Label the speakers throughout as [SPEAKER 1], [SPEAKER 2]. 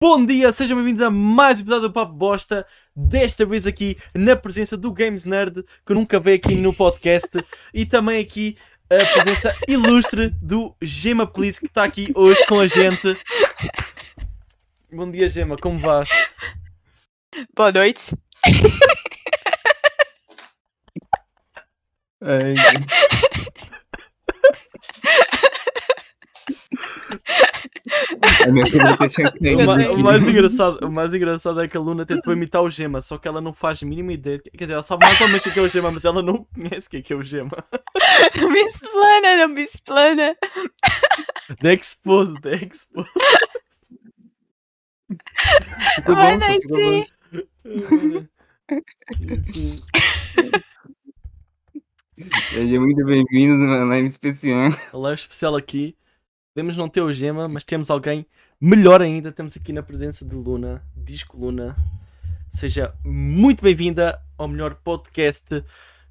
[SPEAKER 1] Bom dia, sejam bem-vindos a mais um episódio do Papo Bosta. Desta vez aqui na presença do Games Nerd, que nunca veio aqui no podcast, e também aqui a presença ilustre do Gema Police, que está aqui hoje com a gente. Bom dia, Gema, como vais?
[SPEAKER 2] Boa noite.
[SPEAKER 1] É,
[SPEAKER 3] Ai, a É, minha pergunta tinha que ter
[SPEAKER 1] O, ma-
[SPEAKER 3] ido
[SPEAKER 1] o mais
[SPEAKER 3] aqui.
[SPEAKER 1] engraçado, o mais engraçado é que a Luna tentou imitar o Gema, só que ela não faz a mínima ideia. Quer dizer, ela sabe mais ou menos o que é o Gema, mas ela não conhece o que é que é o Gema.
[SPEAKER 2] Não me explana, não me explana.
[SPEAKER 1] The Exposed, The Exposed. tá
[SPEAKER 3] Ficou
[SPEAKER 2] Boa
[SPEAKER 3] bom,
[SPEAKER 2] noite.
[SPEAKER 3] ficou bom. Seja muito bem-vindo numa live especial.
[SPEAKER 1] Ela é especial aqui. Podemos não ter o Gema, mas temos alguém melhor ainda. Temos aqui na presença de Luna, Disco Luna. Seja muito bem-vinda ao melhor podcast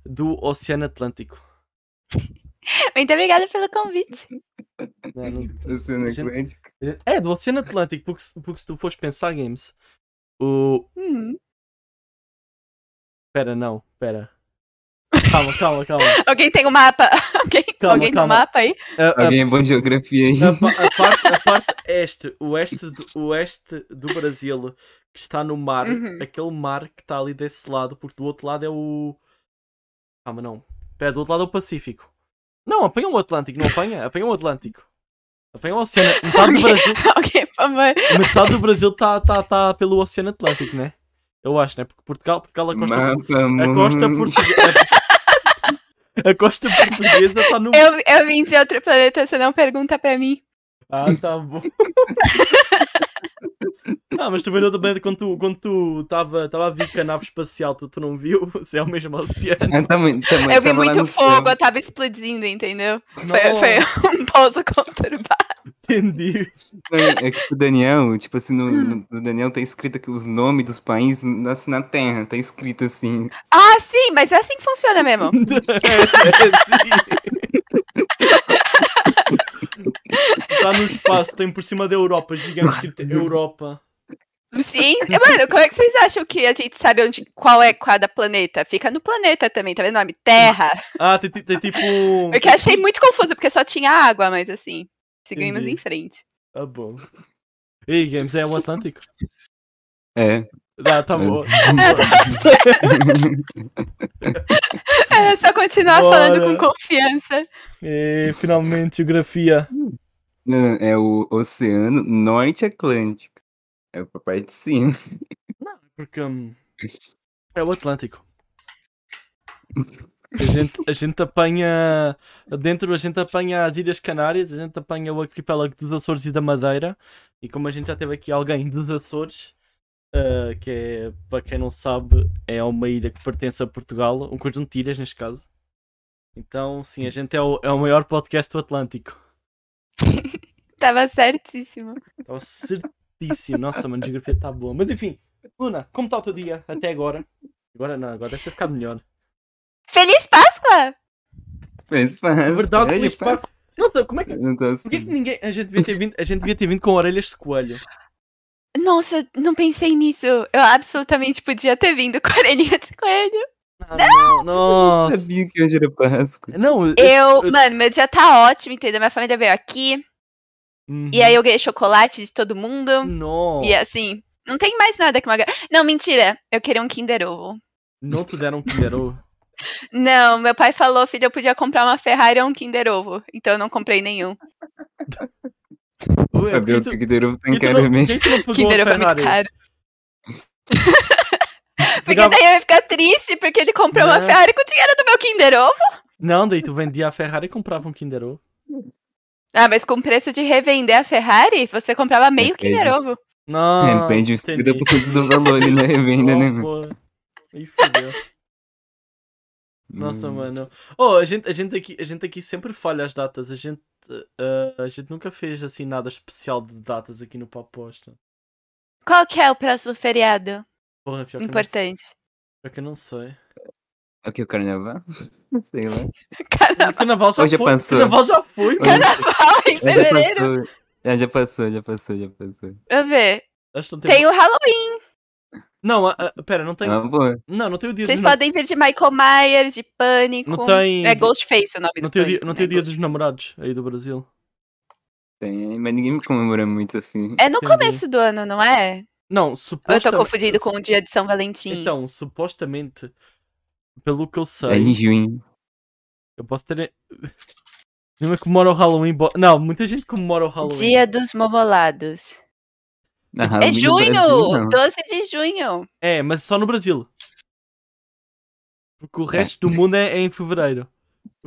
[SPEAKER 1] do Oceano Atlântico.
[SPEAKER 2] Muito obrigada pelo convite.
[SPEAKER 1] Não, É, não-
[SPEAKER 3] Eu sou no
[SPEAKER 1] Gente-
[SPEAKER 3] Atlético.
[SPEAKER 1] É, do Oceano Atlântico, porque se, porque se tu fores pensar, Games, o.
[SPEAKER 2] Hum.
[SPEAKER 1] Pera, não, pera. Calma, calma, calma.
[SPEAKER 2] Alguém tem o mapa? Alguém,
[SPEAKER 1] Calma,
[SPEAKER 2] alguém
[SPEAKER 1] calma.
[SPEAKER 2] tem o mapa aí?
[SPEAKER 1] A- a
[SPEAKER 3] Alguém é bom de geografia aí?
[SPEAKER 1] A, pa- a parte, a parte este, o este, do, o este do Brasil que está no mar,
[SPEAKER 2] Uhum.
[SPEAKER 1] aquele mar que está ali desse lado, porque do outro lado é o. Calma, não. Pera, do outro lado é o Pacífico. Não, apanha o Atlântico, não apanha? Apanha o Atlântico. Apanha o Oceano. Metade do
[SPEAKER 2] Alguém,
[SPEAKER 1] Brasil,
[SPEAKER 2] alguém, por favor.
[SPEAKER 1] metade do Brasil está tá, tá pelo Oceano Atlântico, né? Eu acho, né? Porque Portugal, Portugal a costa,
[SPEAKER 3] Mapa,
[SPEAKER 1] a costa
[SPEAKER 3] mundo.
[SPEAKER 1] portuguesa. A costa portuguesa está no.
[SPEAKER 2] Eu, eu vim de outro planeta, você não pergunta pra mim.
[SPEAKER 1] Ah, tá bom. ah, mas tu veio do planeta quando tu quando tu tava, tava a vir com a nave espacial, tu, tu não viu? Se é o mesmo oceano.
[SPEAKER 3] Ah, tá muito- tá muito-
[SPEAKER 2] eu vi
[SPEAKER 3] tava lá
[SPEAKER 2] muito
[SPEAKER 3] no
[SPEAKER 2] fogo,
[SPEAKER 3] céu.
[SPEAKER 2] eu tava explodindo, entendeu? Foi,
[SPEAKER 1] Não.
[SPEAKER 2] foi um pouso conturbado.
[SPEAKER 1] Entendi.
[SPEAKER 3] É é que o Daniel, tipo assim, no,
[SPEAKER 2] Hum.
[SPEAKER 3] no Daniel tá escrito que os nomes dos países nascem na Terra, tá escrito assim.
[SPEAKER 2] Ah, sim, mas é assim que funciona mesmo.
[SPEAKER 1] Está Tá no espaço, tem por cima da Europa, gigante escrito Europa.
[SPEAKER 2] Sim, mano, como é que vocês acham que a gente sabe onde, qual é cada planeta? Fica no planeta também, tá vendo o nome? Terra.
[SPEAKER 1] Ah, tem, ti- tem tipo. um-
[SPEAKER 2] Porque achei muito confuso, porque só tinha água, mas assim, seguimos
[SPEAKER 1] Entendi.
[SPEAKER 2] em frente.
[SPEAKER 1] Ah, bom. Ei, Games, é o Atlântico?
[SPEAKER 3] É.
[SPEAKER 1] Ah, tá bom.
[SPEAKER 2] É só continuar
[SPEAKER 1] Bora.
[SPEAKER 2] falando com confiança.
[SPEAKER 1] Eh, finalmente, geografia.
[SPEAKER 3] Não, é o Oceano Norte Atlântico. É pra parte de cima.
[SPEAKER 1] Porque hum, é o Atlântico. A gente, a gente apanha. Dentro a gente apanha as Ilhas Canárias, a gente apanha o arquipélago dos Açores e da Madeira. E como a gente já teve aqui alguém dos Açores, ah, que é, para quem não sabe, é uma ilha que pertence a Portugal, um conjunto de ilhas neste caso. Então, sim, a gente é o, é o maior podcast do Atlântico.
[SPEAKER 2] Tava certíssimo.
[SPEAKER 1] Estava certíssimo. Nossa, mano, a geografia está boa. Mas enfim, Luna, como está o teu dia até agora? Agora não, agora deve ter ficado melhor.
[SPEAKER 2] Feliz Páscoa!
[SPEAKER 3] Feliz Páscoa.
[SPEAKER 1] É verdade, Feliz
[SPEAKER 3] Feliz
[SPEAKER 1] Páscoa. Nossa, como é que.
[SPEAKER 3] Eu não gosto.
[SPEAKER 1] Porquê que ninguém. A gente, devia ter vindo, a gente devia ter vindo com orelhas de coelho.
[SPEAKER 2] Nossa, eu não pensei nisso. Eu absolutamente podia ter vindo com a orelhinha de coelho.
[SPEAKER 1] Ah, não.
[SPEAKER 3] Eu
[SPEAKER 1] Nossa.
[SPEAKER 3] sabia que hoje era Páscoa.
[SPEAKER 1] Não, eu-
[SPEAKER 2] Eu,
[SPEAKER 1] eu-
[SPEAKER 2] mano, meu dia tá ótimo, entendeu? Minha família veio aqui,
[SPEAKER 1] Uhum.
[SPEAKER 2] e aí eu ganhei chocolate de todo mundo.
[SPEAKER 1] Não.
[SPEAKER 2] E assim, não tem mais nada que uma. ga- Não, mentira. Eu queria um Kinder Ovo.
[SPEAKER 1] Não te deram um Kinder Ovo.
[SPEAKER 2] Não, meu pai falou, filho, eu podia comprar uma Ferrari ou um Kinder Ovo. Então eu não comprei nenhum.
[SPEAKER 1] Ué, porquê
[SPEAKER 3] Saber o
[SPEAKER 1] tu-
[SPEAKER 3] que tá que derrubou tem
[SPEAKER 1] porquê tu
[SPEAKER 3] cara
[SPEAKER 1] não-
[SPEAKER 3] mesmo.
[SPEAKER 1] porquê tu não pegou
[SPEAKER 2] Kinder
[SPEAKER 1] a
[SPEAKER 2] Ovo é muito
[SPEAKER 1] Ferrari?
[SPEAKER 2] caro. Porque
[SPEAKER 1] Pegava-
[SPEAKER 2] daí eu ia ficar triste, porque ele comprou uma
[SPEAKER 1] Não.
[SPEAKER 2] Ferrari com o dinheiro do meu Kinder Ovo.
[SPEAKER 1] Não, daí tu vendia a Ferrari e comprava um Kinder Ovo.
[SPEAKER 2] Ah, mas com o preço de revender a Ferrari, você comprava meio
[SPEAKER 3] Depende.
[SPEAKER 2] Kinder Ovo.
[SPEAKER 1] Não.
[SPEAKER 3] Depende, É, os
[SPEAKER 1] Ah, entendi.
[SPEAKER 3] 30% do valor ali na revenda, né, mano?
[SPEAKER 1] Oh, pô. Aí fodeu. Nossa,
[SPEAKER 3] Hum.
[SPEAKER 1] mano. Oh, a gente, a, gente aqui, a gente aqui sempre falha as datas. A gente, eh, a gente nunca fez assim nada especial de datas aqui no Paposta.
[SPEAKER 2] Qual que é o próximo feriado
[SPEAKER 1] Porra, pior que, eu não,
[SPEAKER 2] importante?
[SPEAKER 1] pior que eu não sei.
[SPEAKER 3] É O que, o carnaval? Não sei lá.
[SPEAKER 2] É
[SPEAKER 1] O carnaval já
[SPEAKER 3] Hoje é
[SPEAKER 1] foi. O
[SPEAKER 3] passou.
[SPEAKER 1] carnaval já
[SPEAKER 3] é
[SPEAKER 1] foi, mano.
[SPEAKER 2] Carnaval em
[SPEAKER 3] Já É,
[SPEAKER 2] fevereiro?
[SPEAKER 3] passou. Ah, já passou, já passou, já passou.
[SPEAKER 2] Vamos ver.
[SPEAKER 1] Acho que não tem.
[SPEAKER 2] Tem um o Halloween.
[SPEAKER 1] Não, a- a- pera, não tem.
[SPEAKER 3] Ah, boa.
[SPEAKER 1] Não, não tem o dia
[SPEAKER 2] Vocês
[SPEAKER 1] dos nam-
[SPEAKER 2] podem ver de Michael Myers, de Pânico.
[SPEAKER 1] Não tem-
[SPEAKER 2] É Ghostface o nome
[SPEAKER 1] Não
[SPEAKER 2] do
[SPEAKER 1] tem o dia,
[SPEAKER 2] Pânico,
[SPEAKER 1] não tem o
[SPEAKER 2] né?
[SPEAKER 1] dia dos namorados aí do Brasil.
[SPEAKER 3] Tem, mas ninguém me comemora muito assim.
[SPEAKER 2] É no
[SPEAKER 1] Entendi.
[SPEAKER 2] começo do ano, não é?
[SPEAKER 1] Não,
[SPEAKER 2] Ou eu
[SPEAKER 1] supostamente.
[SPEAKER 2] tô confundido com o dia de São Valentim?
[SPEAKER 1] Então, supostamente, pelo que eu
[SPEAKER 3] É
[SPEAKER 1] sei,
[SPEAKER 3] em junho.
[SPEAKER 1] eu posso ter. Não é comemora o Halloween. bo- Não, muita gente comemora o Halloween.
[SPEAKER 2] dia dos Momolados.
[SPEAKER 3] Na
[SPEAKER 2] É
[SPEAKER 3] Halloween Tá no
[SPEAKER 2] junho!
[SPEAKER 3] Brasil, não.
[SPEAKER 2] 12 de junho.
[SPEAKER 1] É, mas só no Brasil. Porque o resto do mundo é, é em fevereiro.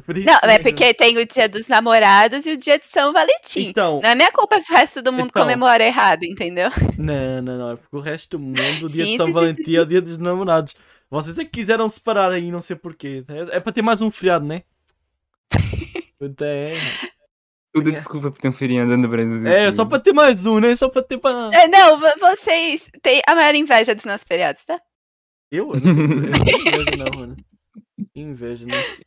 [SPEAKER 1] Por isso
[SPEAKER 2] Não, é
[SPEAKER 1] mesmo.
[SPEAKER 2] porque tem o dia dos namorados e o dia de São Valentim.
[SPEAKER 1] Então,
[SPEAKER 2] Não é minha culpa se o resto do mundo
[SPEAKER 1] Então.
[SPEAKER 2] comemora errado, entendeu?
[SPEAKER 1] não, não, não. É porque o resto do mundo, o dia de
[SPEAKER 2] Sim,
[SPEAKER 1] São
[SPEAKER 2] sim, sim,
[SPEAKER 1] Valentim é o dia dos namorados. Vocês é que quiseram separar aí, não sei porquê. É, é para ter mais um feriado, né? Até é.
[SPEAKER 3] Tudo desculpa por ter um feriado no Brasil.
[SPEAKER 1] É, só para ter mais um, né? Só para ter para.
[SPEAKER 2] É, não, vo- vocês têm a maior inveja dos nossos feriados, tá?
[SPEAKER 1] Eu? Eu não tenho eu não tenho inveja, não, mano. Inveja, não sei.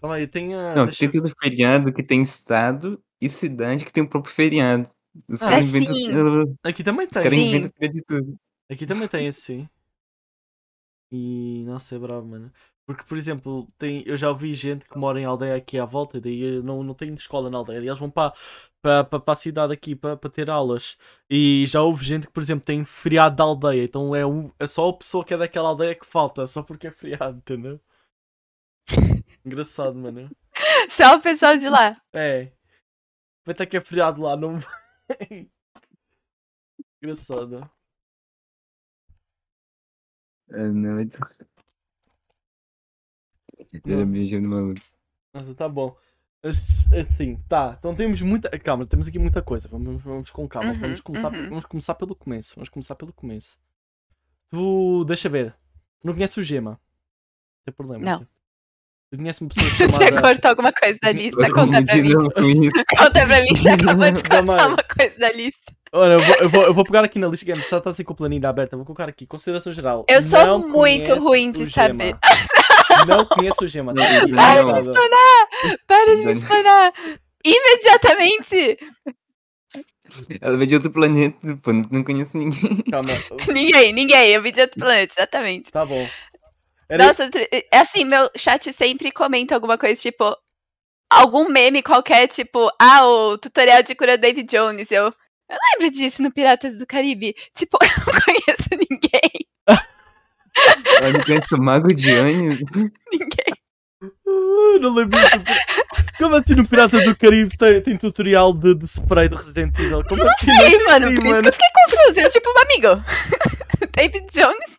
[SPEAKER 1] Calma aí, tem a.
[SPEAKER 3] Não,
[SPEAKER 1] deixa
[SPEAKER 3] tem todo feriado que tem estado e cidade que tem o próprio feriado. Os
[SPEAKER 1] Ah,
[SPEAKER 3] caras
[SPEAKER 2] é
[SPEAKER 3] inventam.
[SPEAKER 2] sim.
[SPEAKER 3] Os
[SPEAKER 1] eu- Aqui também tem.
[SPEAKER 3] caras
[SPEAKER 2] Sim.
[SPEAKER 3] inventam feriado de tudo.
[SPEAKER 1] Aqui também tem esse, sim. E nossa, é bravo, mano. Porque, por exemplo, tem, eu já ouvi gente que mora em aldeia aqui à volta, e daí eu não, não tenho escola na aldeia, e eles vão para a cidade aqui para ter aulas. E já houve gente que, por exemplo, tem feriado da aldeia, então é, um, é só a pessoa que é daquela aldeia que falta, só porque é feriado, entendeu? Engraçado, mano.
[SPEAKER 2] Só o pessoal de lá.
[SPEAKER 1] É. Vai ter que é feriado lá, não vai. Engraçado.
[SPEAKER 3] Ah, não, é. Era
[SPEAKER 1] Nossa.
[SPEAKER 3] beijando maluco.
[SPEAKER 1] Nossa, tá bom. As- Assim, tá. Então temos muita. Calma, temos aqui muita coisa. Vamos, vamos com calma.
[SPEAKER 2] Uhum,
[SPEAKER 1] vamos, começar,
[SPEAKER 2] uhum.
[SPEAKER 1] vamos começar pelo começo. Vamos começar pelo começo. Tu. Deixa ver. Tu não conheces o Gema. Não tem problema.
[SPEAKER 2] Não.
[SPEAKER 1] Tu conheces uma pessoa
[SPEAKER 2] Você
[SPEAKER 1] chamada.
[SPEAKER 2] cortou alguma coisa da
[SPEAKER 3] Tô
[SPEAKER 2] lista,
[SPEAKER 1] Tá,
[SPEAKER 2] conta pra
[SPEAKER 3] confundindo
[SPEAKER 2] mim.
[SPEAKER 3] com isso.
[SPEAKER 2] Conta pra mim, você acabou de
[SPEAKER 1] Calma aí.
[SPEAKER 2] cortar uma coisa da lista.
[SPEAKER 1] Ora, eu vou, eu, vou, eu vou pegar aqui na lista Games. Tá, tá assim com a planilha aberta. Vou colocar aqui. Consideração geral.
[SPEAKER 2] Eu sou
[SPEAKER 1] Não
[SPEAKER 2] muito
[SPEAKER 1] conheço
[SPEAKER 2] ruim de
[SPEAKER 1] o Gema.
[SPEAKER 2] saber.
[SPEAKER 1] Não conheço o Gema.
[SPEAKER 3] Não,
[SPEAKER 1] Tá aqui,
[SPEAKER 3] não,
[SPEAKER 1] tá
[SPEAKER 3] não.
[SPEAKER 1] errado.
[SPEAKER 2] Para de me
[SPEAKER 3] Dani.
[SPEAKER 2] explanar. Imediatamente!
[SPEAKER 3] Ela veio de outro planeta, pô, não- não conheço ninguém.
[SPEAKER 1] Calma.
[SPEAKER 2] Ninguém, ninguém. Eu vi de outro planeta, exatamente.
[SPEAKER 1] Tá bom. Era-
[SPEAKER 2] Nossa, tre- é assim, meu chat sempre comenta alguma coisa, tipo, algum meme qualquer, tipo, ah, o tutorial de cura David Jones. Eu, eu lembro disso no Piratas do Caribe. Tipo, eu não conheço ninguém.
[SPEAKER 3] Ela me conhece o Mago de Anis.
[SPEAKER 2] Ninguém.
[SPEAKER 1] Ah, Não lembro. do- Como assim no Pirata do Caribe tem, tem tutorial de, de spray do Resident Evil? Como assim?
[SPEAKER 2] E aí, mano,
[SPEAKER 1] sei,
[SPEAKER 2] por isso
[SPEAKER 1] mano.
[SPEAKER 2] que eu fiquei confusa. Eu, tipo, um amigo. David Jones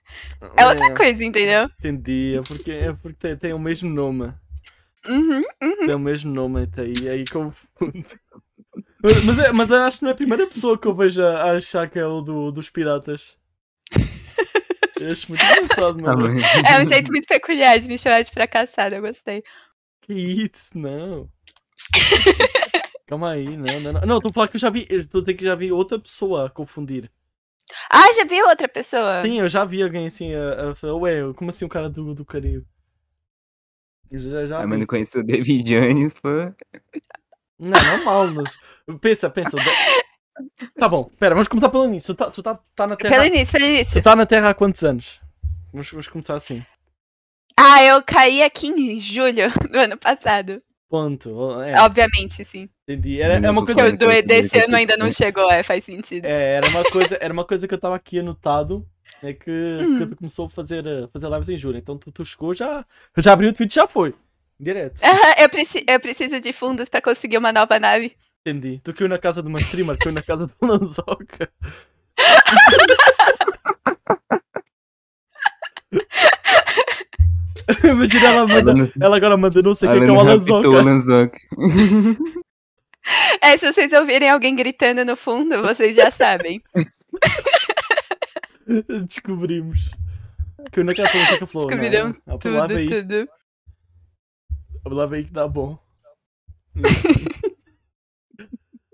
[SPEAKER 2] é outra coisa, entendeu?
[SPEAKER 1] Entendi, é porque, é porque tem, tem o mesmo nome.
[SPEAKER 2] Uhum.
[SPEAKER 1] Tem o mesmo nome, até aí, é aí confundo. Mas, mas, é- mas eu acho que não é a primeira pessoa que eu vejo a a achar que é o do, dos piratas. Eu acho muito engraçado,
[SPEAKER 3] Ah,
[SPEAKER 1] mano.
[SPEAKER 3] mano.
[SPEAKER 2] É um jeito muito peculiar de me chamar de fracassada, eu gostei.
[SPEAKER 1] Que isso, não. Calma aí, não, não, não. Não, estou a falar que eu já vi. Estou a dizer que já vi outra pessoa a confundir.
[SPEAKER 2] Ah, já vi outra pessoa.
[SPEAKER 1] Sim, eu já vi alguém assim, a, a falar, ué, como assim o cara do, do Caribe? Eu já, já
[SPEAKER 3] Ah,
[SPEAKER 1] vi.
[SPEAKER 3] mas não conheceu o David Jones, pô.
[SPEAKER 1] Não, é normal, mas... Pensa, pensa. do- Tá bom, pera, vamos começar pelo início. Tu tá, tu tá, tá na
[SPEAKER 2] Pelo
[SPEAKER 1] Terra.
[SPEAKER 2] início, pelo início.
[SPEAKER 1] Tu tá na Terra há quantos anos? Vamos, vamos começar assim.
[SPEAKER 2] Ah, eu caí aqui em julho do ano passado.
[SPEAKER 1] Ponto. É,
[SPEAKER 2] Obviamente, sim.
[SPEAKER 1] entendi. Era, é uma
[SPEAKER 3] Porque
[SPEAKER 1] coisa.
[SPEAKER 2] Porque
[SPEAKER 3] Claro,
[SPEAKER 2] o do E
[SPEAKER 3] claro,
[SPEAKER 2] desse
[SPEAKER 3] claro,
[SPEAKER 2] ano ainda não
[SPEAKER 3] claro.
[SPEAKER 2] chegou, é, faz sentido.
[SPEAKER 1] É, era uma coisa, era uma coisa que eu estava aqui anotado, né, que, que tu começou a fazer, eh, fazer lives em julho. Então tu, tu chegou, já, já abriu o Twitch, já foi. Direto.
[SPEAKER 2] Aham, eu, preci- eu preciso de fundos pra conseguir uma nova nave.
[SPEAKER 1] Entendi. Tu caiu na casa de uma streamer, caiu na casa do Lanzoca. Imagina ela manda.
[SPEAKER 3] Alan-
[SPEAKER 1] Ela agora manda não sei o que é o
[SPEAKER 3] Alan raptou o
[SPEAKER 1] Alanzoca.
[SPEAKER 3] Lanzoca.
[SPEAKER 2] É, se vocês ouvirem alguém gritando no fundo, vocês já sabem.
[SPEAKER 1] Descobrimos. Caiu na casa do Lanzoca falou.
[SPEAKER 2] Descobriram
[SPEAKER 1] não, a
[SPEAKER 2] tudo,
[SPEAKER 1] palavra aí,
[SPEAKER 2] tudo.
[SPEAKER 1] a palavra aí que dá bom.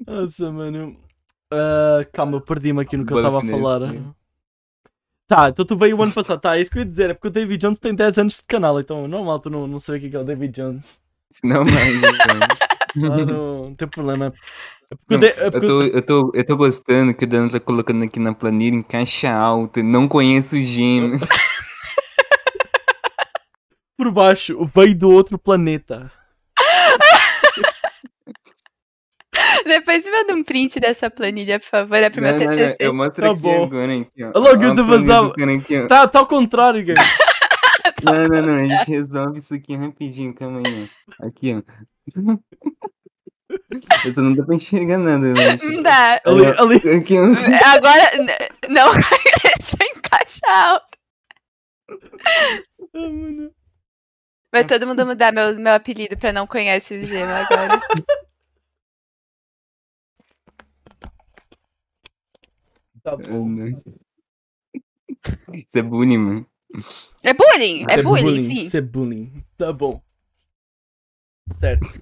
[SPEAKER 1] Nossa, mano. Ah, calma, eu perdi-me aqui no que eu
[SPEAKER 3] Bora
[SPEAKER 1] estava a
[SPEAKER 3] definir,
[SPEAKER 1] falar.
[SPEAKER 3] definir.
[SPEAKER 1] Tá, então tu veio o ano passado. Tá, é isso que eu ia dizer. É porque o David Jones tem 10 anos de canal, então é normal tu não, não saber o que é o David Jones.
[SPEAKER 3] Se não mais, então.
[SPEAKER 1] Lá no- não tem problema. É porque,
[SPEAKER 3] Não,
[SPEAKER 1] o de- é
[SPEAKER 3] Eu
[SPEAKER 1] porque
[SPEAKER 3] tô, eu, tô, eu tô gostando que o Dano tá colocando aqui na planilha em caixa alta. Não conheço o gêmeo.
[SPEAKER 1] por baixo veio do outro planeta.
[SPEAKER 2] Depois me manda um print dessa planilha, por favor. É pro meu
[SPEAKER 3] Não, não, não,
[SPEAKER 2] TCC.
[SPEAKER 3] eu mostro
[SPEAKER 1] Tá
[SPEAKER 3] aqui
[SPEAKER 1] bom.
[SPEAKER 3] agora. Aqui, ó.
[SPEAKER 1] Alô,
[SPEAKER 3] Ó, a
[SPEAKER 1] Gusta
[SPEAKER 3] planilha do
[SPEAKER 1] Vazal.
[SPEAKER 3] cara aqui, ó.
[SPEAKER 1] Tá, tá ao contrário, game.
[SPEAKER 3] É. Não, não, não. A gente resolve isso aqui rapidinho. Calma aí. ó. Aqui, ó. Eu só não dá pra enxergar nada. eu acho.
[SPEAKER 2] Não Hum, dá.
[SPEAKER 1] Ali, ali.
[SPEAKER 3] Aqui, ó.
[SPEAKER 2] Agora, n- não deixa eu encaixar.
[SPEAKER 1] Ah, mano.
[SPEAKER 2] Vai todo mundo mudar meu, meu apelido pra não conhece o Gema agora.
[SPEAKER 1] Tá
[SPEAKER 3] Ah,
[SPEAKER 1] bom.
[SPEAKER 3] não. Isso é bullying, mano.
[SPEAKER 2] É bullying, é,
[SPEAKER 1] Isso
[SPEAKER 2] bullying, sim.
[SPEAKER 1] Isso é bullying. Tá bom. Certo.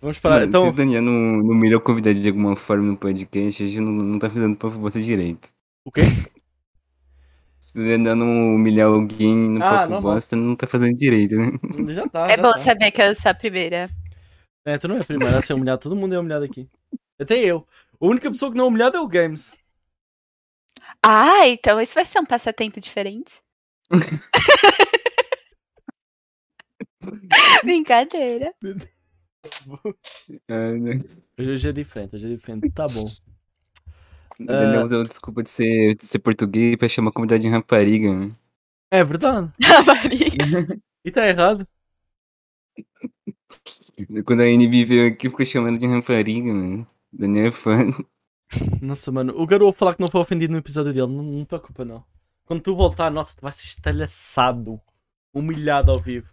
[SPEAKER 1] Vamos parar.
[SPEAKER 3] Mano, Se
[SPEAKER 1] então,
[SPEAKER 3] o Daniel não, não melhor convidado de alguma forma no podcast, a gente não, não tá fazendo pra você direito.
[SPEAKER 1] o quê?
[SPEAKER 3] Se o Daniel não humilhar alguém no
[SPEAKER 1] Ah,
[SPEAKER 3] papo
[SPEAKER 1] não,
[SPEAKER 3] bosta, não tá fazendo direito, né?
[SPEAKER 1] Já tá.
[SPEAKER 2] É
[SPEAKER 1] já
[SPEAKER 2] bom
[SPEAKER 1] tá.
[SPEAKER 2] saber que eu sou a primeira.
[SPEAKER 1] É, tu não é a primeira a ser humilhado, todo mundo é humilhado aqui. Até eu. A única pessoa que não é humilhada é o Games.
[SPEAKER 2] Ah, então isso vai ser um passatempo diferente? Brincadeira.
[SPEAKER 3] Ah, né?
[SPEAKER 1] Hoje, hoje é diferente, hoje é diferente. Tá bom.
[SPEAKER 3] O
[SPEAKER 1] Ah.
[SPEAKER 3] Daniel usou a desculpa de ser, de ser português pra chamar a comunidade de rapariga. né?
[SPEAKER 1] É verdade.
[SPEAKER 2] Rapariga.
[SPEAKER 1] E tá errado.
[SPEAKER 3] Quando a Anne veio aqui, ficou chamando de rapariga, mano. O Daniel é fã.
[SPEAKER 1] Nossa, mano, o garoto falar que não foi ofendido no episódio dele, não, não te preocupa, não. Quando tu voltar, nossa, tu vais ser estalhaçado, humilhado ao vivo.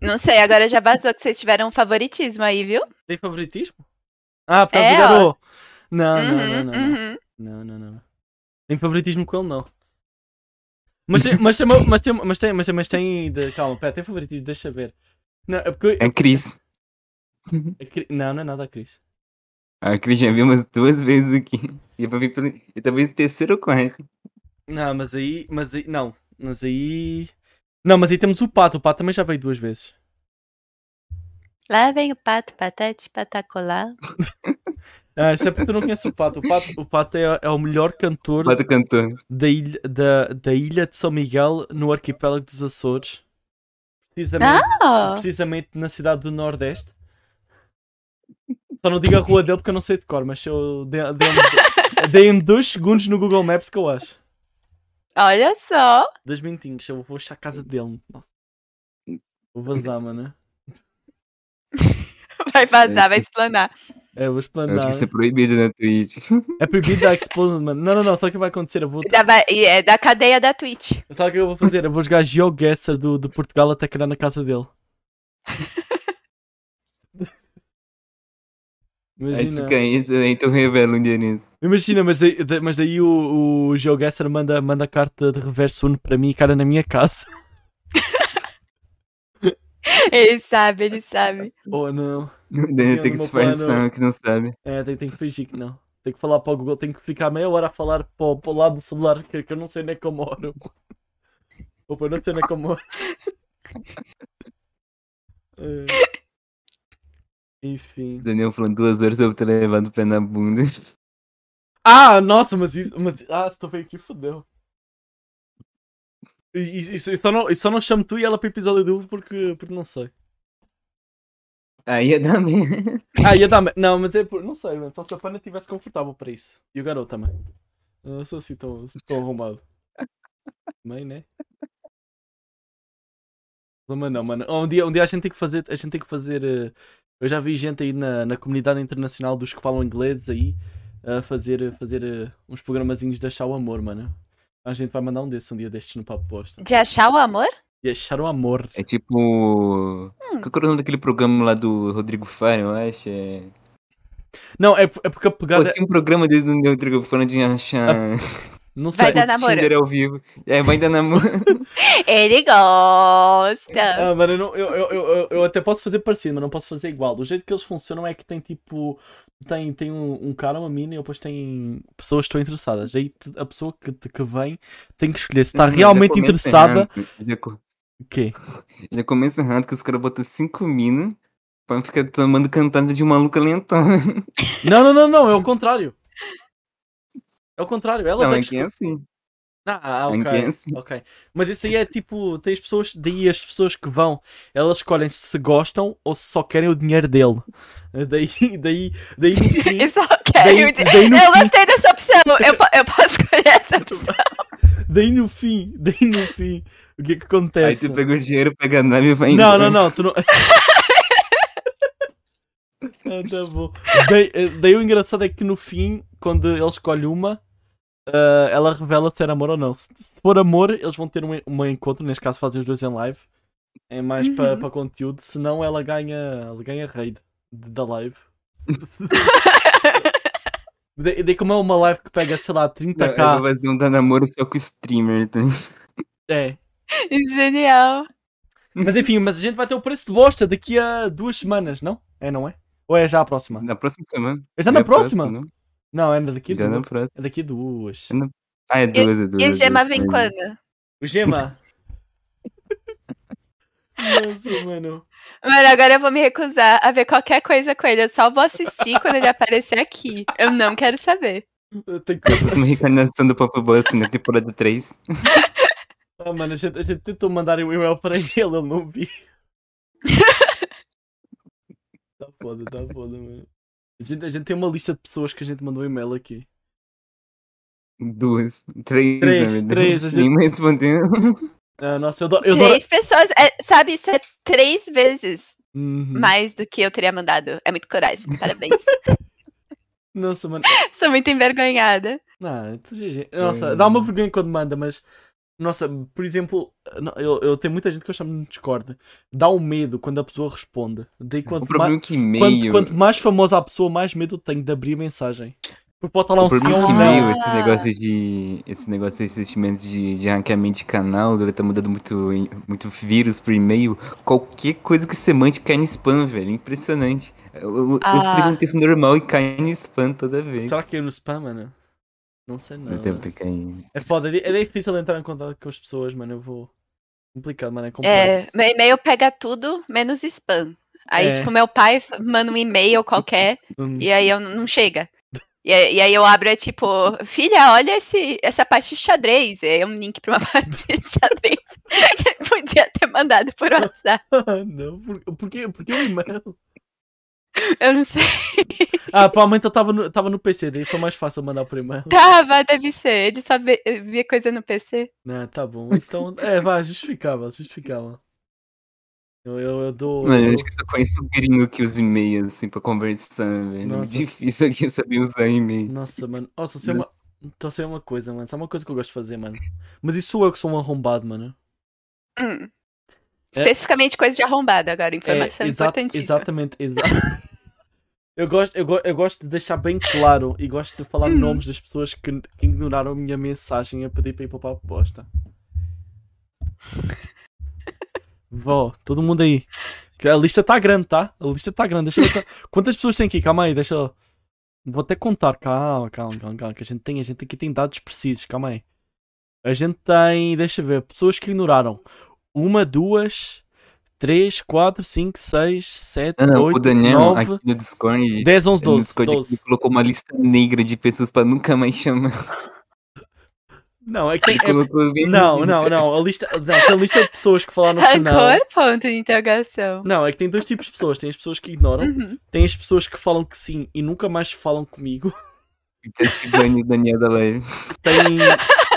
[SPEAKER 2] Não sei, agora já vazou que vocês tiveram um favoritismo aí, viu?
[SPEAKER 1] Tem favoritismo? Ah, por causa
[SPEAKER 2] É,
[SPEAKER 1] do garoto. Ah, Não, não,
[SPEAKER 2] Uhum,
[SPEAKER 1] não, não, não,
[SPEAKER 2] uhum.
[SPEAKER 1] não, não, não. Tem favoritismo com ele, não. Mas tem, mas tem, mas tem, mas tem, mas tem, mas tem de- calma, pera, tem favoritismo, deixa eu ver. Não, é porque
[SPEAKER 3] A Cris.
[SPEAKER 1] A Cri- Não, não é nada a Cris.
[SPEAKER 3] A Cris já veio umas duas vezes aqui. E é pra vir pelo... E talvez o terceiro ou quarto.
[SPEAKER 1] Não, mas aí. Mas aí. Não. Mas aí. Não, mas aí temos o pato. O pato também já veio duas vezes.
[SPEAKER 2] Lá vem o pato, patete, patacolá.
[SPEAKER 1] Ah, isso é porque tu não conheces o pato. O pato, o pato é, é o melhor cantor
[SPEAKER 3] Bota cantor.
[SPEAKER 1] da ilha, da, da ilha de São Miguel no arquipélago dos Açores. Precisamente,
[SPEAKER 2] Oh,
[SPEAKER 1] precisamente na cidade do Nordeste. Só não digo a rua dele porque eu não sei de cor, mas eu dei- dei-me dei-me dois segundos no Google Maps que eu acho.
[SPEAKER 2] olha só.
[SPEAKER 1] Dois minutinhos, eu vou achar a casa dele. Nossa. Vou vazar, mano.
[SPEAKER 2] Vai vazar, vai explanar.
[SPEAKER 1] É, vou
[SPEAKER 3] Eu acho
[SPEAKER 1] explanar.
[SPEAKER 3] que isso é proibido na Twitch.
[SPEAKER 1] É proibido dar explosion, mano. Não, não, não. Sabe o que vai acontecer? Eu vou...
[SPEAKER 2] Já vai- e é da cadeia da Twitch.
[SPEAKER 1] Sabe o que eu vou fazer? Eu vou jogar GeoGuessr do, do Portugal até criar na casa dele.
[SPEAKER 3] Aí se
[SPEAKER 1] Imagina,
[SPEAKER 3] cair, É isso aí tu revela um dia nisso.
[SPEAKER 1] imagina mas, daí, da- mas daí o, o GeoGuessr manda, manda a carta de reverso uno para mim e cara na minha casa.
[SPEAKER 2] Ele sabe, ele sabe.
[SPEAKER 1] Oh não.
[SPEAKER 3] O Daniel
[SPEAKER 1] no
[SPEAKER 3] tem que
[SPEAKER 1] meu
[SPEAKER 3] se disfarçar
[SPEAKER 1] plano.
[SPEAKER 3] que não sabe.
[SPEAKER 1] É, tem, tem que fingir que não. Tem que falar para o Google, tem que ficar meia hora a falar para, o- para o lado do celular que, que eu não sei onde é que eu moro. Opa, eu não sei onde é que eu moro. É. Enfim.
[SPEAKER 3] O Daniel falando duas horas sobre ter levado o pé na bunda.
[SPEAKER 1] Ah, nossa, mas isso. Mas, ah, se tu veio aqui, fodeu. E- e- Isso, isso, só não, isso só não chamo tu e ela para episódio duplo porque, porque não sei.
[SPEAKER 3] Aí ia dar merda.
[SPEAKER 1] Ah, ia dar. me- Não, mas é por. Não sei, mano. Só se a Pana estivesse confortável para isso. E o garoto também. Eu não sou assim tão, tão arrumado. Mãe, né? Não, Mas não, mano. Um dia, um dia a gente tem que fazer. A gente tem que fazer. eh, Eu já vi gente aí na, na comunidade internacional dos que falam inglês aí a fazer, fazer eh, uns programazinhos de achar o amor, mano. A gente vai mandar um desses um dia destes no papo posta.
[SPEAKER 2] De achar o amor?
[SPEAKER 1] E achar o amor.
[SPEAKER 3] É tipo. Qual que é o nome daquele programa lá do Rodrigo Faro, eu acho? É...
[SPEAKER 1] Não, é, é porque a
[SPEAKER 3] Pô,
[SPEAKER 1] pegada.
[SPEAKER 3] tinha um programa desde o Rodrigo Faro de achar.
[SPEAKER 1] Não sei.
[SPEAKER 2] Vai dar namoro.
[SPEAKER 3] Tinder ao vivo. É, vai dar namoro.
[SPEAKER 1] é
[SPEAKER 2] Ele gosta.
[SPEAKER 1] Ah, mano, eu, não- eu, eu, eu, eu- eu até posso fazer parecido, mas não posso fazer igual. O jeito que eles funcionam é que tem tipo. Tem, tem um, um cara, uma mina, e depois tem pessoas que estão interessadas. Aí te- a pessoa que, que vem tem que escolher se está
[SPEAKER 3] Não, é já
[SPEAKER 1] Tá realmente
[SPEAKER 3] começa
[SPEAKER 1] interessada.
[SPEAKER 3] errado. Já co-
[SPEAKER 1] O quê?
[SPEAKER 3] Já começa errado que os caras botam cinco minas pra ficar tomando cantada de maluca lentona.
[SPEAKER 1] Não, não, não, não, é o contrário. É o contrário, ela
[SPEAKER 3] Não,
[SPEAKER 1] tem
[SPEAKER 3] aqui é assim.
[SPEAKER 1] Ah,
[SPEAKER 3] Em que é
[SPEAKER 1] ok.
[SPEAKER 3] assim.
[SPEAKER 1] ok. Mas isso aí é tipo, tem as pessoas, daí as pessoas que vão, elas escolhem se gostam ou se só querem o dinheiro dele. Daí, daí, daí no fim,
[SPEAKER 2] Eu só
[SPEAKER 1] daí,
[SPEAKER 2] quero.
[SPEAKER 1] daí no
[SPEAKER 2] Eu
[SPEAKER 1] fim,
[SPEAKER 2] gostei dessa opção. Eu, po- eu posso escolher essa opção.
[SPEAKER 1] daí no fim, daí no fim, o que é que
[SPEAKER 3] Aí
[SPEAKER 1] acontece?
[SPEAKER 3] você pega o dinheiro, pega a nave e vai
[SPEAKER 1] Não,
[SPEAKER 3] embora.
[SPEAKER 1] não, não, tu não. ah, tá bom. Daí, eh, daí o engraçado é que no fim, quando ele escolhe uma, ah, ela revela se era amor ou não. Se, se for amor, eles vão ter um, en- um encontro, neste caso fazem os dois em live. É mais
[SPEAKER 2] Uhum.
[SPEAKER 1] para conteúdo, senão ela ganha. Ela ganha raid de- da live. Daí daí como é uma live que pega, sei lá,
[SPEAKER 3] Não,
[SPEAKER 1] 30k.
[SPEAKER 3] eu vou fazer um dar namoro só com o streamer. Tá?
[SPEAKER 1] É.
[SPEAKER 2] Genial.
[SPEAKER 1] Mas enfim, mas a gente vai ter o preço de bosta daqui a duas semanas, não? É, não é? Ou é já a próxima?
[SPEAKER 3] Na próxima semana.
[SPEAKER 1] É já
[SPEAKER 3] É
[SPEAKER 1] na
[SPEAKER 3] a
[SPEAKER 1] próxima?
[SPEAKER 3] né?
[SPEAKER 1] Não, é daqui
[SPEAKER 3] Já
[SPEAKER 1] duas.
[SPEAKER 3] na próxima.
[SPEAKER 1] É daqui duas.
[SPEAKER 3] É na- Ah, é duas, é duas.
[SPEAKER 2] E
[SPEAKER 3] é
[SPEAKER 2] a gema
[SPEAKER 3] duas,
[SPEAKER 2] vem
[SPEAKER 3] é.
[SPEAKER 2] quando?
[SPEAKER 1] O Gema! Nossa, mano.
[SPEAKER 2] Mano, agora eu vou me recusar a ver qualquer coisa com ele. Eu só vou assistir quando ele aparecer aqui. Eu não quero saber.
[SPEAKER 1] Eu tenho que...
[SPEAKER 3] Próxima reencarnação do Pop Bust na temporada 3.
[SPEAKER 1] Ah, mano, a gente, a gente tentou mandar um e-mail para ele, ele não viu. tá foda, tá foda, mano. A gente, a gente tem uma lista de pessoas que a gente mandou um e-mail aqui.
[SPEAKER 3] Duas. Três,
[SPEAKER 1] Três,
[SPEAKER 3] na verdade.
[SPEAKER 1] três, a gente-
[SPEAKER 3] Nem me respondeu.
[SPEAKER 1] Ah, nossa, eu adoro. Eu adoro...
[SPEAKER 2] três pessoas. é- sabe, isso é três vezes
[SPEAKER 1] Uhum.
[SPEAKER 2] mais do que eu teria mandado. É muito coragem. Parabéns.
[SPEAKER 1] Nossa, mano.
[SPEAKER 2] Sou muito envergonhada.
[SPEAKER 1] Não, tu GG. Nossa, dá uma
[SPEAKER 3] um
[SPEAKER 1] vergonha quando manda, mas. Nossa, por exemplo, não, eu, eu tenho muita gente que eu chamo de Discord. Dá um medo quando a pessoa responde. Daí
[SPEAKER 3] O
[SPEAKER 1] quanto,
[SPEAKER 3] problema
[SPEAKER 1] mais,
[SPEAKER 3] é que
[SPEAKER 1] quanto,
[SPEAKER 3] e-mail.
[SPEAKER 1] quanto mais famosa a pessoa, mais medo eu tenho de abrir a mensagem. Porque pode estar lá
[SPEAKER 3] O
[SPEAKER 1] um sim
[SPEAKER 3] problema é
[SPEAKER 1] ou
[SPEAKER 3] que
[SPEAKER 1] um
[SPEAKER 3] e-mail,
[SPEAKER 1] não.
[SPEAKER 2] Ah.
[SPEAKER 3] esse negócio de. Esse negócio, esse sentimento de, de hackeamento de canal, ele tá mudando muito, em- muito vírus pro e-mail. Qualquer coisa que você mande cai no spam, velho. Impressionante. Eu, eu- eu escrevo
[SPEAKER 2] Ah.
[SPEAKER 3] um texto normal e cai no spam toda vez.
[SPEAKER 1] Será que é no spam, mano? Não sei não.
[SPEAKER 3] Dá tempo de cair.
[SPEAKER 1] É foda, é di- é difícil entrar em contato com as pessoas, mano. Eu vou. Complicado, mano. É
[SPEAKER 2] É,
[SPEAKER 1] complexo.
[SPEAKER 2] meu e-mail pega tudo menos spam. Aí,
[SPEAKER 1] É.
[SPEAKER 2] tipo, meu pai f- manda um e-mail qualquer
[SPEAKER 1] Hum.
[SPEAKER 2] e aí eu n- não chega. E aí, e aí eu abro, é tipo, filha, olha esse, essa parte de xadrez. E aí é um link pra uma partida de xadrez que ele podia ter mandado por WhatsApp.
[SPEAKER 1] Ah, não, por, porque, porque é o e-mail.
[SPEAKER 2] Eu não sei.
[SPEAKER 1] Ah, provavelmente eu estava no, tava no PC, daí foi mais fácil mandar por e-mail.
[SPEAKER 2] Tava, Ah, deve ser. Ele só vê- via coisa no PC.
[SPEAKER 1] Não, tá bom. Então, é, vá, justificava, justificava. Eu, eu, eu dou.
[SPEAKER 3] Mano, eu
[SPEAKER 1] eu-
[SPEAKER 3] acho que eu só conheço gringo que usa e-mail, assim, pra conversar, velho.
[SPEAKER 1] Nossa.
[SPEAKER 3] Difícil aqui eu saber usar e-mail.
[SPEAKER 1] Nossa, mano. Nossa,
[SPEAKER 3] Né?
[SPEAKER 1] sei uma. Então, sei uma coisa, mano. Só uma coisa que eu gosto de fazer, mano. Mas isso sou eu que sou um arrombado, mano.
[SPEAKER 2] Hum.
[SPEAKER 1] É.
[SPEAKER 2] Especificamente coisa de arrombado agora, informação
[SPEAKER 1] exa-
[SPEAKER 2] importantíssima.
[SPEAKER 1] Exatamente, exato. Eu gosto, eu, go- eu gosto de deixar bem claro e gosto de falar
[SPEAKER 2] Hum.
[SPEAKER 1] nomes das pessoas que, que ignoraram a minha mensagem a pedir para ir para a bosta. Vó, todo mundo aí. Que A lista está grande, tá? A lista está grande. Deixa eu ver qu- Quantas pessoas tem aqui? Calma aí, deixa eu. Vou até contar. Calma, calma, calma, calma. Que a gente tem, a gente aqui tem dados precisos. Calma aí. A gente tem, deixa eu ver, pessoas que ignoraram. Uma, duas, 3, 4, 5, 6, 7,
[SPEAKER 3] Ah, não, o
[SPEAKER 1] 8,
[SPEAKER 3] Daniel
[SPEAKER 1] 9,
[SPEAKER 3] aqui no Discord.
[SPEAKER 1] 10, 11,
[SPEAKER 3] no
[SPEAKER 1] 12.
[SPEAKER 3] Discord aqui,
[SPEAKER 1] 12.
[SPEAKER 3] ele colocou uma lista negra de pessoas pra nunca mais chamar.
[SPEAKER 1] Não, é que tem.
[SPEAKER 3] Ele colocou
[SPEAKER 1] é-
[SPEAKER 3] bem
[SPEAKER 1] Não,
[SPEAKER 3] negra.
[SPEAKER 1] não, não. A lista, não, tem a lista de pessoas que falaram que não.
[SPEAKER 2] Rancor, é ponto de interrogação.
[SPEAKER 1] Não, é que tem dois tipos de pessoas. Tem as pessoas que ignoram,
[SPEAKER 2] Uhum.
[SPEAKER 1] tem as pessoas que falam que sim e nunca mais falam comigo.
[SPEAKER 3] Então, esse bane o Daniel da live.
[SPEAKER 1] Tem.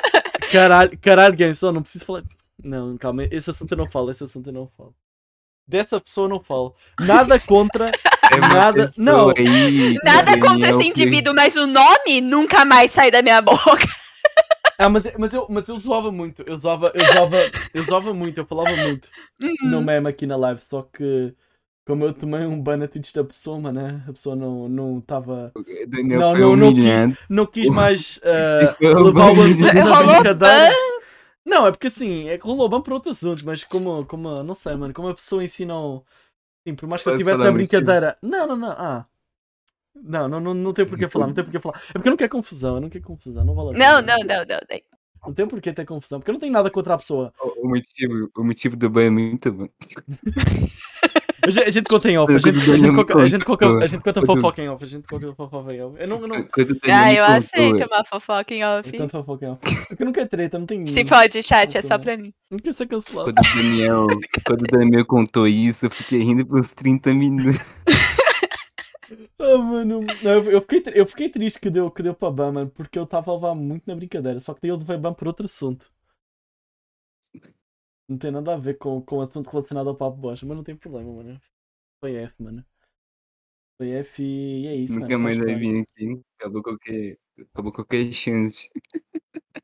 [SPEAKER 1] Caralho, caralho, Games, só não preciso falar. Não, calma, esse assunto eu não falo, esse assunto eu não falo. Dessa pessoa eu não falo. Nada contra.
[SPEAKER 3] É uma
[SPEAKER 1] Nada-
[SPEAKER 3] pessoa
[SPEAKER 1] não.
[SPEAKER 3] aí,
[SPEAKER 2] Nada
[SPEAKER 3] Daniel,
[SPEAKER 2] contra esse
[SPEAKER 3] que-
[SPEAKER 2] indivíduo, mas o nome nunca mais sai da minha boca.
[SPEAKER 1] Ah, mas, mas, eu, mas eu zoava muito. Eu zoava, eu zoava, eu zoava muito, eu falava muito. no meme aqui na live, só que como eu tomei um ban na Twitch da pessoa, mano, né? a pessoa não não estava
[SPEAKER 3] O Daniel
[SPEAKER 1] Não,
[SPEAKER 3] foi
[SPEAKER 1] não, não quis.
[SPEAKER 3] humilhado.
[SPEAKER 1] não quis mais ah,
[SPEAKER 3] Foi um
[SPEAKER 1] levar o
[SPEAKER 3] ban.
[SPEAKER 1] assunto na
[SPEAKER 2] Rolou
[SPEAKER 1] brincadeira. Não, é porque assim, é que rolou ban para outro assunto, mas como, como, não sei, mano, como a pessoa em si não. Sim, por mais que eu
[SPEAKER 3] Posso
[SPEAKER 1] tivesse
[SPEAKER 3] falar
[SPEAKER 1] na
[SPEAKER 3] um
[SPEAKER 1] brincadeira. Não, não, não, ah. Não, não, não, não tem por que falar, não tem por que falar. É porque eu não quero confusão, eu não quero confusão, não vale a
[SPEAKER 2] Não,
[SPEAKER 1] pena.
[SPEAKER 2] não, não, não. não.
[SPEAKER 1] Não tem porquê ter confusão, porque eu não tenho nada contra a pessoa.
[SPEAKER 3] O motivo, o motivo do banho é muito bom.
[SPEAKER 1] A gente, a gente conta em off, a gente, a gente, conta- a gente conta- a gente conta fofoca em off, a gente conta fofoca em off. Eu não, eu não,
[SPEAKER 3] Quando o Daniel
[SPEAKER 2] Ah,
[SPEAKER 3] me
[SPEAKER 2] eu
[SPEAKER 3] contou-
[SPEAKER 2] aceito uma fofoca em off.
[SPEAKER 1] eu canto fofoca em off. Porque nunca é treta, não tem.
[SPEAKER 2] Se pode, chat, é só pra mim.
[SPEAKER 1] Não quer ser cancelado.
[SPEAKER 3] Quando o Daniel, quando o Daniel contou isso, eu fiquei rindo por uns 30 minutos.
[SPEAKER 1] Ah, mano, não, eu, eu fiquei, tri- eu fiquei triste que deu, que deu pra ban, mano, porque eu tava a levar muito na brincadeira, só que daí eu levei ban por outro assunto. Não tem nada a ver com, com o assunto relacionado ao papo bosta, mas não tem problema, mano. Foi F, mano. Foi F e é isso,
[SPEAKER 3] Nunca
[SPEAKER 1] mano.
[SPEAKER 3] mais
[SPEAKER 1] faz
[SPEAKER 3] vai
[SPEAKER 1] parte.
[SPEAKER 3] vir aqui. Acabou qualquer, acabou qualquer chance.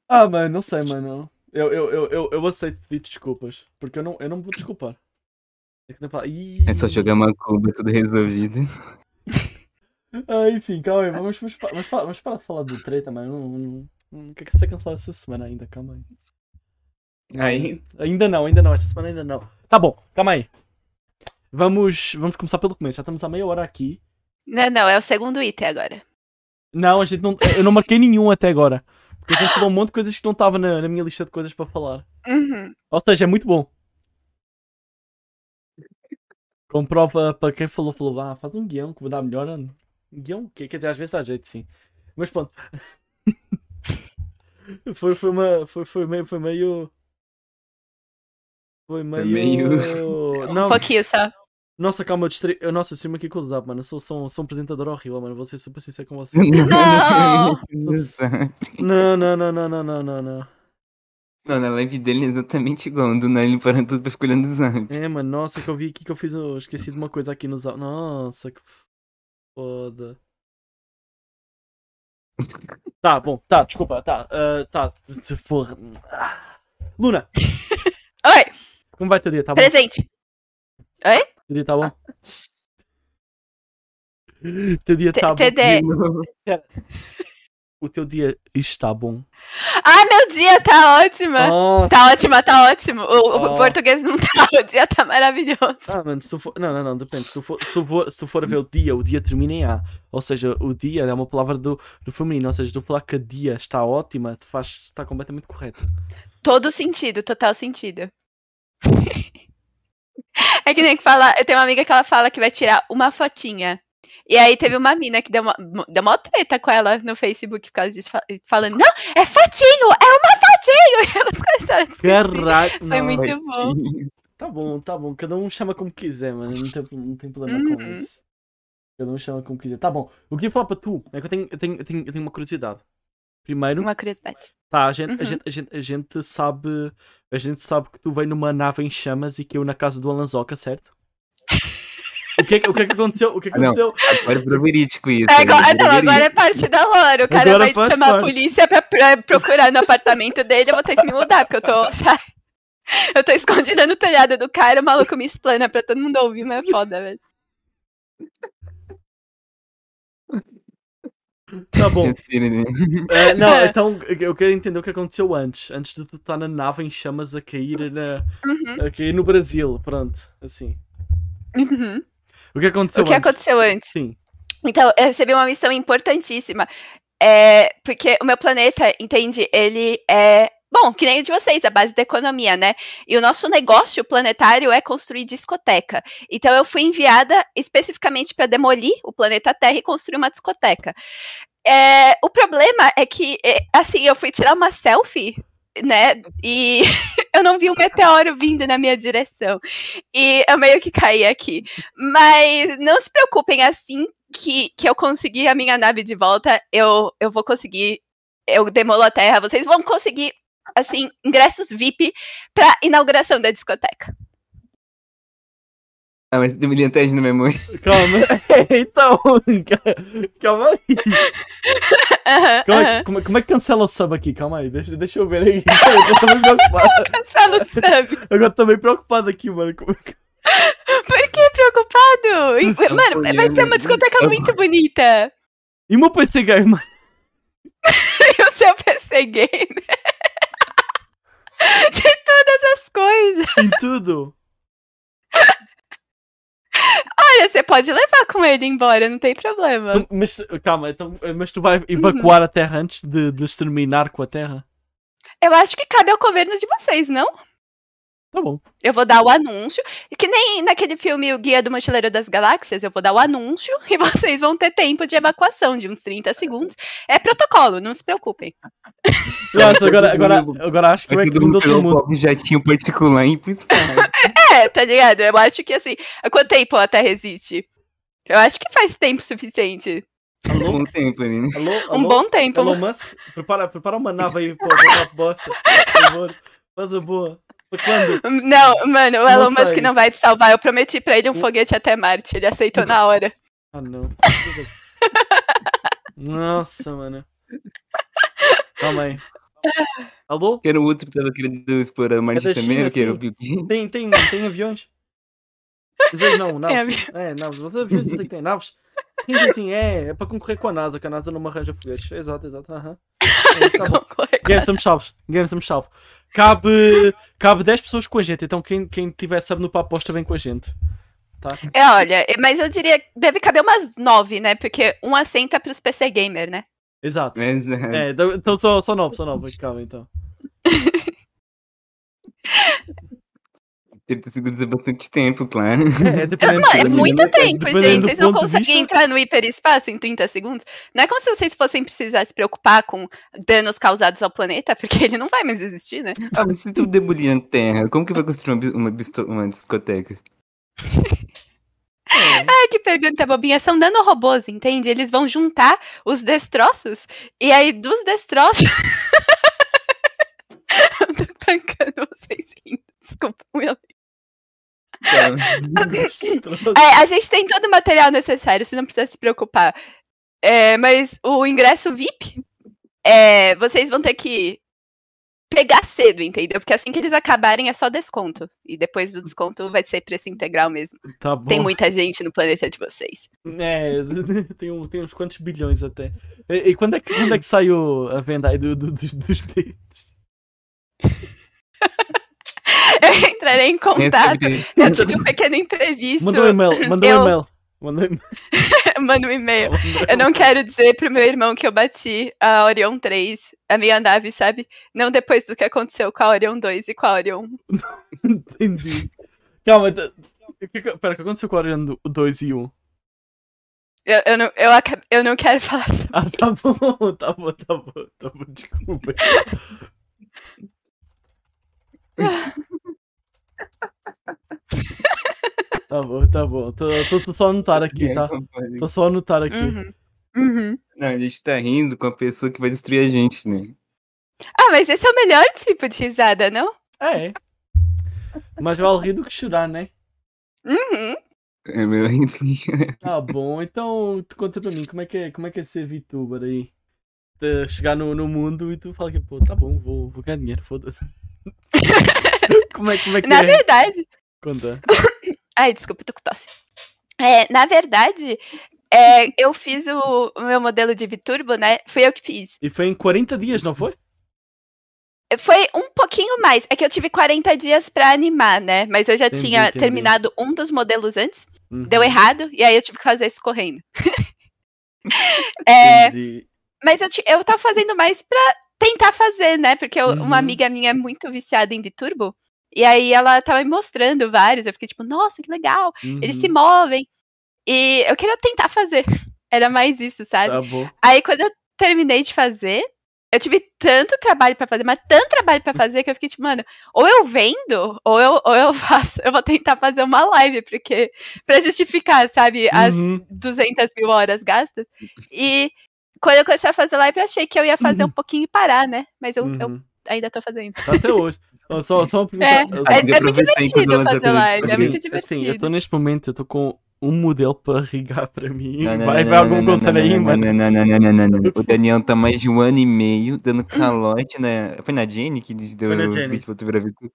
[SPEAKER 1] Ah, mano, não sei, mano. Eu, eu, eu, eu, eu aceito pedir desculpas, porque eu não, eu não me vou desculpar. É que não fala- Ih.
[SPEAKER 3] É só jogar macumba, tudo resolvido.
[SPEAKER 1] Ah, enfim, calma aí, vamos, vamos, pa- vamos, falar- vamos parar de falar de treta, mano. Não, não, não quer ser cancelado essa semana ainda, calma aí.
[SPEAKER 3] Aí,
[SPEAKER 1] Ainda não, ainda não, esta semana ainda não. Tá bom, calma aí. Vamos, vamos começar pelo começo, já estamos há meia hora aqui.
[SPEAKER 2] Não, não, é o segundo item agora.
[SPEAKER 1] Não, a gente não. Eu não marquei nenhum até agora. Porque a gente falou um monte de coisas que não estava na, na minha lista de coisas para falar.
[SPEAKER 2] Uhum.
[SPEAKER 1] Ou seja, é muito bom. Comprova para quem falou, falou, ah, faz um guião que dá melhor. Um guião? Que, quer dizer, às vezes dá jeito, sim. Mas pronto. foi, foi, uma, foi, foi meio. Foi meio. Foi meio.
[SPEAKER 3] meio-
[SPEAKER 1] Não,
[SPEAKER 2] Um pouquinho só.
[SPEAKER 1] nossa, calma, eu distri... eu, nossa, eu disse-me aqui com o Zap, mano. Eu sou, sou, um- sou um apresentador horrível, mano. Vou ser super sincero com você.
[SPEAKER 2] Não!
[SPEAKER 1] não, não, não, não, não, não, não, não.
[SPEAKER 3] Não, na live dele é exatamente igual. Do nada ele parou tudo pra ficar olhando o zap.
[SPEAKER 1] É, mano, nossa, que eu vi aqui que eu fiz. Eu esqueci de uma coisa aqui no Zap. Nossa, que foda. Tá, bom, tá, desculpa, tá. ah, tá, se for. Ah. Luna, tá
[SPEAKER 2] Oi,
[SPEAKER 1] como vai teu dia? Tá bom?
[SPEAKER 2] presente.
[SPEAKER 1] Teu dia tá bom? Teu dia
[SPEAKER 2] T-
[SPEAKER 1] tá bom.
[SPEAKER 2] TD.
[SPEAKER 1] O teu dia está bom. Oh,
[SPEAKER 2] Ah, meu dia tá ótimo.
[SPEAKER 1] Nossa.
[SPEAKER 2] Tá ótima, tá ótimo. O, o
[SPEAKER 1] Ó.
[SPEAKER 2] português não tá, o dia tá maravilhoso.
[SPEAKER 1] Ah, mano, se tu for. Não, não, não, depende. Se tu for, se tu for, se tu for a ver o dia, o dia termina em A. Ou seja, o dia é uma palavra do, do feminino. Ou seja, tu falar que a dia está ótima, tu faz, está completamente correto.
[SPEAKER 2] Todo sentido, total sentido. É que nem que fala. Eu tenho uma amiga que ela fala que vai tirar uma fotinha. E aí teve uma mina que deu uma, deu uma treta com ela no Facebook por causa disso, fa- falando, não, é fotinho, é uma fotinho! E ela ficou assim,
[SPEAKER 1] Caralho!
[SPEAKER 2] Foi
[SPEAKER 1] não.
[SPEAKER 2] muito bom.
[SPEAKER 1] Tá bom, tá bom. Cada um chama como quiser, mano. Não tem, não tem problema com
[SPEAKER 2] Uhum.
[SPEAKER 1] isso. Cada um chama como quiser. Tá bom. O que eu ia falar para tu é que eu tenho, eu tenho, eu tenho, eu tenho uma curiosidade. Primeiro,
[SPEAKER 2] Uma curiosidade.
[SPEAKER 1] tá, a gente, a,
[SPEAKER 2] Uhum.
[SPEAKER 1] gente, a, gente, a gente sabe. A gente sabe que tu veio numa nave em chamas e que eu na casa do Alanzoca, certo? O que, é que- o que é que aconteceu? O que é que
[SPEAKER 3] Ah, não.
[SPEAKER 1] aconteceu?
[SPEAKER 3] Agora é pro verídico isso.
[SPEAKER 2] É, agora,
[SPEAKER 3] pro
[SPEAKER 2] não, agora é
[SPEAKER 3] verídico.
[SPEAKER 2] parte da lore. O cara
[SPEAKER 1] Agora
[SPEAKER 2] vai te
[SPEAKER 1] faz
[SPEAKER 2] chamar a
[SPEAKER 1] parte.
[SPEAKER 2] polícia pra, pra procurar no apartamento dele. Eu vou ter que me mudar, porque eu tô. sabe? Eu tô escondida no telhado do cara, o maluco me explana pra todo mundo ouvir, mas é foda, velho.
[SPEAKER 1] Tá bom.
[SPEAKER 3] Mentira, né?
[SPEAKER 1] É,
[SPEAKER 2] Ah.
[SPEAKER 1] não, então eu quero entender o que aconteceu antes. Antes de tu estar na nave em chamas a cair, na,
[SPEAKER 2] Uhum,
[SPEAKER 1] a cair no Brasil. Pronto, assim.
[SPEAKER 2] uhum.
[SPEAKER 1] O que aconteceu
[SPEAKER 2] O que
[SPEAKER 1] antes?
[SPEAKER 2] aconteceu antes?
[SPEAKER 1] Sim.
[SPEAKER 2] Então, eu recebi uma missão importantíssima. É, porque o meu planeta, entende? Ele é. Bom, que nem o de vocês, a base da economia, né? E o nosso negócio planetário é construir discoteca. Então, eu fui enviada especificamente para demolir o planeta Terra e construir uma discoteca. É, o problema é que, é, assim, eu fui tirar uma selfie, né? E eu não vi um meteoro vindo na minha direção. E eu meio que caí aqui. Mas não se preocupem, assim que, que eu conseguir a minha nave de volta, eu, eu vou conseguir. Eu demolo a terra, vocês vão conseguir, assim, ingressos VIP pra inauguração da discoteca.
[SPEAKER 3] Ah, mas tem milhantagem na memória.
[SPEAKER 1] Calma. então, calma aí.
[SPEAKER 2] Aham,
[SPEAKER 1] Como é,
[SPEAKER 2] aham.
[SPEAKER 1] que- como, é- como é que cancela o sub aqui? Calma aí, deixa, deixa eu ver aí. Eu tô meio preocupado.
[SPEAKER 2] Cancela o sub.
[SPEAKER 1] Agora tô meio preocupado aqui, mano. Como é que-
[SPEAKER 2] Por que Tá preocupado? E- Mano, vai ser uma discoteca muito bonita.
[SPEAKER 1] E o meu PC game, mano?
[SPEAKER 2] E o seu PC Gamer. Tem todas as coisas.
[SPEAKER 1] Em tudo.
[SPEAKER 2] Olha, você pode levar com ele embora, não tem problema.
[SPEAKER 1] Tu- Mas calma, então, mas tu vai evacuar a Terra antes de, de exterminar com a Terra?
[SPEAKER 2] Eu acho que cabe ao governo de vocês, não?
[SPEAKER 1] Tá bom.
[SPEAKER 2] Eu vou dar o anúncio. Que nem naquele filme O Guia do Mochileiro das Galáxias, eu vou dar o anúncio e vocês vão ter tempo de evacuação de uns 30 segundos. É protocolo, não se preocupem.
[SPEAKER 1] Nossa, agora, agora, agora acho que vai é
[SPEAKER 3] Vai
[SPEAKER 1] que
[SPEAKER 3] todo mundo
[SPEAKER 1] mudou todo
[SPEAKER 3] pegou um
[SPEAKER 1] mundo.
[SPEAKER 3] pobre jatinho particular e ir pro espaço.
[SPEAKER 2] É, tá ligado? Eu acho que assim. Há quanto tempo a Terra existe? Eu acho que faz tempo suficiente.
[SPEAKER 1] Alô?
[SPEAKER 3] um tempo ali, né?
[SPEAKER 1] Alô?
[SPEAKER 2] um
[SPEAKER 1] Alô?
[SPEAKER 2] bom tempo.
[SPEAKER 1] Elon Musk, prepara, prepara uma nave aí pra botar a bosta, por favor. Faz a boa. Para quando?
[SPEAKER 2] Não, mano, o
[SPEAKER 1] Não
[SPEAKER 2] Elon Musk
[SPEAKER 1] sei. Hum?
[SPEAKER 2] não vai te salvar. Eu prometi pra ele um foguete até Marte. Ele aceitou na hora.
[SPEAKER 1] Ah, não. Nossa, mano. Calma aí. Alô?
[SPEAKER 3] Que era o outro que tava querendo explorar Marte
[SPEAKER 1] da
[SPEAKER 3] também,
[SPEAKER 1] China,
[SPEAKER 3] era que era o
[SPEAKER 1] sim.
[SPEAKER 3] Bill Gates.
[SPEAKER 1] Tem, tem, tem aviões? Aviões não, naves. É, naves. Você aviões não sei que tem naves? Sim, sim, sim, é. É para concorrer com a NASA, que a NASA não me arranja foguetes. Exato, exato. aham. É, tá bom.
[SPEAKER 2] Concordo.
[SPEAKER 1] Game somos salvos. Game somos salvos. Cabe, cabe 10 pessoas com a gente, então quem, quem tiver sub no papo aposta vem com a gente. Tá?
[SPEAKER 2] É, olha, mas eu diria que deve caber umas nove, né? Porque um assento é pros PC Gamer, né?
[SPEAKER 1] Exato.
[SPEAKER 3] Mas, é.
[SPEAKER 1] É, então- então só, só 9, só 9. Calma então.
[SPEAKER 3] 30 segundos é bastante tempo, claro.
[SPEAKER 1] É, dependendo
[SPEAKER 2] É
[SPEAKER 3] Dependendo
[SPEAKER 2] muito
[SPEAKER 3] do-
[SPEAKER 2] tempo, gente.
[SPEAKER 1] dependendo do
[SPEAKER 2] Vocês não
[SPEAKER 1] ponto de
[SPEAKER 2] conseguem
[SPEAKER 1] vista.
[SPEAKER 2] entrar no hiperespaço em 30 segundos. Não é como se vocês fossem precisar se preocupar com danos causados ao planeta, porque ele não vai mais existir, né?
[SPEAKER 3] Ah, mas se tu demolir a terra, como que vai construir uma, bi- uma, bisto- uma discoteca? É,
[SPEAKER 2] Ai, que pergunta bobinha. São nanorobôs, entende? Eles vão juntar os destroços e aí dos destroços. eu tô tancando vocês rindo. Desculpa, meu
[SPEAKER 3] Tá.
[SPEAKER 2] É, a gente tem todo o material necessário, você não precisa se preocupar. É, mas o ingresso VIP, é, vocês vão ter que pegar cedo, entendeu? Porque assim que eles acabarem é só desconto. E depois do desconto vai ser preço integral mesmo.
[SPEAKER 1] Tá bom.
[SPEAKER 2] Tem muita gente no planeta de vocês.
[SPEAKER 1] É, tem, um- tem uns quantos bilhões até. E, e quando, é que, quando é que saiu a venda aí do, do- dos, dos bilhetes?
[SPEAKER 2] Eu entrarei em
[SPEAKER 3] Essa é a
[SPEAKER 2] contato.
[SPEAKER 3] ideia.
[SPEAKER 2] Eu tive um pequeno imprevisto.
[SPEAKER 1] Mandou um e-mail, mandou um
[SPEAKER 2] eu
[SPEAKER 1] e-mail. Mandou um e-mail.
[SPEAKER 2] mando um e-mail.
[SPEAKER 1] mandou um
[SPEAKER 2] é Eu não
[SPEAKER 1] e-mail.
[SPEAKER 2] quero dizer pro meu irmão que eu bati a Orion 3, a minha nave, sabe? Não depois do que aconteceu com a Orion 2 e com a Orion
[SPEAKER 1] Entendi. Calma, tá- o que que- pera, o que aconteceu com o Ariano 2 e 1?
[SPEAKER 2] Eu, eu, não, eu, acab- eu não quero falar sobre
[SPEAKER 1] Ah, tá bom, tá bom, tá bom, tá bom, desculpa. tá bom, tá bom. Tô, tô- tô só a anotar
[SPEAKER 3] é
[SPEAKER 1] aqui, tá? Tô só a anotar aqui.
[SPEAKER 2] Uhum. Uhum.
[SPEAKER 3] Não, a gente tá rindo com a pessoa que vai destruir a gente, né?
[SPEAKER 2] Ah, mas esse é o melhor tipo de risada, não?
[SPEAKER 1] É. Mas vale rir do que chorar, né?
[SPEAKER 2] Uhum.
[SPEAKER 3] É melhor rir.
[SPEAKER 1] Tá bom, então tu conta pra mim como é que é, como é, que é ser VTuber aí? De chegar no, no mundo e tu fala que, pô, tá bom, vou, vou ganhar dinheiro, foda-se. como, é, como é que
[SPEAKER 2] Na
[SPEAKER 1] é?
[SPEAKER 2] verdade.
[SPEAKER 1] Conta.
[SPEAKER 2] Ai, desculpa, tô com tosse. É, na verdade, é, eu fiz o, o meu modelo de Biturbo, né? Fui eu que fiz.
[SPEAKER 1] E foi em 40 dias, não foi?
[SPEAKER 2] Foi um pouquinho mais. É que eu tive 40 dias pra animar, né? Mas eu já
[SPEAKER 1] Entendi,
[SPEAKER 2] tinha
[SPEAKER 1] entendi.
[SPEAKER 2] terminado um dos modelos antes.
[SPEAKER 1] Uhum.
[SPEAKER 2] Deu errado. E aí eu tive que fazer isso correndo. é,
[SPEAKER 1] Entendi.
[SPEAKER 2] Mas eu, ti- eu tava fazendo mais pra tentar fazer, né? Porque eu-
[SPEAKER 1] Uhum.
[SPEAKER 2] uma amiga minha é muito viciada em Biturbo. E aí ela tava me mostrando vários. Eu fiquei tipo, nossa, que legal. Eles se
[SPEAKER 1] Uhum.
[SPEAKER 2] movem. E eu queria tentar fazer. Era mais isso, sabe?
[SPEAKER 1] Tá bom.
[SPEAKER 2] Aí quando eu terminei de fazer, eu tive tanto trabalho pra fazer, mas tanto trabalho pra fazer que eu fiquei tipo, mano, ou eu vendo, ou eu, ou eu faço, eu vou tentar fazer uma live, porque pra justificar, sabe, as
[SPEAKER 1] Uhum.
[SPEAKER 2] 200 mil horas gastas. E quando eu comecei a fazer live, eu achei que eu ia fazer um pouquinho e parar, né? Mas eu, eu
[SPEAKER 1] Uhum.
[SPEAKER 2] ainda tô fazendo.
[SPEAKER 1] Tá até hoje. Ó, Só, só uma pergunta.
[SPEAKER 2] É,
[SPEAKER 1] Eu-
[SPEAKER 2] É,
[SPEAKER 3] tem que
[SPEAKER 2] é muito
[SPEAKER 3] aproveitar enquanto
[SPEAKER 2] divertido
[SPEAKER 3] ela tá
[SPEAKER 2] fazer
[SPEAKER 3] fazendo
[SPEAKER 2] live, é
[SPEAKER 3] isso.
[SPEAKER 2] muito
[SPEAKER 1] assim, assim, eu
[SPEAKER 2] divertido.
[SPEAKER 1] tô neste momento, eu tô com um modelo para rigar para mim.
[SPEAKER 3] Não, não,
[SPEAKER 1] vai
[SPEAKER 3] não,
[SPEAKER 1] vai
[SPEAKER 3] não,
[SPEAKER 1] algum
[SPEAKER 3] não,
[SPEAKER 1] contra
[SPEAKER 3] não,
[SPEAKER 1] aí,
[SPEAKER 3] não,
[SPEAKER 1] mano.
[SPEAKER 3] Não, não, não, não, não, não, não. O Daniel tá mais de um ano e meio dando calote na. Foi na Jenny que deu
[SPEAKER 1] Hum. Foi na
[SPEAKER 3] os
[SPEAKER 1] Jenny.
[SPEAKER 3] bits pra tu virar Vitor?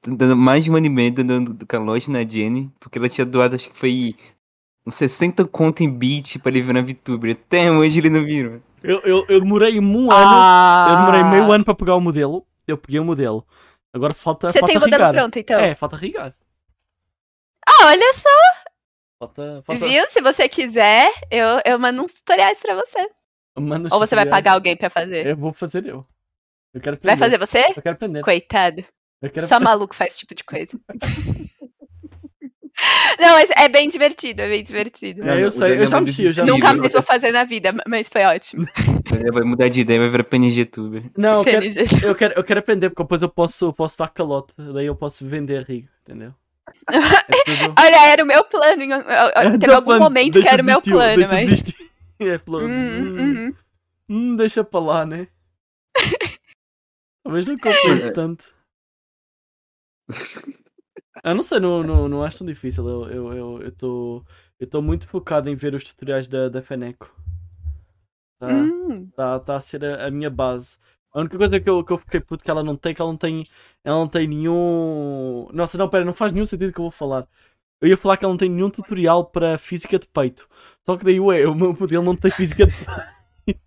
[SPEAKER 3] Tá Dando mais de um ano e meio dando calote na Jenny, porque ela tinha doado, acho que foi. Uns 60 conto em bit pra ele virar VTuber. Até hoje ele não virou.
[SPEAKER 1] Eu, eu, eu demorei um ano. Eu demorei
[SPEAKER 2] Ah.
[SPEAKER 1] meio ano para pegar o modelo. Eu peguei o modelo. Agora falta.
[SPEAKER 2] Você
[SPEAKER 1] falta
[SPEAKER 2] tem o modelo
[SPEAKER 1] rigar.
[SPEAKER 2] pronto, então?
[SPEAKER 1] É, falta rigar.
[SPEAKER 2] Ah, olha só,
[SPEAKER 1] Falta. falta...
[SPEAKER 2] viu? Se você quiser, eu, eu mando uns tutoriais pra você.
[SPEAKER 1] Manda
[SPEAKER 2] Ou você vai
[SPEAKER 1] estudiar.
[SPEAKER 2] pagar alguém pra fazer.
[SPEAKER 1] Eu vou fazer eu. Eu quero aprender.
[SPEAKER 2] Vai fazer você?
[SPEAKER 1] Eu quero aprender.
[SPEAKER 2] Coitado.
[SPEAKER 1] Eu quero
[SPEAKER 2] Só maluco faz esse tipo de coisa. Não, mas é bem divertido, é bem divertido.
[SPEAKER 1] É, eu
[SPEAKER 3] O
[SPEAKER 1] sei,
[SPEAKER 3] Daniel
[SPEAKER 1] eu já
[SPEAKER 3] vai
[SPEAKER 1] mexi, eu já
[SPEAKER 3] desistir.
[SPEAKER 2] Nunca
[SPEAKER 1] mexi.
[SPEAKER 2] mais vou fazer na vida, mas foi ótimo.
[SPEAKER 3] Ele Vai mudar de ideia, vai virar PNGTuber.
[SPEAKER 1] Não, eu quero,
[SPEAKER 2] Feliz dia.
[SPEAKER 1] eu, quero, eu quero aprender, porque depois eu posso, eu posso dar calote, daí eu posso vender rico, entendeu? É tudo...
[SPEAKER 2] Olha, era o meu plano. em- um, Ah, Teve
[SPEAKER 1] Dá
[SPEAKER 2] algum
[SPEAKER 1] plano,
[SPEAKER 2] momento
[SPEAKER 1] daí
[SPEAKER 2] que
[SPEAKER 1] tu
[SPEAKER 2] era o meu
[SPEAKER 1] desistiu, daí
[SPEAKER 2] plano,
[SPEAKER 1] tu
[SPEAKER 2] mas.
[SPEAKER 1] desistiu. É, falou, hum,
[SPEAKER 2] Hum, uhum.
[SPEAKER 1] hum, deixa pra lá, né? Talvez não compense tanto. Eu não sei, não, não, não acho tão difícil. Eu estou eu, eu, tô, eu tô muito focado em ver os tutoriais da, da Feneco. Tá,
[SPEAKER 2] Hum.
[SPEAKER 1] tá, tá a ser a, a minha base. A única coisa que eu, que eu fiquei puto que ela não tem, que ela não tem. Ela não tem nenhum. Nossa, não, pera, não faz nenhum sentido que eu vou falar. Eu ia falar que ela não tem nenhum tutorial para física de peito. Só que daí, ué, o meu modelo não tem física de peito.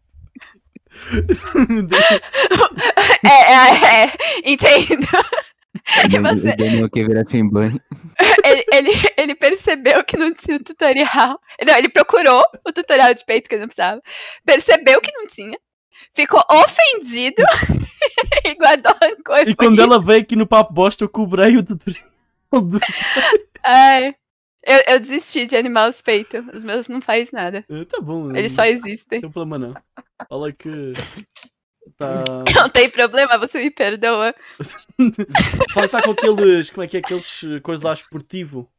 [SPEAKER 2] É, é, é, entendo.
[SPEAKER 3] O Daniel quer virar Femban.
[SPEAKER 2] Ele, ele, ele percebeu que não tinha o tutorial. Não, ele procurou o tutorial de peito que ele não precisava. Percebeu que não tinha. Ficou ofendido e guardou rancor.
[SPEAKER 1] E
[SPEAKER 2] por
[SPEAKER 1] quando
[SPEAKER 2] isso.
[SPEAKER 1] ela veio aqui no Papo Bosta, eu cobrei o tutorial. do-
[SPEAKER 2] Ai, eu, eu desisti de animar os peitos. Os meus não faz nada.
[SPEAKER 1] Eh, Tá bom.
[SPEAKER 2] Eles só
[SPEAKER 1] Não
[SPEAKER 2] existem.
[SPEAKER 1] tem problema, não. Fala que. Tá.
[SPEAKER 2] Não tem problema, você me perdoa.
[SPEAKER 1] Fala que tá com aqueles. Como é que é? Aqueles eh, coisas lá esportivo.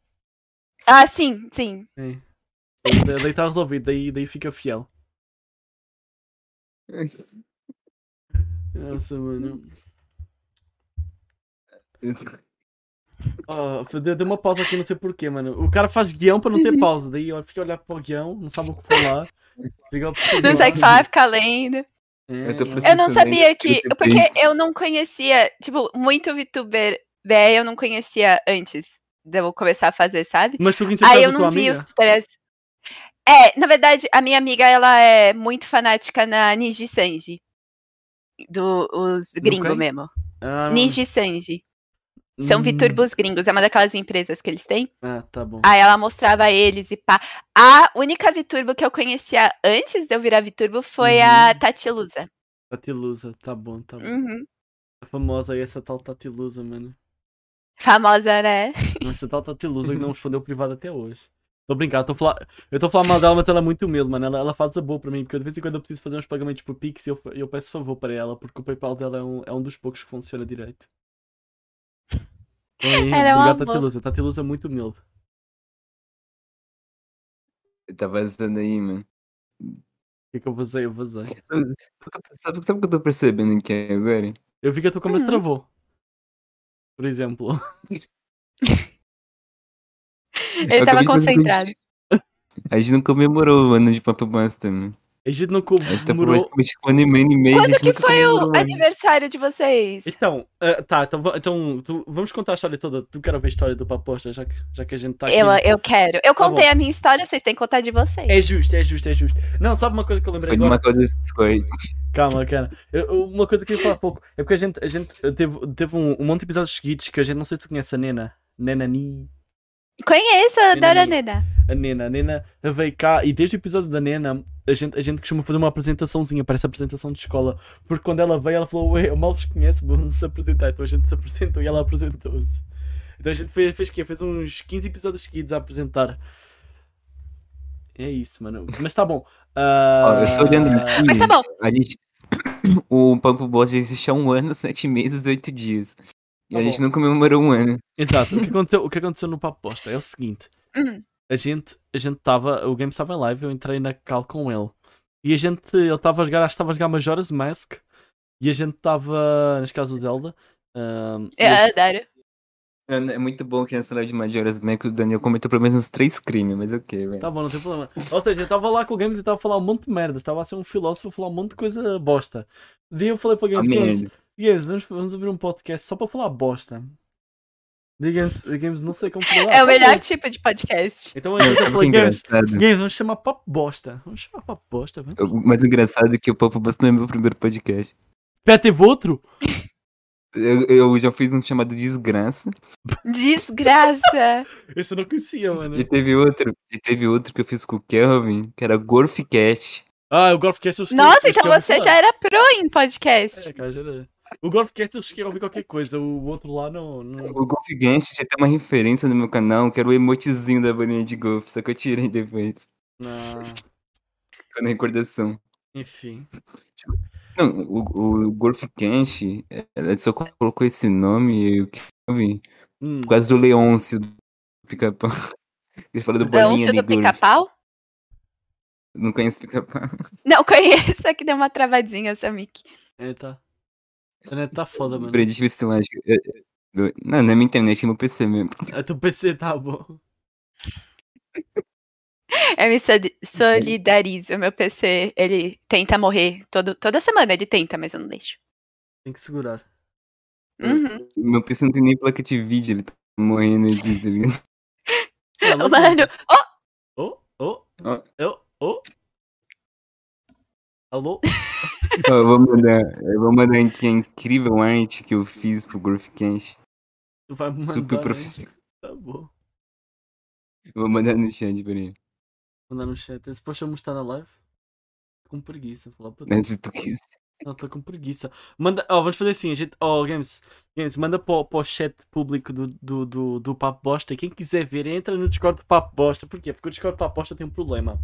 [SPEAKER 2] Ah, sim, sim.
[SPEAKER 1] Daí- Daí está resolvido, daí, daí fica fiel. Nossa, mano. Oh, deu, deu uma pausa aqui, não sei porquê, mano. O cara faz guião para
[SPEAKER 2] Uhum.
[SPEAKER 1] não ter pausa. Daí eu fico a olhar para o guião, não sabe o que falar. Fica a pessoa
[SPEAKER 2] Não
[SPEAKER 1] lá.
[SPEAKER 2] sei o que falar, fica lendo.
[SPEAKER 1] É,
[SPEAKER 3] Eu tô
[SPEAKER 1] não-
[SPEAKER 2] Eu não
[SPEAKER 3] Sinceramente,
[SPEAKER 2] sabia
[SPEAKER 3] eu
[SPEAKER 2] que.
[SPEAKER 3] também.
[SPEAKER 2] Porque eu não conhecia, tipo, muito VTuber BR eu não conhecia antes de eu começar a fazer, sabe?
[SPEAKER 1] Mas tu conheces
[SPEAKER 2] Aí eu
[SPEAKER 1] a tua
[SPEAKER 2] não vi
[SPEAKER 1] amiga?
[SPEAKER 2] os tutoriais. É, na verdade, a minha amiga, ela é muito fanática na Niji Sanji. Do, os
[SPEAKER 1] quem?
[SPEAKER 2] gringos mesmo.
[SPEAKER 1] Ah, não.
[SPEAKER 2] Niji Sanji. São
[SPEAKER 1] Hum.
[SPEAKER 2] VTurbos gringos. É uma daquelas empresas que eles têm.
[SPEAKER 1] Ah, tá bom.
[SPEAKER 2] Aí ela mostrava eles e pá. A única VTurbo que eu conhecia antes de eu virar VTurbo foi a
[SPEAKER 1] Uhum.
[SPEAKER 2] Tatilusa.
[SPEAKER 1] Tatilusa, tá bom, tá bom.
[SPEAKER 2] Uhum.
[SPEAKER 1] A famosa aí, essa tal Tatilusa, mano.
[SPEAKER 2] Famosa, né?
[SPEAKER 1] Essa tal Tatilusa que não respondeu privado até hoje. Tô brincando, tô falar... eu tô falando mal dela, mas ela é muito humilde, mano. Ela, ela faz a boa pra mim, porque eu, de vez em quando eu preciso fazer uns pagamentos por Pix e eu, eu peço favor para ela, porque o PayPal dela é um, é um dos poucos que funciona direito. Então, aí,
[SPEAKER 2] Ela é uma
[SPEAKER 1] obrigado,
[SPEAKER 2] boa.
[SPEAKER 1] Tatilusa. Tatilusa é muito humilde.
[SPEAKER 3] Tá vazando aí, mano.
[SPEAKER 1] O que é que eu vazei? Eu vazei.
[SPEAKER 3] Sabe, sabe, sabe o que eu tô percebendo aqui agora?
[SPEAKER 1] Eu vi que a tua câmera
[SPEAKER 2] Hum.
[SPEAKER 1] travou. Por exemplo.
[SPEAKER 2] Ele
[SPEAKER 3] Eu
[SPEAKER 2] tava
[SPEAKER 3] acabei de perceber
[SPEAKER 2] concentrado.
[SPEAKER 3] isso. A gente não comemorou o ano de Papo Bosta, mano.
[SPEAKER 1] A gente não
[SPEAKER 3] A gente tá
[SPEAKER 1] comemorou
[SPEAKER 3] praticamente com um ano e meio e meio. a
[SPEAKER 2] Quando
[SPEAKER 3] gente
[SPEAKER 2] que
[SPEAKER 3] nunca
[SPEAKER 2] foi
[SPEAKER 3] comemorou né?
[SPEAKER 2] o
[SPEAKER 1] né?
[SPEAKER 2] É-
[SPEAKER 3] ano.
[SPEAKER 2] aniversário de vocês?
[SPEAKER 1] Então, ah, tá, então, va- então tu- vamos contar a história toda. Tu quero ver a história do Paposta, já que, já que a gente tá aqui.
[SPEAKER 2] Eu, eu quero.
[SPEAKER 1] Tá
[SPEAKER 2] Eu contei a minha história, vocês têm que contar de vocês.
[SPEAKER 1] É justo, é justo, é justo. Não, sabe uma coisa que eu lembrei
[SPEAKER 3] Foi
[SPEAKER 1] agora?
[SPEAKER 3] numa call do Discord.
[SPEAKER 1] Calma, cara. Eu- eu- uma coisa que eu ia falar há pouco. É porque a gente, a gente teve, teve um, um monte de episódios seguidos que a gente não sei se tu conhece a Nena. Nena Ni.
[SPEAKER 2] É. Conheço a
[SPEAKER 1] Nena, Nena.
[SPEAKER 2] Dora Nena.
[SPEAKER 1] A Nena. A Nena veio cá e desde o episódio da Nena a gente, a gente costuma fazer uma apresentaçãozinha, parece apresentação de escola. Porque quando ela veio, ela falou: Ué, eu mal vos conheço, vamos se apresentar. Então a gente se apresentou e ela apresentou-se. Então a gente fez, fez quê? Fez uns 15 episódios seguidos a apresentar. É isso, mano. Mas tá bom.
[SPEAKER 3] Ó, eu tô olhando
[SPEAKER 1] Ah,
[SPEAKER 3] aqui.
[SPEAKER 2] Mas tá bom.
[SPEAKER 3] A gente... O Papo Bosta já existe há um ano, sete meses, oito dias. E
[SPEAKER 1] Tá
[SPEAKER 3] a gente
[SPEAKER 1] bom.
[SPEAKER 3] não comemorou um ano.
[SPEAKER 1] Exato. O que aconteceu, o que aconteceu no Papo Posta é o seguinte.
[SPEAKER 2] Hum.
[SPEAKER 1] a gente, a gente tava, o game estava em live, eu entrei na cal com ele. E a gente, ele estava a jogar, acho que estava a jogar Majora's Mask. E a gente estava, neste caso, o Zelda. ahm, e
[SPEAKER 2] É,
[SPEAKER 1] a
[SPEAKER 2] a
[SPEAKER 1] gente-
[SPEAKER 2] Dora.
[SPEAKER 3] Mano, é muito bom que nessa live de Majora's Mask o Daniel cometeu pelo menos uns três crimes, mas ok, velho.
[SPEAKER 1] Tá bom, não tem problema. Ou seja, eu estava lá com o Games e estava a falar um monte de merda. Estava a ser um filósofo a falar um monte de coisa bosta. Daí eu falei para o
[SPEAKER 3] Tá
[SPEAKER 1] Games, Games,
[SPEAKER 3] merda.
[SPEAKER 1] Games, vamos, vamos abrir um podcast só para falar bosta. Daí Games, Games, não sei como falar.
[SPEAKER 2] É o
[SPEAKER 1] "Ah, tá
[SPEAKER 2] melhor
[SPEAKER 1] bom."
[SPEAKER 2] tipo de podcast.
[SPEAKER 1] Então
[SPEAKER 3] Não,
[SPEAKER 1] eu
[SPEAKER 3] sabe o que é
[SPEAKER 1] falei, Games,
[SPEAKER 3] engraçado.
[SPEAKER 1] Games, vamos chamar papo bosta. Vamos chamar papo bosta, vamos.
[SPEAKER 3] O mais engraçado é que o Papo Bosta não é meu primeiro podcast.
[SPEAKER 1] Pé, teve outro?
[SPEAKER 3] Eu, eu já fiz um chamado Desgraça.
[SPEAKER 2] Desgraça.
[SPEAKER 1] Esse eu não conhecia, mano.
[SPEAKER 3] E teve outro. E teve outro que eu fiz com o Kelvin, que era Gorfcast.
[SPEAKER 1] Ah, o Golfcast eu
[SPEAKER 2] Nossa, então você já então era pro em podcast.
[SPEAKER 1] É, cara, já era. O Golfcast eles querem ouvir qualquer coisa, o outro lá não. não...
[SPEAKER 3] O Golf Gancho tinha até uma referência no meu canal, que era o emotezinho da bolinha de golfe, só que eu tirei depois.
[SPEAKER 1] não...
[SPEAKER 3] Ficou na recordação.
[SPEAKER 1] Enfim.
[SPEAKER 3] Não, o, o Golf Gancho, ela só colocou esse nome e o que eu vi.
[SPEAKER 1] Hum.
[SPEAKER 3] Por causa do Leôncio do pica-pau. Ele falou do bolinha
[SPEAKER 2] Leôncio
[SPEAKER 3] de
[SPEAKER 2] um do
[SPEAKER 3] golfe.
[SPEAKER 2] pica-pau?
[SPEAKER 3] Não conhece pica-pau?
[SPEAKER 2] Não conheço, é que deu uma travadinha essa mic.
[SPEAKER 1] É, tá. A internet tá foda, mano.
[SPEAKER 3] Lembrei de difícil mágica. Eu- eu- Não, não é minha internet, é meu PC mesmo.
[SPEAKER 1] A teu PC tá bom.
[SPEAKER 2] Eu me soli- solidarizo. Meu PC, ele tenta morrer. Todo, toda semana ele tenta, mas eu não deixo.
[SPEAKER 1] Tem que segurar. Hum.
[SPEAKER 2] Uhum.
[SPEAKER 3] Meu PC não tem nem placa de vídeo, ele tá morrendo aqui, tá ligado?
[SPEAKER 1] Ah, lá-
[SPEAKER 2] Mano, oh,
[SPEAKER 1] Oh, oh,
[SPEAKER 3] Ó.
[SPEAKER 1] oh, oh. Alô?
[SPEAKER 3] Ó, eu vou mandar, eu vou mandar aqui a incrível um arte que eu fiz pro Growth Cash.
[SPEAKER 1] Tu vai me mandar.
[SPEAKER 3] Super
[SPEAKER 1] né?
[SPEAKER 3] profissional.
[SPEAKER 1] Tá bom.
[SPEAKER 3] Eu vou mandar no chat, peraí.
[SPEAKER 1] Vou mandar no chat. Esse post eu mostrar na live. Tô com preguiça. Vou falar pra
[SPEAKER 3] Mas se tu quiser.
[SPEAKER 1] Nossa, tô com preguiça. Manda, ó, vamos fazer assim, a gente, ó, Games, Games, manda para o chat público do, do, do, do Papo Bosta. Quem quiser ver, entra no Discord do Papo Bosta. Por quê? Porque o Discord do Papo Bosta tem um problema.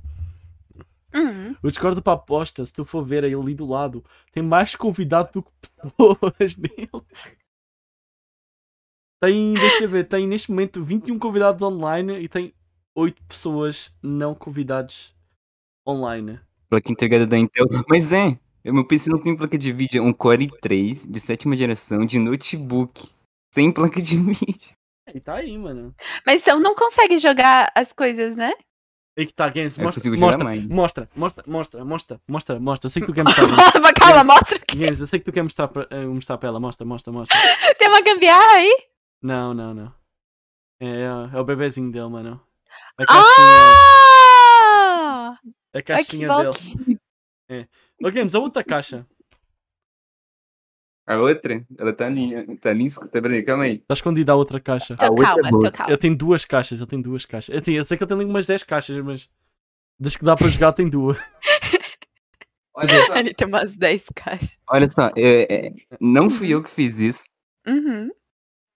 [SPEAKER 2] uhum.
[SPEAKER 1] O Discord do Papo Bosta, se tu for ver aí ali do lado, tem mais convidado do que pessoas nele. Tem, deixa eu ver, tem neste momento 21 convidados online e tem 8 pessoas não convidados online.
[SPEAKER 3] Placa entregada da Intel. Mas é, o meu PC não tem placa de vídeo, é um Core 3 de sétima geração de notebook. Sem placa de vídeo.
[SPEAKER 1] E tá aí, mano.
[SPEAKER 2] Mas então não consegue jogar as coisas, né?
[SPEAKER 1] Aí que tá, Games,
[SPEAKER 3] Eu
[SPEAKER 1] mostra,
[SPEAKER 3] É consigo jogar
[SPEAKER 1] mostra,
[SPEAKER 3] mais.
[SPEAKER 1] Mostra, mostra, mostra, mostra, mostra, mostra. Eu sei que tu quer mostrar. Games.
[SPEAKER 2] Calma, calma, mostra que
[SPEAKER 1] Games, eu sei que tu quer mostrar pra, eh, mostrar pra ela. Mostra, mostra, mostra.
[SPEAKER 2] tem uma gambiarra aí.
[SPEAKER 1] Não, não, não. É, é o bebezinho dele, mano. A caixinha,
[SPEAKER 2] Ah!
[SPEAKER 1] a caixinha dele.
[SPEAKER 2] Xbox.
[SPEAKER 1] Ô, Games, a outra caixa.
[SPEAKER 3] A outra, ela tá ali, tá ali, escuta, peraí, calma aí.
[SPEAKER 1] Está Tá escondida a outra caixa.
[SPEAKER 3] A
[SPEAKER 2] Tô
[SPEAKER 3] outra
[SPEAKER 2] Então, calma,
[SPEAKER 3] boa.
[SPEAKER 2] tô calma.
[SPEAKER 1] Ele tem duas caixas, ele tem duas caixas. Eu, tenho, eu sei que ele tem ali umas 10 caixas, mas. Das que dá para jogar, tem duas.
[SPEAKER 3] Olha só,
[SPEAKER 2] Ali tem umas 10 caixas.
[SPEAKER 3] olha só é, é, não fui eu que fiz isso.
[SPEAKER 2] Uhum.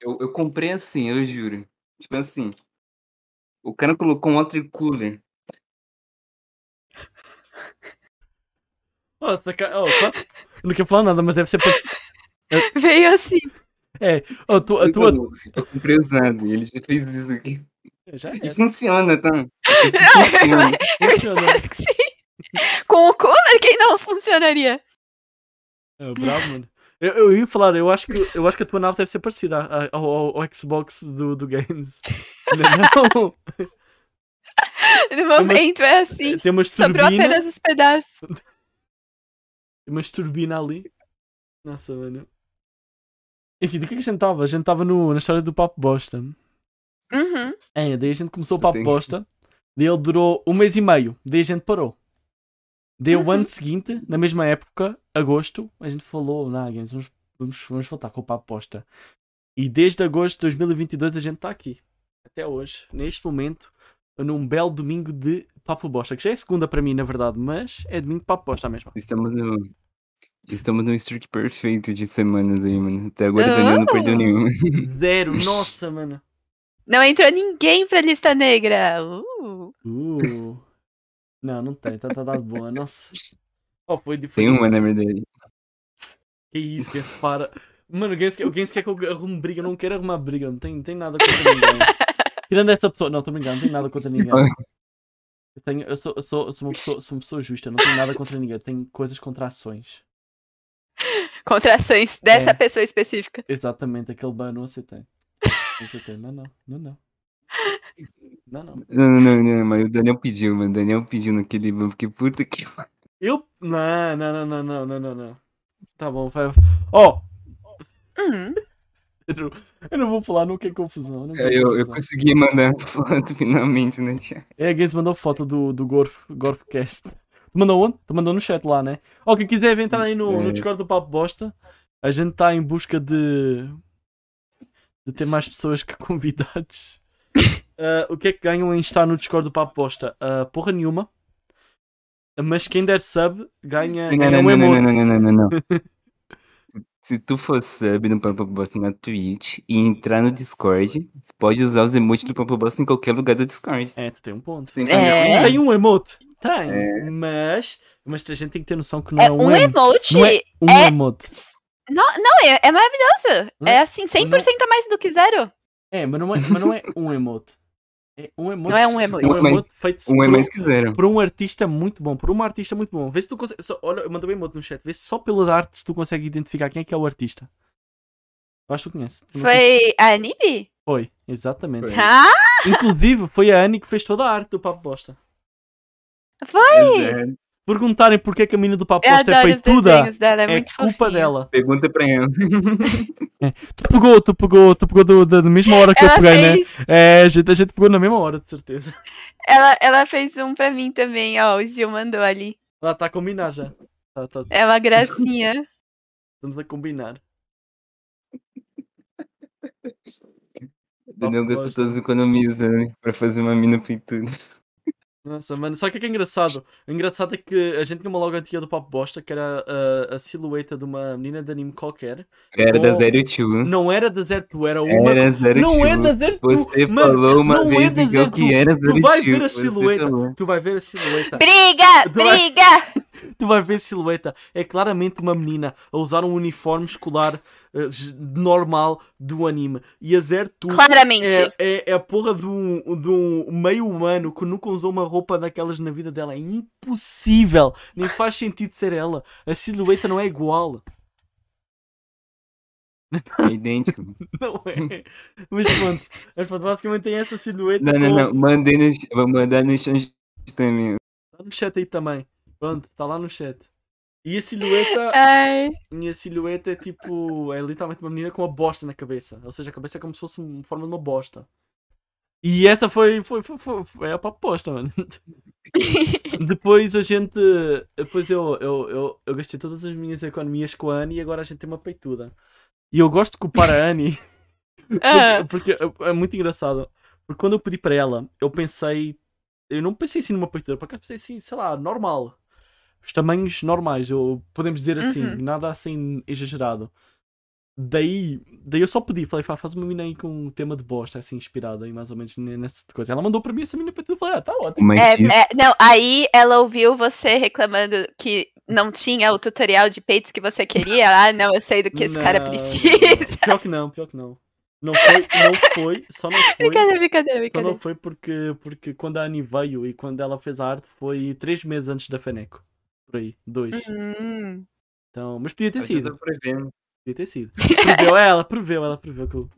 [SPEAKER 3] Eu, eu comprei assim, eu juro. Tipo assim. O cara colocou um water cooler.
[SPEAKER 1] Oh, essa ca... oh, quase... Eu não quero falar nada, mas deve ser para.
[SPEAKER 2] Veio assim.
[SPEAKER 1] Oh, tu, a tua.
[SPEAKER 3] Eu, eu comprei usado. e Ele já fez isso aqui.
[SPEAKER 1] Já
[SPEAKER 3] E
[SPEAKER 1] é.
[SPEAKER 3] funciona, tá? Funciona.
[SPEAKER 2] Eu
[SPEAKER 1] Funciona.
[SPEAKER 2] espero que sim. Com o cooler, quem não funcionaria?
[SPEAKER 1] É, bravo, mano. Eu, eu ia falar, eu acho, que, eu acho que a tua nave deve ser parecida à- à- ao, ao- ao Xbox do, do Games. Não,
[SPEAKER 2] No momento é assim.
[SPEAKER 1] tem umas
[SPEAKER 2] Sobrou
[SPEAKER 1] turbinas.
[SPEAKER 2] apenas os pedaços.
[SPEAKER 1] Tem umas turbina ali. Nossa, mano. Enfim, do que, é que a gente estava? A gente estava no- na história do Papo Bosta.
[SPEAKER 2] Uhum.
[SPEAKER 1] É, daí a gente começou o
[SPEAKER 3] Eu
[SPEAKER 1] Papo
[SPEAKER 3] tenho-
[SPEAKER 1] Bosta. Daí ele durou um mês e meio. Daí a gente parou. Daí o
[SPEAKER 2] Uhum.
[SPEAKER 1] ano seguinte, na mesma época, agosto, a gente falou, na Games, vamos, vamos, vamos voltar com o Papo Bosta. E desde agosto de 2022 a gente está aqui. Até hoje, neste momento, num belo domingo de Papo Bosta. Que já é segunda para mim, na verdade, mas é domingo de Papo Bosta mesmo.
[SPEAKER 3] Estamos no. Estamos num streak perfeito de semanas aí, mano. Até agora o Daniel não perdeu
[SPEAKER 2] Ah.
[SPEAKER 3] nenhum.
[SPEAKER 1] Zero, nossa, mano.
[SPEAKER 2] Não entrou ninguém pra lista negra. Uh.
[SPEAKER 1] Uh. Não, não tem, tá, tá dado boa, nossa. Oh, foi
[SPEAKER 3] Tem
[SPEAKER 1] diferente.
[SPEAKER 3] uma, na verdade.
[SPEAKER 1] Que é isso, Gens, para. Mano, o Gens, quer- o Gens quer que eu arrume briga. Eu não quero arrumar briga. Não tem, tem nada contra ninguém. Tirando essa pessoa. Não, tô brincando. Não tem nada contra ninguém. Eu, tenho, eu, sou, eu, sou, eu sou, uma pessoa, sou uma pessoa justa. Não tenho nada contra ninguém. Tenho coisas contra ações.
[SPEAKER 2] Contrações dessa
[SPEAKER 1] É.
[SPEAKER 2] pessoa específica.
[SPEAKER 1] Exatamente. Aquele ban não aceitei. Não aceitei. Não, não. Não, não. Não, não.
[SPEAKER 3] Não, não, não, não, mas o Daniel pediu, mano. O Daniel pediu naquele banco, porque puta que.
[SPEAKER 1] Eu... Não, não, não, não, não, não, não. Tá bom, vai. Ó,
[SPEAKER 2] Uhum.
[SPEAKER 1] Pedro, eu não vou falar, não quer confusão. Não quero
[SPEAKER 3] É, Eu, eu
[SPEAKER 1] confusão.
[SPEAKER 3] consegui mandar foto finalmente, né, Thiago?
[SPEAKER 1] É, alguém se mandou foto do, do Gorf, Gorfcast. Tu mandou onde? Tu mandou no chat lá, né? Ó, quem quiser entrar aí no, no
[SPEAKER 3] É.
[SPEAKER 1] Discord do Papo Bosta, a gente tá em busca de. de ter mais pessoas que convidados. Ah, o que é que ganham em estar no Discord do Papo Bosta? Ah, porra nenhuma. Mas quem der sub ganha,
[SPEAKER 3] Não,
[SPEAKER 1] ganha
[SPEAKER 3] não,
[SPEAKER 1] um
[SPEAKER 3] não,
[SPEAKER 1] emote.
[SPEAKER 3] não, não, não, não, não, não. Se tu for sub no Pampa Boss na Twitch e entrar no Discord, você pode usar os emotes do Pampa Boss em qualquer lugar do Discord.
[SPEAKER 1] É, tu tem um ponto.
[SPEAKER 3] Sem
[SPEAKER 2] É.
[SPEAKER 3] problema.
[SPEAKER 1] Tem um emote? Tem,
[SPEAKER 3] É.
[SPEAKER 1] mas. Mas a gente tem que ter noção que não é,
[SPEAKER 2] É um emote.
[SPEAKER 1] Não é um
[SPEAKER 2] é-
[SPEAKER 1] emote.
[SPEAKER 2] Não, não, é, é maravilhoso. É assim, 100% a mais do que zero.
[SPEAKER 1] É, mas não é, mas não é um emote. É um emote.
[SPEAKER 2] Não é um emote.
[SPEAKER 1] Um emote feito
[SPEAKER 3] Um é
[SPEAKER 1] por,
[SPEAKER 3] mais que zero.
[SPEAKER 1] por um artista muito bom. Por uma artista muito bom. Vê se tu consegue. Só, olha, eu mandei um emote no chat. Vê se só pela arte se tu consegue identificar quem é que é o artista. Eu acho que tu conheces. Tu não conheces?
[SPEAKER 2] Foi a Anibi?
[SPEAKER 1] Foi, exatamente.
[SPEAKER 3] Foi.
[SPEAKER 2] Ah,
[SPEAKER 1] Inclusive, foi a Annie que fez toda a arte do Papo Bosta. é.
[SPEAKER 2] foi!
[SPEAKER 3] Exato.
[SPEAKER 1] Perguntarem porque é que a mina do Papo
[SPEAKER 2] Eu
[SPEAKER 1] Bosta é
[SPEAKER 2] adoro os
[SPEAKER 1] peituda.
[SPEAKER 2] desenhos dela, é,
[SPEAKER 1] É,
[SPEAKER 2] muito
[SPEAKER 1] culpa
[SPEAKER 2] fofinho.
[SPEAKER 1] dela.
[SPEAKER 3] Pergunta pra ela.
[SPEAKER 1] Tu pegou, tu pegou, tu pegou do- da da mesma hora que
[SPEAKER 2] Ela
[SPEAKER 1] eu peguei, né?
[SPEAKER 2] fez,
[SPEAKER 1] É, a gente, a gente pegou na mesma hora, de certeza.
[SPEAKER 2] ela, ela fez um pra mim também, ó. O Gil mandou ali.
[SPEAKER 1] Lá está a combinar já. Tá, tá,
[SPEAKER 2] É uma gracinha.
[SPEAKER 1] estamos a combinar.
[SPEAKER 3] O Daniel
[SPEAKER 1] Papo
[SPEAKER 3] gostou
[SPEAKER 1] bosta.
[SPEAKER 3] todas economizando né, pra fazer uma mina pintura.
[SPEAKER 1] Nossa, mano, sabe o que é, que é engraçado? O engraçado é que a gente tinha uma logo antiga do Papo Bosta, que era ah, a, a silhueta de uma menina de anime qualquer.
[SPEAKER 3] Era da
[SPEAKER 1] Oh.
[SPEAKER 3] Zero Two.
[SPEAKER 1] Não era da Zero Two, era uma.
[SPEAKER 3] Hum? Era Zero
[SPEAKER 1] Não
[SPEAKER 3] Two.
[SPEAKER 1] é da Zero Two!
[SPEAKER 3] Você
[SPEAKER 1] mano,
[SPEAKER 3] falou uma
[SPEAKER 1] não
[SPEAKER 3] vez,
[SPEAKER 1] é da
[SPEAKER 3] Miguel,
[SPEAKER 1] Zero
[SPEAKER 3] que
[SPEAKER 1] Two.
[SPEAKER 3] era
[SPEAKER 1] Tu
[SPEAKER 3] Zero
[SPEAKER 1] vai
[SPEAKER 3] Two.
[SPEAKER 1] ver a
[SPEAKER 3] Você
[SPEAKER 1] silhueta.
[SPEAKER 3] falou.
[SPEAKER 1] Tu vai ver a silhueta.
[SPEAKER 2] Briga!
[SPEAKER 1] Tu vai-
[SPEAKER 2] Briga!
[SPEAKER 1] Tu vai ver a silhueta. É claramente uma menina a usar um uniforme escolar eh, j- normal do anime. E a Zero Two
[SPEAKER 2] Claramente.
[SPEAKER 1] é, é, é a porra de um, de um meio humano que nunca usou uma roupa daquelas na vida dela. É impossível. Nem faz sentido ser ela. A silhueta não é igual.
[SPEAKER 3] É idêntico.
[SPEAKER 1] Não é. Mas pronto. Mas pronto, basicamente tem essa silhueta.
[SPEAKER 3] Não, não,
[SPEAKER 1] com-
[SPEAKER 3] não. Mandei no... Vou mandar no chão também.
[SPEAKER 1] Tá no chat aí também. Pronto, tá lá no chat. E a silhueta.
[SPEAKER 2] Ai,
[SPEAKER 1] Minha silhueta é tipo. É literalmente uma menina com uma bosta na cabeça. Ou seja, a cabeça é como se fosse uma forma de uma bosta. E essa foi. foi, foi, foi, foi é a proposta, mano. depois a gente. Depois eu, eu, eu, eu gastei todas as minhas economias com a Annie e agora a gente tem uma peituda. E eu gosto de culpar a Annie.
[SPEAKER 2] ah,
[SPEAKER 1] Porque, porque é é muito engraçado. Porque quando eu pedi para ela, eu pensei. Eu não pensei assim numa pintura, porque eu pensei assim, sei lá, normal. Os tamanhos normais, ou podemos dizer assim,
[SPEAKER 2] Uhum.
[SPEAKER 1] nada assim exagerado. Daí, daí eu só pedi, falei, "Fá, faz uma mina aí com um tema de bosta, assim, inspirada aí mais ou menos ne- nessa coisa. Ela mandou para mim essa mina para eu falei, ah, tá ótimo.
[SPEAKER 3] Mas
[SPEAKER 2] é,
[SPEAKER 3] isso-
[SPEAKER 2] é, não, aí ela ouviu você reclamando que não tinha o tutorial de peitos que você queria. Ah, não, eu sei do que esse cara
[SPEAKER 1] Não,
[SPEAKER 2] precisa.
[SPEAKER 1] não. Pior que não, pior que não. Não foi, não foi, só não foi.
[SPEAKER 2] Brincadeira, brincadeira,
[SPEAKER 1] Só
[SPEAKER 2] brincadeira.
[SPEAKER 1] não foi porque, porque quando a Annie veio e quando ela fez a arte foi três meses antes da Feneco. Por aí, dois.
[SPEAKER 2] Hum.
[SPEAKER 1] Então, mas
[SPEAKER 2] é
[SPEAKER 1] podia ter
[SPEAKER 3] Mas eu
[SPEAKER 1] sido.
[SPEAKER 3] tô prevendo.
[SPEAKER 1] Podia ter sido. Preveu ela, preveu, ela preveu que eu.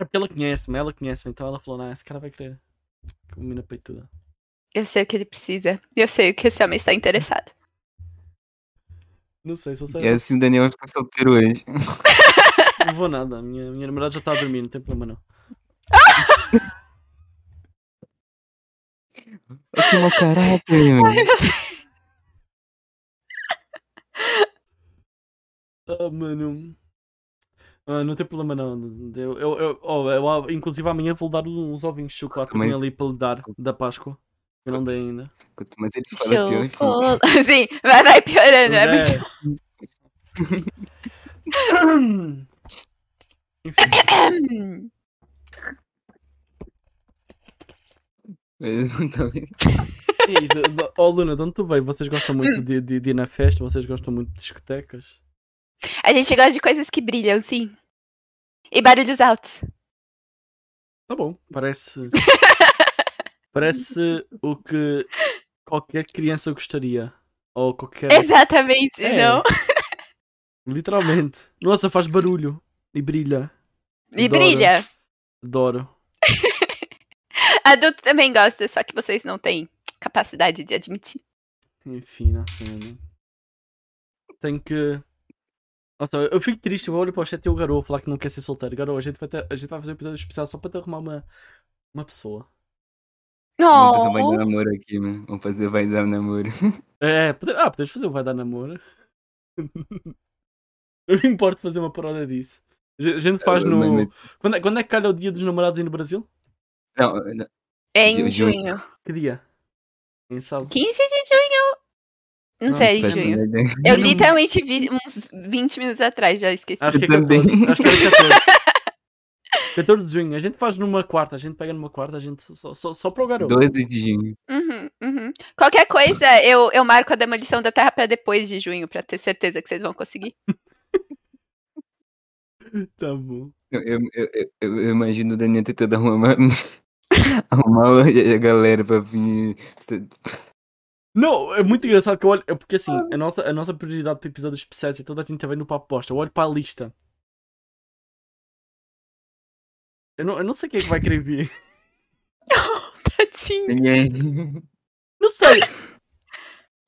[SPEAKER 1] É porque ela conhece-me, ela conhece-me, então ela falou, não, esse cara vai querer. Que Mina peituda.
[SPEAKER 2] Eu sei o que ele precisa. Eu sei o que esse homem está interessado.
[SPEAKER 1] Não sei, só sei.
[SPEAKER 3] E assim o Daniel vai ficar solteiro hoje.
[SPEAKER 1] Não vou nada, a minha, minha namorada já está a dormir, não tem problema não.
[SPEAKER 3] Olha É que mau caráter, mano.
[SPEAKER 1] Ah, mano. Ah, não tem problema não. Eu, eu, eu, oh, eu- inclusive amanhã vou dar uns ovinhos de chocolate que eu
[SPEAKER 3] Mas-
[SPEAKER 1] tenho ali para lhe dar da Páscoa. que Eu não dei ainda.
[SPEAKER 3] Quanto mais ele fala, pior é fica.
[SPEAKER 2] Chocolate. Sim, vai, vai piorando. É
[SPEAKER 1] Pois
[SPEAKER 2] muito...
[SPEAKER 1] é. Enfim,
[SPEAKER 2] Ahem.
[SPEAKER 3] Mas não tá vendo.
[SPEAKER 1] e de- de- oh Luna, de onde tu veio? Vocês gostam muito de, de- de ir na festa? Vocês gostam muito de discotecas? é.
[SPEAKER 2] A gente gosta de coisas que brilham, sim. E barulhos altos.
[SPEAKER 1] Tá bom, parece. Parece o que qualquer criança gostaria. Ou qualquer.
[SPEAKER 2] Exatamente,
[SPEAKER 1] É.
[SPEAKER 2] não?
[SPEAKER 1] Literalmente. Nossa, faz barulho e brilha.
[SPEAKER 2] E
[SPEAKER 1] Adoro.
[SPEAKER 2] brilha.
[SPEAKER 1] Adoro.
[SPEAKER 2] Adulto também gosta, só que vocês não têm capacidade de admitir.
[SPEAKER 1] Enfim, nossa, mano. Tenho que. Nossa, eu fico triste, eu olho para o chat e o Garou a falar que não quer ser solteiro. Garou, a gente vai, ter- a gente vai fazer um episódio especial só para te arrumar uma, uma pessoa.
[SPEAKER 3] Vamos fazer um vai
[SPEAKER 2] Não.
[SPEAKER 3] dar namoro aqui, mano. Vamos fazer vai dar namoro.
[SPEAKER 1] É, pode... ah, podemos fazer o Vai Dar Namoro. eu não importo fazer uma parada disso. A gente faz
[SPEAKER 3] Mas- mas-
[SPEAKER 1] no. Quando é, quando é que calha o dia dos namorados aí no Brasil?
[SPEAKER 3] Não, não,
[SPEAKER 2] É em
[SPEAKER 3] Ju- Ju-
[SPEAKER 2] junho.
[SPEAKER 1] Que dia? Quem sabe?
[SPEAKER 2] 15 de junho. Não,
[SPEAKER 1] Ah,
[SPEAKER 2] sei,
[SPEAKER 3] faz
[SPEAKER 2] Junho.
[SPEAKER 3] merda.
[SPEAKER 1] é.
[SPEAKER 2] Eu literalmente vi uns 20 minutos atrás, já esqueci.
[SPEAKER 1] Acho que é
[SPEAKER 3] também.
[SPEAKER 1] 14. Acho que é 14. 14 de junho. A gente faz numa quarta. A gente pega numa quarta. A gente só, só, só para o garoto.
[SPEAKER 3] 12 de junho.
[SPEAKER 2] Uhum, uhum. Qualquer coisa, eu, eu marco a demolição da Terra pra depois de junho, pra ter certeza que vocês vão conseguir.
[SPEAKER 1] Tá bom.
[SPEAKER 3] Eu, eu, eu- eu- eu imagino o Daniel tentando arrumar, arrumar a galera pra vir.
[SPEAKER 1] Não, é muito engraçado que eu olho. É porque assim, a nossa, a nossa prioridade para episódios especiais é toda a gente vem no papo posta. Eu olho para a lista. Eu não, eu não sei quem é que vai querer vir.
[SPEAKER 2] Tadinho.
[SPEAKER 3] Ninguém.
[SPEAKER 1] Não sei!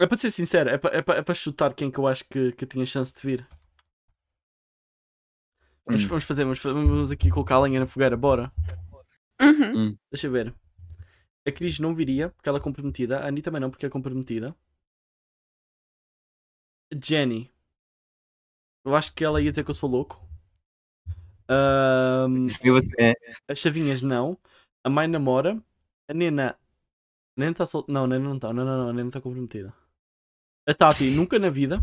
[SPEAKER 1] É para ser sincero, é para, é para, é para chutar quem que eu acho que, que tinha chance de vir. Mas
[SPEAKER 3] Hum.
[SPEAKER 1] vamos fazer, vamos, fa- vamos aqui colocar a lenha na fogueira, bora.
[SPEAKER 2] Uhum.
[SPEAKER 1] Deixa eu ver. A Cris não viria, porque ela é comprometida. A Ani também não, porque é comprometida. A Jenny. Eu acho que ela ia dizer que eu sou louco. Ahm,
[SPEAKER 3] Eu, é,
[SPEAKER 1] as Chavinhas não. A mãe namora. A Nena. A Nena está sol... Não, a Nena não está. Não, não, não. A Nena está comprometida. A Tati, nunca na vida.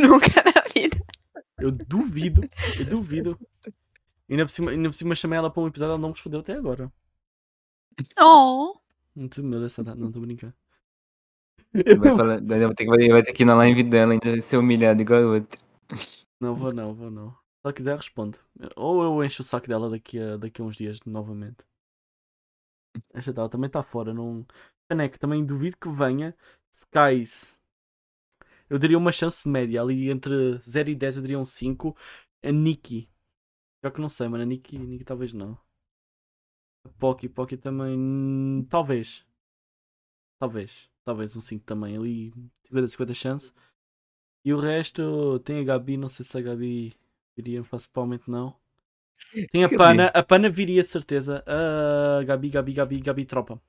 [SPEAKER 2] Nunca na vida.
[SPEAKER 1] Eu duvido. Eu duvido. Ainda por cima, ainda por cima chamei ela para um episódio, ela não respondeu até agora.
[SPEAKER 2] Oh.
[SPEAKER 1] Não tô, meu Deus, tá- não tô brincando.
[SPEAKER 3] vai, falar, Daniel vai, ter que, vai, vai ter que ir na live dela ainda vai ser humilhado igual a outra.
[SPEAKER 1] Não vou não, vou não. Se ela quiser, responde. Ou eu encho o saco dela daqui a, daqui a uns dias novamente. Esta tal também está fora. Não... Caneco, também duvido é que venha. Skies. Eu daria uma chance média. Ali entre 0 e 10 eu daria um 5. A Nikki. Pior que não sei, mano. A Nikki, Nikki talvez não. A Pocky, Pocky também. hum, Talvez. Talvez. Talvez um 5 também. Ali 50-50 chance. E o resto tem a Gabi, não sei se a Gabi viria, principalmente não. Tem a
[SPEAKER 3] Gabi.
[SPEAKER 1] Pana, a Pana viria de certeza. A Gabi, Gabi, Gabi, Gabi tropa.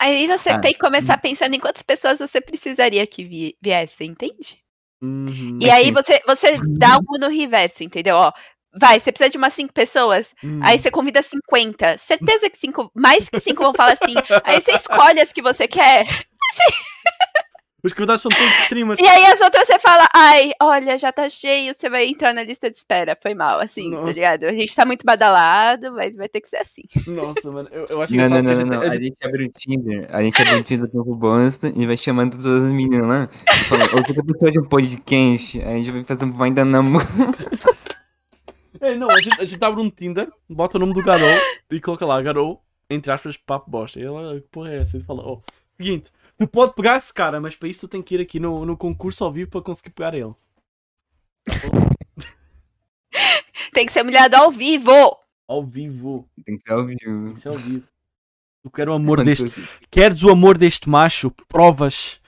[SPEAKER 2] Aí você
[SPEAKER 3] Ah.
[SPEAKER 2] tem que começar pensando em quantas pessoas você precisaria que vi viessem, entende?
[SPEAKER 1] Uhum.
[SPEAKER 2] E aí
[SPEAKER 3] sim.
[SPEAKER 2] você, você dá um no reverso, entendeu? Ó, vai, você precisa de umas 5 pessoas,
[SPEAKER 1] Hum.
[SPEAKER 2] aí você convida 50. Certeza que cinco, mais que 5 vão falar assim. Aí você escolhe as que você quer.
[SPEAKER 1] Os convidados são todos streamers.
[SPEAKER 2] E aí as outras você fala, ai, olha, já tá cheio, você vai entrar na lista de espera. Foi mal, assim,
[SPEAKER 1] Nossa.
[SPEAKER 2] tá ligado? A gente tá muito badalado, mas vai ter que ser assim.
[SPEAKER 1] Nossa, mano, eu, eu acho que
[SPEAKER 3] Não, não, não,
[SPEAKER 1] a
[SPEAKER 3] não,
[SPEAKER 1] gente,
[SPEAKER 3] não.
[SPEAKER 1] a
[SPEAKER 3] A
[SPEAKER 1] gente-
[SPEAKER 3] gente abre o Tinder, a gente abre o Tinder com o Bonsta e vai chamando todas as meninas lá. E fala, ô, quanta pessoa de um podcast? Aí a gente vai fazer um vai dar namoro.
[SPEAKER 1] É, não, a gente, a gente abre um Tinder, bota o nome do Garou e coloca lá, Garou, entre aspas, papo bosta. E ela, que porra é essa? Ele fala, ó, seguinte, tu pode pegar esse cara, mas para isso tu tem que ir aqui no, no concurso ao vivo para conseguir pegar ele.
[SPEAKER 2] Tem que ser humilhado ao vivo.
[SPEAKER 1] Ao vivo,
[SPEAKER 3] Tem que ser ao vivo.
[SPEAKER 1] isso é ao vivo. Eu quero o amor deste Queres o amor deste macho? Provas.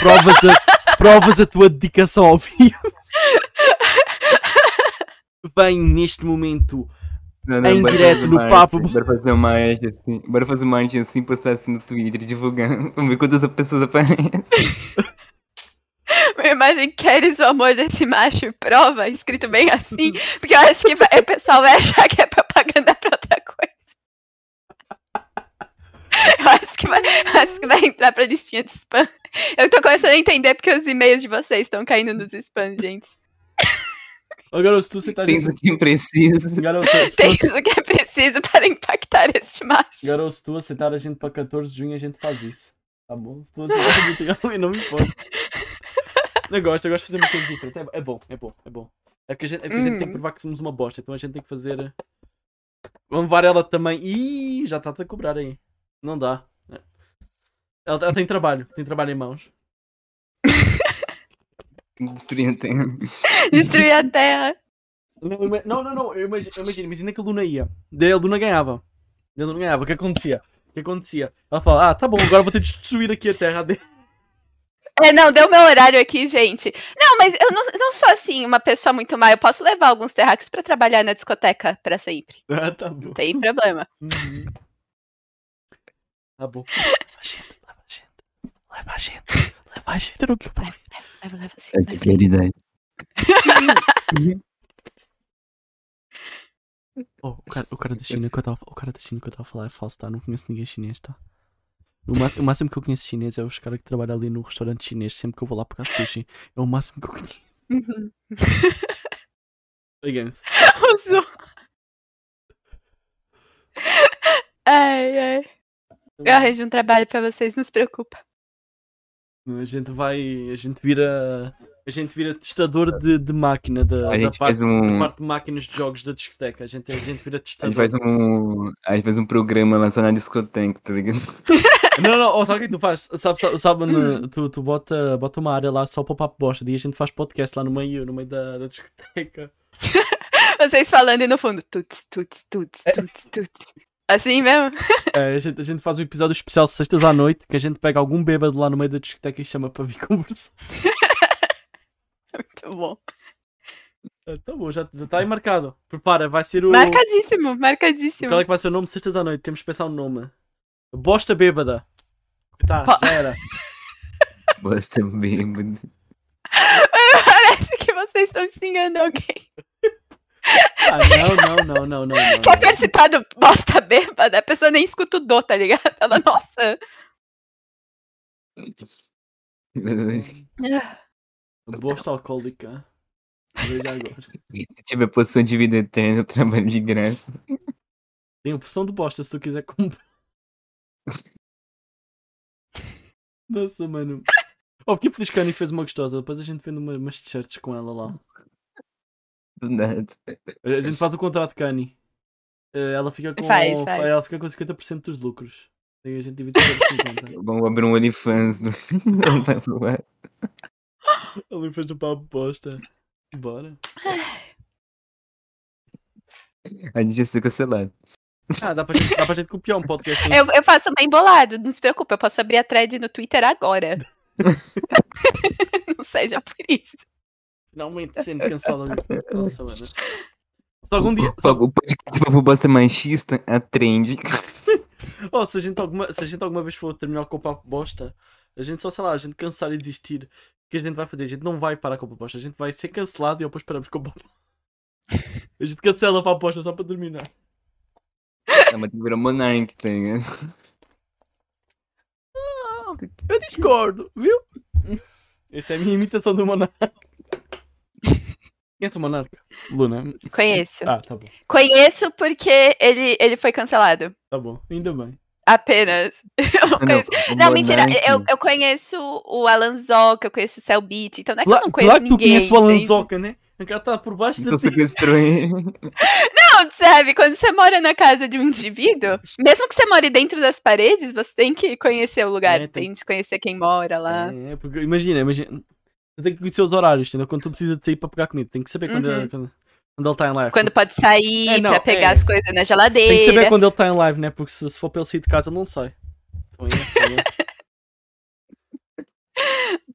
[SPEAKER 1] Provas a, provas a tua dedicação ao vivo. Vem neste momento.
[SPEAKER 3] Não,
[SPEAKER 1] Em
[SPEAKER 3] bora
[SPEAKER 1] direto
[SPEAKER 3] fazer
[SPEAKER 1] É no
[SPEAKER 3] uma
[SPEAKER 1] papo.
[SPEAKER 3] arte, Bora fazer uma arte assim. Bora fazer uma arte assim, postar assim no Twitter, divulgar. Vamos ver quantas pessoas aparecem.
[SPEAKER 2] Minha imagem, queres o amor desse macho? Prova, escrito bem assim. Porque eu acho que vai- o pessoal vai achar que é propaganda pra outra coisa. Eu acho que vai, acho que vai entrar pra listinha de spam. Eu tô começando a entender porque os e-mails de vocês estão caindo nos spams, gente.
[SPEAKER 1] Agora, se tu aceitas.
[SPEAKER 3] Tem isso quem precisa.
[SPEAKER 1] Garoto, se tu
[SPEAKER 2] Tem
[SPEAKER 1] ace-
[SPEAKER 2] isso que é preciso para impactar este macho.
[SPEAKER 1] Garoto, se tu aceitar a gente para 14 de junho, a gente faz isso. Tá bom? Se tu aceitar a gente, eu não me importa. Eu gosto, eu gosto de fazer uma coisa diferente. É, é bom, é bom, é bom. É porque, a gente, é porque a gente tem que
[SPEAKER 2] Hum.
[SPEAKER 1] provar que somos uma bosta, então a gente tem que fazer. Vamos levar ela também. Ih, já está a cobrar aí. Não dá. Ela, ela tem trabalho, tem trabalho em mãos.
[SPEAKER 3] Destruir a terra.
[SPEAKER 2] Destruir a terra.
[SPEAKER 1] Não, ima- não, não, não, eu imagino, imagina, imagina que a Luna ia. Daí a Luna ganhava. Daí a Luna ganhava. O que acontecia? O que acontecia? Ela fala, ah, tá bom, agora vou ter de destruir aqui a Terra. Daí-
[SPEAKER 2] É, não, deu meu horário aqui, gente. Não, mas eu não, não sou assim uma pessoa muito má. Eu posso levar alguns terráqueos pra trabalhar na discoteca pra sempre.
[SPEAKER 1] Ah, tá bom.
[SPEAKER 2] Não tem problema.
[SPEAKER 1] Uhum. Tá bom. Leva a gente, leva a gente. Leva a gente. Leva a gente no que eu falei.
[SPEAKER 2] Leva, leva, sim,
[SPEAKER 3] Certa
[SPEAKER 2] leva.
[SPEAKER 3] prioridade.
[SPEAKER 1] é Oh, o cara, o cara da China que eu tava, o cara da China que eu tava a falar é falso, tá? Não conheço ninguém chinês, tá? O máximo, o máximo que eu conheço chinês é os caras que trabalham ali no restaurante chinês. Sempre que eu vou lá pegar sushi, é o máximo que eu conheço.
[SPEAKER 2] Uhum.
[SPEAKER 1] Play games.
[SPEAKER 2] Usou. Ai, ai. Eu arranjo um trabalho pra vocês, não se preocupa.
[SPEAKER 1] A gente vai. A gente vira. A gente vira testador de, de máquina da,
[SPEAKER 3] A
[SPEAKER 1] da parte,
[SPEAKER 3] gente faz um-
[SPEAKER 1] da parte de máquinas de jogos da discoteca. A gente, a gente vira
[SPEAKER 3] A
[SPEAKER 1] testador.
[SPEAKER 3] gente faz um. A gente faz um programa lá só na discoteca, tá ligado?
[SPEAKER 1] Não, não, ou sabe o que é que tu fazes? Sabe, sabe, sabe no- tu, tu bota, bota uma área lá só para o papo bosta e a gente faz podcast lá no meio, no meio da, da discoteca.
[SPEAKER 2] Vocês falando e no fundo, tuts, tuts, tuts, tuts, tuts. Assim mesmo?
[SPEAKER 1] É, a, gente, a gente faz um episódio especial sextas à noite que a gente pega algum bêbado lá no meio da discoteca e chama para vir conversar.
[SPEAKER 2] Muito bom.
[SPEAKER 1] Ah, Tá bom, já está aí marcado. Prepara, vai ser o.
[SPEAKER 2] Marcadíssimo,
[SPEAKER 1] Qual é
[SPEAKER 2] marcadíssimo.
[SPEAKER 1] que vai ser o nome sextas à noite? Temos que pensar um nome. Bosta bêbada. Tá,
[SPEAKER 2] Ó.
[SPEAKER 1] já era.
[SPEAKER 3] Bosta bêbado.
[SPEAKER 2] Parece que vocês estão xingando alguém.
[SPEAKER 1] Ah, não, não, não, não, não. não, não.
[SPEAKER 2] Qualquer citado bosta bêbada, a pessoa nem escuta o do, tá ligado? Ela, nossa.
[SPEAKER 1] Bosta alcoólica. Veja agora.
[SPEAKER 3] Se tiver posição de vida eterna, eu trabalho de graça.
[SPEAKER 1] Tem opção de bosta se tu quiser comprar. Nossa, mano. Oh, porque Feliz Cani fez uma gostosa. Depois a gente vende uma, umas t-shirts com ela lá.
[SPEAKER 3] Do nada.
[SPEAKER 1] A a gente faz o contrato Cani. Eh, Ela fica com
[SPEAKER 2] Faz, faz.
[SPEAKER 1] Ela fica com 50% dos lucros. E a gente divide 50%.
[SPEAKER 3] Vamos abrir um OnlyFans. No... Não vai pro ar.
[SPEAKER 1] Ali fez o papo bosta. Bora.
[SPEAKER 3] a gente ia ser cancelado.
[SPEAKER 1] Ah, dá pra gente, dá pra gente copiar um podcast.
[SPEAKER 2] Eu, eu faço bem bolado, não se preocupa, eu posso abrir a thread no Twitter agora. não seja por isso.
[SPEAKER 1] Finalmente sendo cancelado. Nossa, mano. Se algum dia. se
[SPEAKER 3] Só o podcast pra bosta machista, a trend.
[SPEAKER 1] Oh, se, a gente alguma, se a gente alguma vez for terminar com o papo bosta, a gente só, sei lá, a gente cansar e desistir. O que a gente vai fazer? A gente não vai parar com o papo bosta, a gente vai ser cancelado e depois paramos com o papo A gente cancela o papo bosta só para terminar.
[SPEAKER 3] Ah, mas tem que virar Monark, tá ligado?
[SPEAKER 1] Eu discordo, viu? Essa é a minha imitação do Monarca. Quem é o Monarca? Luna.
[SPEAKER 2] Conheço.
[SPEAKER 1] Ah, tá bom.
[SPEAKER 2] Conheço porque ele, ele foi cancelado.
[SPEAKER 1] Tá bom, ainda bem.
[SPEAKER 2] Apenas. Eu não conheço-
[SPEAKER 3] o
[SPEAKER 2] Não, mentira,
[SPEAKER 3] Monark-
[SPEAKER 2] eu, eu conheço o Alan Zoc, eu conheço o Cellbit, então não é que
[SPEAKER 1] Claro
[SPEAKER 2] eu não conheço
[SPEAKER 1] claro que tu
[SPEAKER 2] ninguém.
[SPEAKER 1] conheces o Alan
[SPEAKER 2] entende?
[SPEAKER 1] Zoca, né? O cara está por baixo
[SPEAKER 3] Então
[SPEAKER 1] de ti.
[SPEAKER 3] sequestrou ele.
[SPEAKER 2] Não, sabe, quando você mora na casa de um indivíduo, mesmo que você more dentro das paredes, você tem que conhecer o lugar,
[SPEAKER 1] É, tem-
[SPEAKER 2] tem que conhecer quem mora lá.
[SPEAKER 1] É, porque imagina, imagina. Tu tem que conhecer os horários, entendeu? Quando tu precisa de sair para pegar comida, tem que saber quando,
[SPEAKER 2] Uhum.
[SPEAKER 1] ele- quando, quando ele está em live.
[SPEAKER 2] Quando pode sair
[SPEAKER 1] É, não,
[SPEAKER 2] pra pegar
[SPEAKER 1] é.
[SPEAKER 2] as coisas na geladeira.
[SPEAKER 1] Tem que saber quando ele está em live, né? Porque se, se for para ele sair de casa, ele não sai. Então, é, foda.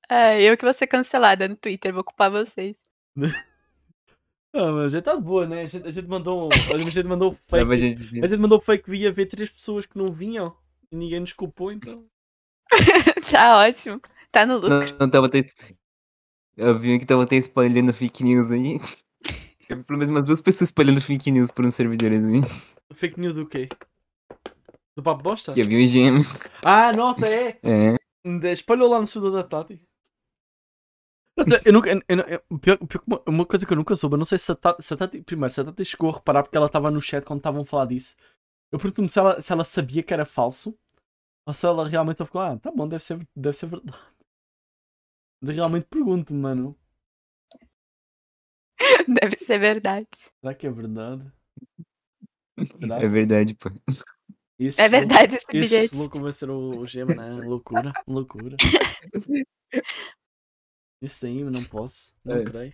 [SPEAKER 2] É, eu que vou ser cancelada no Twitter, vou culpar vocês.
[SPEAKER 1] ah, mas já está de boa, né? A gente, a gente mandou. A gente mandou
[SPEAKER 3] Tava
[SPEAKER 1] fake.
[SPEAKER 3] gente-
[SPEAKER 1] A gente mandou fake que ia ver três pessoas que não vinham e ninguém nos culpou, então.
[SPEAKER 2] tá ótimo. Tá no lucro.
[SPEAKER 3] Não, não, tava até. esp- Eu vi que tava até espalhando fake news aí. Eu vi pelo menos umas duas pessoas espalhando fake news por uns servidores aí.
[SPEAKER 1] Fake news do quê? Do papo bosta?
[SPEAKER 3] Que eu vi o gêmeo.
[SPEAKER 1] Ah, nossa, é!
[SPEAKER 3] É.
[SPEAKER 1] Espalhou lá no sul da Tati. Nossa, Eu nunca, eu, eu- pior- pior que uma, uma coisa que eu nunca soube, eu não sei se a Tati, se a Tati- primeiro, se a Tati chegou a reparar porque ela estava no chat quando estavam a falar disso. Eu pergunto-me se ela, se ela sabia que era falso ou se ela realmente ficou, ah, tá bom, deve ser, deve ser verdade. Eu realmente pergunto, mano,
[SPEAKER 2] Deve ser verdade.
[SPEAKER 1] será que é verdade? Será?
[SPEAKER 3] É verdade, pô.
[SPEAKER 1] Isso,
[SPEAKER 2] É verdade esse
[SPEAKER 1] Isso,
[SPEAKER 2] bilhete.
[SPEAKER 1] vou convencer o, o Gema, né? Loucura, loucura. Isso aí, não posso. Não
[SPEAKER 3] É.
[SPEAKER 1] creio.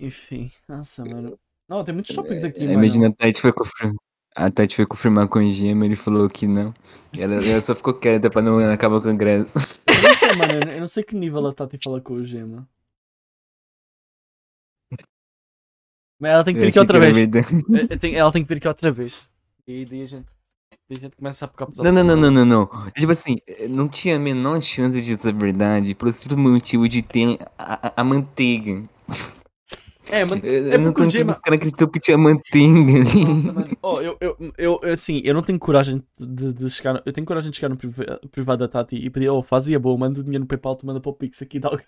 [SPEAKER 1] Enfim, nossa, mano. Não, tem muitos tópicos aqui, mano.
[SPEAKER 3] É, Imagina, a Tati foi confirmar. A Tati foi confirmar com o gêmeo, ele falou que não. E ela, ela só ficou quieta pra não acabar o congresso.
[SPEAKER 1] Eu não sei, mano, eu não sei que nível ela tá de falar com o Gema. Mas ela tem que
[SPEAKER 3] Eu
[SPEAKER 1] vir aqui
[SPEAKER 3] achei
[SPEAKER 1] outra
[SPEAKER 3] era
[SPEAKER 1] vez.
[SPEAKER 3] verdade.
[SPEAKER 1] Eh, tem- Ela tem que vir aqui outra vez. E daí a gente. daí a gente começa a pegar pesado.
[SPEAKER 3] Não, não, não, não, não, não. Tipo assim, não tinha a menor chance de ser verdade pelo simples motivo de ter a, a- a manteiga.
[SPEAKER 1] É, mano.
[SPEAKER 3] Eu,
[SPEAKER 1] É
[SPEAKER 3] eu não
[SPEAKER 1] porque o
[SPEAKER 3] consigo
[SPEAKER 1] Jima-
[SPEAKER 3] o cara acreditou que tinha manteiga
[SPEAKER 1] Nossa,
[SPEAKER 3] ali.
[SPEAKER 1] mano. Ó, eu, eu, eu, eu, assim, eu não tenho coragem de, de chegar. no- Eu tenho coragem de chegar no priva- privado da Tati e pedir, oh, fazia boa, manda o dinheiro no PayPal, tu manda para o Pix aqui dá alguém.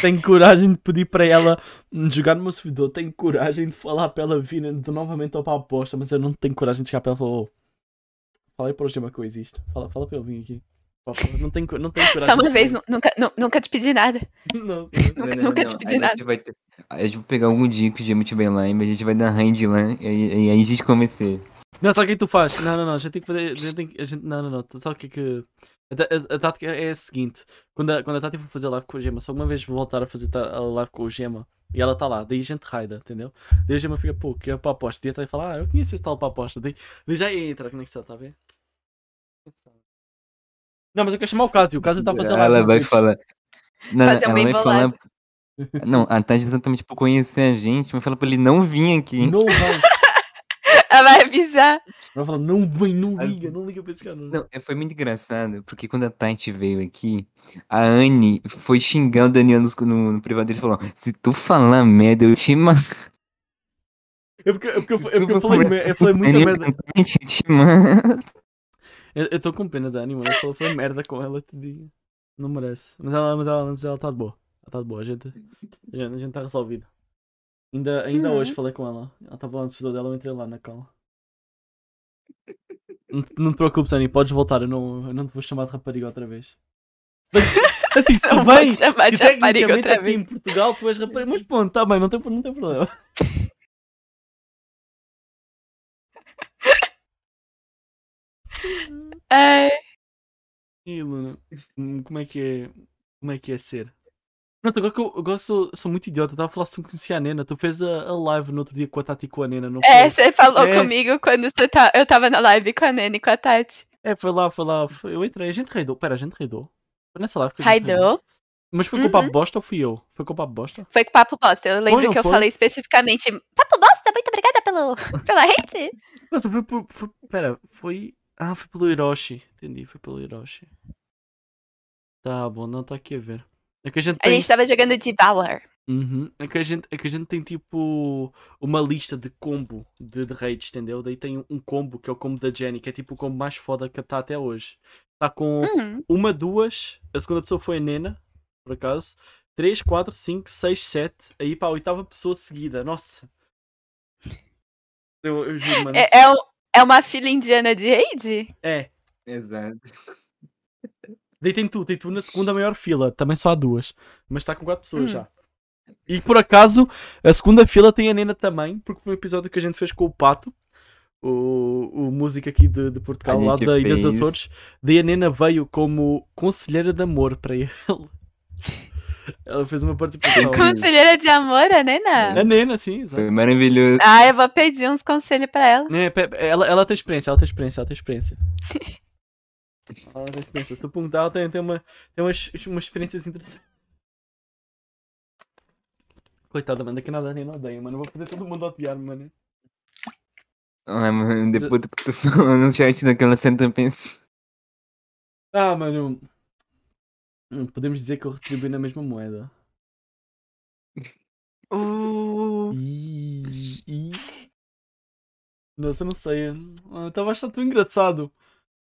[SPEAKER 1] Tenho coragem de pedir para ela hum, jogar no meu servidor, tenho coragem de falar para ela vir de novamente ao para a aposta, mas eu não tenho coragem de chegar para ela e falar, oh, falei para o Gema que eu existo, fala, fala para ele vir aqui. Pá, pá, Não tenho, co- não tenho coragem.
[SPEAKER 2] Só uma
[SPEAKER 1] de-
[SPEAKER 2] vez, um. nu- nunca, nu- nunca te pedi nada.
[SPEAKER 1] Não.
[SPEAKER 3] Não,
[SPEAKER 2] Nunca-
[SPEAKER 3] não,
[SPEAKER 2] nunca
[SPEAKER 3] não.
[SPEAKER 2] te pedi
[SPEAKER 3] Aí A
[SPEAKER 2] nada.
[SPEAKER 3] gente vai ter- aí a gente vai pegar algum dia que o Jimmy estiver lá, mas a gente vai dar hand lá e aí, e aí a gente começa. ele.
[SPEAKER 1] Não, sabe o que é que tu fazes? Não, não, não, a gente tem que fazer. A gente tem que- a gente- não, não, não, sabe o que é que. A, ta- a- a tática é a seguinte: quando a, quando a Tati for fazer live com o Gema, se alguma vez voltar a fazer ta- a live com o Gema e ela está lá, daí a gente raida, entendeu? Daí o Gema fica, pô, que é para a aposta. E a Tati fala, ah, eu conheço esse tal para a aposta. Daí, daí já entra a conexão, tá a ver? Não, mas eu quero chamar o Casio, o Casio está a fazer live.
[SPEAKER 3] ela
[SPEAKER 1] no
[SPEAKER 3] vai
[SPEAKER 1] Twitch.
[SPEAKER 3] falar. Não,
[SPEAKER 2] tá Fazer
[SPEAKER 3] ela
[SPEAKER 2] uma
[SPEAKER 3] vai falar. Não, a Tati exatamente por conhecer a gente, mas fala pra ele não vir aqui.
[SPEAKER 1] Não vai.
[SPEAKER 2] Ela vai avisar.
[SPEAKER 1] Ela fala, não vem, não liga, não liga para esse cara.
[SPEAKER 3] Não, é, foi muito engraçado, porque quando a Tati veio aqui, a Anne foi xingar o Daniel nos- no, no privado dele e falou: Se tu falar merda, eu te mato.
[SPEAKER 1] É porque, é porque eu,
[SPEAKER 3] Se
[SPEAKER 1] é porque
[SPEAKER 3] tu
[SPEAKER 1] eu
[SPEAKER 3] for
[SPEAKER 1] falei, me-
[SPEAKER 3] conversar
[SPEAKER 1] eu falei
[SPEAKER 3] com o
[SPEAKER 1] muita
[SPEAKER 3] Daniel
[SPEAKER 1] merda.
[SPEAKER 3] na frente, Eu te mato.
[SPEAKER 1] Eu eu tô com pena da Annie, mano. Eu falei, foi merda com ela, te digo. Não merece. Mas ela, mas ela, mas ela tá de boa. Ela tá de boa, a gente, a gente, a gente tá resolvido. Ainda, ainda
[SPEAKER 2] Uhum.
[SPEAKER 1] hoje falei com ela. Ela tava lá no servidor dela, eu entrei lá na cola. Não, te- não te preocupes, Annie, podes voltar, eu não, eu não te vou chamar de rapariga outra vez. Bem, Assim, se
[SPEAKER 2] Não
[SPEAKER 1] bem
[SPEAKER 2] pode chamar
[SPEAKER 1] que
[SPEAKER 2] de rapariga
[SPEAKER 1] tecnicamente é
[SPEAKER 2] outra
[SPEAKER 1] aqui
[SPEAKER 2] vez.
[SPEAKER 1] em Portugal tu és rapariga, mas pronto, tá bem, não tem, não tem problema.
[SPEAKER 2] Ai,
[SPEAKER 1] E Luna, hum, como é que é? Como é que é ser? Pronto, agora que eu, agora sou, sou muito idiota, estava a falar se tu conhecia a Nena, tu fez a, a live no outro dia com a Tati e com a Nena, não
[SPEAKER 2] é,
[SPEAKER 1] foi?
[SPEAKER 2] você falou
[SPEAKER 1] É.
[SPEAKER 2] comigo quando você tá- eu tava na live com a Nene e com a Tati.
[SPEAKER 1] É, foi lá, foi lá, foi- eu entrei, a gente raidou, pera, a gente raidou? Foi nessa live que a gente raidou?
[SPEAKER 2] Raidou. Uhum.
[SPEAKER 1] Mas foi culpa bosta ou fui eu? Foi culpa bosta?
[SPEAKER 2] Foi com papo bosta. Eu lembro
[SPEAKER 1] não
[SPEAKER 2] que eu
[SPEAKER 1] foi?
[SPEAKER 2] falei especificamente. Papo bosta, muito obrigada pelo, pela rede.
[SPEAKER 1] Mas foi, por- foi, pera, foi... Ah, foi pelo Hiroshi, entendi, foi pelo Hiroshi. Tá bom, não tá aqui a ver. É que a gente
[SPEAKER 2] A
[SPEAKER 1] tem...
[SPEAKER 2] gente tava jogando de Valor.
[SPEAKER 1] Uhum. É, que a gente, é que a gente tem tipo uma lista de combo de, de raids, entendeu? Daí tem um combo que é o combo da Jenny, que é tipo o combo mais foda que está até hoje. Está com
[SPEAKER 2] Hum,
[SPEAKER 1] uma, duas, a segunda pessoa foi a Nena, por acaso. Três, quatro, cinco, seis, sete. Aí para a oitava pessoa seguida, nossa. Eu, eu juro, mano. assim,
[SPEAKER 2] É, é, o- é uma filha indiana de raid?
[SPEAKER 1] É.
[SPEAKER 3] Exato.
[SPEAKER 1] Daí tem tu, tem tu na segunda maior fila, também só há duas, mas está com quatro pessoas
[SPEAKER 2] Hum.
[SPEAKER 1] já. E por acaso, a segunda fila tem a Nena também, porque foi um episódio que a gente fez com o Pato, o, o músico aqui de, de Portugal,
[SPEAKER 3] A
[SPEAKER 1] lá
[SPEAKER 3] gente
[SPEAKER 1] da Ilha dos
[SPEAKER 3] fez.
[SPEAKER 1] Açores. Daí a Nena veio como conselheira de amor para ele. Ela fez uma participação.
[SPEAKER 3] Hum.
[SPEAKER 2] Conselheira de amor, a Nena?
[SPEAKER 1] A Nena, sim, exato.
[SPEAKER 3] Foi maravilhoso.
[SPEAKER 2] Ah, eu vou pedir uns conselhos pra ela.
[SPEAKER 1] É, pe- pe- ela, ela tem experiência, ela tem experiência, ela tem experiência. ela tem experiência. Se tu perguntar, ela tem, tem, uma, tem umas, umas experiências interessantes. Coitada, mano, daqui a nada nem odeia, mano. Vou poder todo mundo odiar, mano.
[SPEAKER 3] Ah, mano, depois do que tu falou no chat daquela cena, eu pensei.
[SPEAKER 1] Ah, mano. hum, Podemos dizer que eu retribuí na mesma moeda.
[SPEAKER 2] Uh,
[SPEAKER 1] Ih, ih. Nossa, eu não sei. Ah, Eu tava achando tão engraçado.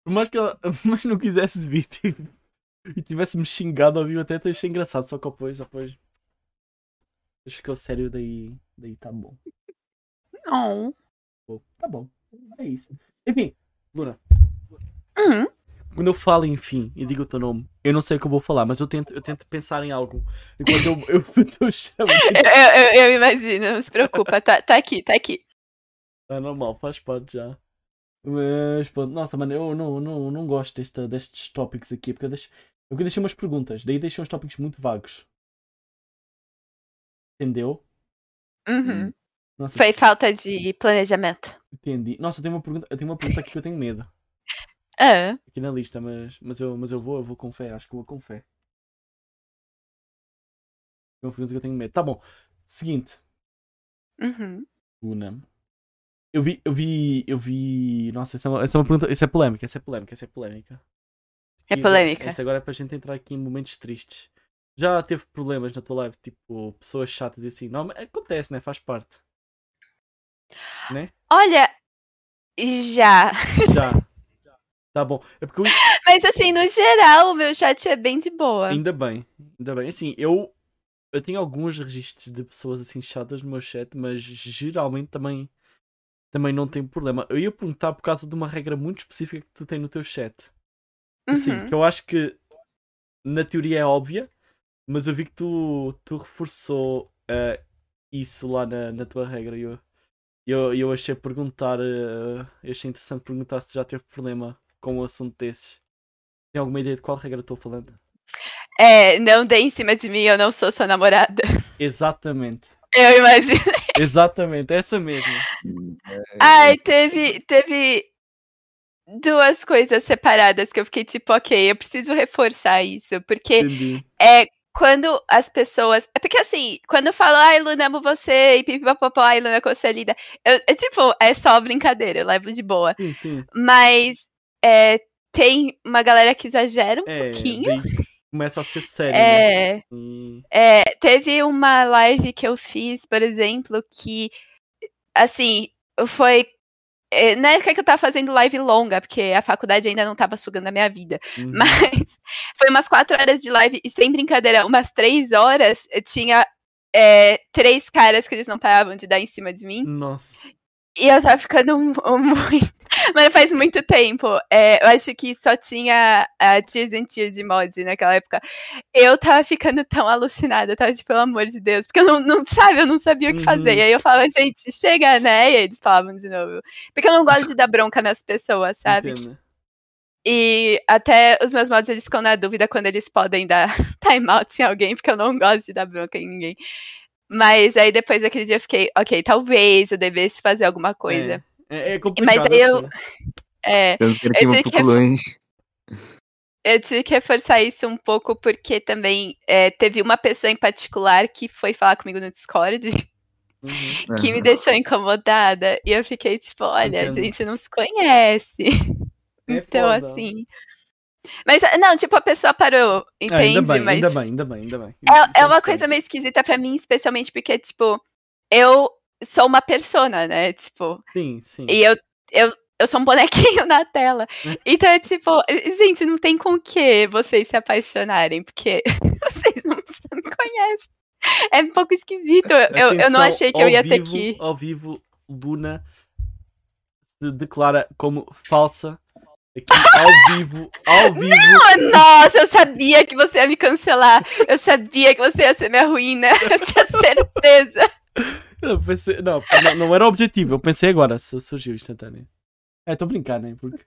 [SPEAKER 1] Por mais que ela por mais que não quisesse vir tipo, e tivesse me xingado ao vivo, até até achei engraçado. Só que depois, depois. Acho que eu sério, daí, daí tá bom.
[SPEAKER 2] não.
[SPEAKER 1] Pô, Tá bom. É isso. Enfim, Luna,
[SPEAKER 2] Hum,
[SPEAKER 1] quando eu falo enfim e digo o teu nome, eu não sei o que eu vou falar, mas eu tento, eu tento pensar em algo. E quando eu, eu, eu chamo.
[SPEAKER 2] eu, eu- eu- eu imagino, não se preocupa. Tá, tá aqui, tá aqui.
[SPEAKER 1] É normal, faz parte já. Mas pronto, nossa, mano, eu não, não, não gosto desta, destes tópicos aqui, porque eu deixo, eu deixei umas perguntas, daí deixei uns tópicos muito vagos. Entendeu?
[SPEAKER 2] Uhum.
[SPEAKER 1] Nossa,
[SPEAKER 2] Foi falta de planejamento.
[SPEAKER 1] entendi. Nossa, eu tenho uma pergunta, eu tenho uma pergunta aqui que eu tenho medo,
[SPEAKER 2] Ah,
[SPEAKER 1] aqui na lista, mas, mas, eu, mas eu vou, eu vou com fé, acho que eu vou com fé. É uma pergunta que eu tenho medo. Tá bom, seguinte.
[SPEAKER 2] uhum.
[SPEAKER 1] Luna. Eu vi, eu vi, eu vi. Nossa, essa é uma, essa é uma pergunta. Isso é polêmica, isso é polêmica, isso é polêmica.
[SPEAKER 2] É
[SPEAKER 1] E
[SPEAKER 2] polêmica.
[SPEAKER 1] Esta agora é pra gente entrar aqui em momentos tristes. Já teve problemas na tua live, tipo, pessoas chatas e assim. Não, mas acontece, né? Faz parte.
[SPEAKER 2] Olha, já.
[SPEAKER 1] Já. Tá bom. É porque eu
[SPEAKER 2] Mas assim, no geral, o meu chat é bem de boa.
[SPEAKER 1] Ainda bem, ainda bem. Assim, eu, eu tenho alguns registros de pessoas assim chatas no meu chat, mas geralmente também, também não tenho problema. Eu ia perguntar por causa de uma regra muito específica que tu tens no teu chat. Assim,
[SPEAKER 2] Uhum.
[SPEAKER 1] que eu acho que na teoria é óbvia, mas eu vi que tu, tu reforçou eh, isso lá na, na tua regra. e Eu, eu, eu achei perguntar, eh, eu achei interessante perguntar se tu já teve problema com um assunto desses. Tem alguma ideia de qual regra eu estou falando?
[SPEAKER 2] É, não dê em cima de mim, eu não sou sua namorada.
[SPEAKER 1] Exatamente.
[SPEAKER 2] Eu imagino.
[SPEAKER 1] Exatamente, essa mesmo. É.
[SPEAKER 2] Ai, teve, teve duas coisas separadas que eu fiquei tipo, ok, eu preciso reforçar isso, porque
[SPEAKER 1] Entendi.
[SPEAKER 2] é quando as pessoas. É porque assim, quando eu falo, ai, Luna, amo você, e pipipopopó, ai, Luna, como você é linda. Eu, é tipo, é só brincadeira, eu levo de boa.
[SPEAKER 1] Sim, sim.
[SPEAKER 2] Mas é, tem uma galera que exagera um
[SPEAKER 1] É,
[SPEAKER 2] pouquinho.
[SPEAKER 1] daí começa a ser sério. né?
[SPEAKER 2] É.
[SPEAKER 1] E-
[SPEAKER 2] É, teve uma live que eu fiz, por exemplo, que assim, foi é, na época que eu tava fazendo live longa, porque a faculdade ainda não tava sugando a minha vida.
[SPEAKER 1] Uhum.
[SPEAKER 2] Mas foi umas quatro horas de live e sem brincadeira, umas três horas eu tinha é, três caras que eles não paravam de dar em cima de mim.
[SPEAKER 1] Nossa.
[SPEAKER 2] E eu tava ficando mu- muito. Mas faz muito tempo. É, eu acho que só tinha a Tears and Tears de mod naquela época. Eu tava ficando tão alucinada, eu tava tipo, pelo amor de Deus, porque eu não, não sabe, eu não sabia o que fazer.
[SPEAKER 1] Uhum.
[SPEAKER 2] E aí eu falava, gente, chega, né? E aí eles falavam de novo. Porque eu não gosto de dar bronca nas pessoas, sabe?
[SPEAKER 1] Entendo.
[SPEAKER 2] E até os meus mods eles ficam na dúvida quando eles podem dar timeout em alguém, porque eu não gosto de dar bronca em ninguém. Mas aí depois daquele dia eu fiquei, ok, talvez eu devesse fazer alguma coisa.
[SPEAKER 1] É, é, é complicado.
[SPEAKER 2] Mas aí eu-
[SPEAKER 1] sim.
[SPEAKER 2] É,
[SPEAKER 3] Eu
[SPEAKER 2] Eu
[SPEAKER 3] quero que eu vou
[SPEAKER 2] tive
[SPEAKER 3] pro
[SPEAKER 2] que-
[SPEAKER 3] Colange.
[SPEAKER 2] eu tive que reforçar isso um pouco, porque também é, teve uma pessoa em particular que foi falar comigo no Discord,
[SPEAKER 1] Uhum.
[SPEAKER 2] que
[SPEAKER 3] Ah,
[SPEAKER 2] me deixou incomodada. E eu fiquei tipo, olha, a
[SPEAKER 1] Entendo.
[SPEAKER 2] gente não se conhece.
[SPEAKER 1] É
[SPEAKER 2] então,
[SPEAKER 1] foda.
[SPEAKER 2] assim. Mas, não, tipo, a pessoa parou,
[SPEAKER 1] Ah,
[SPEAKER 2] entende?
[SPEAKER 1] ainda bem,
[SPEAKER 2] Mas
[SPEAKER 1] ainda bem, ainda bem, ainda bem. Isso
[SPEAKER 2] É, é uma
[SPEAKER 1] importante.
[SPEAKER 2] coisa meio esquisita pra mim, especialmente porque, tipo, eu sou uma persona, né? Tipo,
[SPEAKER 1] Sim, sim.
[SPEAKER 2] e eu, eu, eu sou um bonequinho na tela.
[SPEAKER 1] Hum.
[SPEAKER 2] Então é tipo, gente, não tem com o que vocês se apaixonarem, porque vocês não, não me conhecem. É um pouco esquisito. Eu, eu não
[SPEAKER 1] Atenção,
[SPEAKER 2] achei que eu
[SPEAKER 1] ao
[SPEAKER 2] ia ter
[SPEAKER 1] vivo-
[SPEAKER 2] que.
[SPEAKER 1] Ao vivo, Luna se declara como falsa. Aqui, ao vivo, ao vivo.
[SPEAKER 2] Ah, Nossa, eu sabia que você ia me cancelar. Eu sabia que você ia ser minha ruína. Eu tinha certeza.
[SPEAKER 1] Eu pensei, não, não, não era o objetivo, eu pensei agora, su- surgiu instantâneo. É, estou a brincar, né? Porque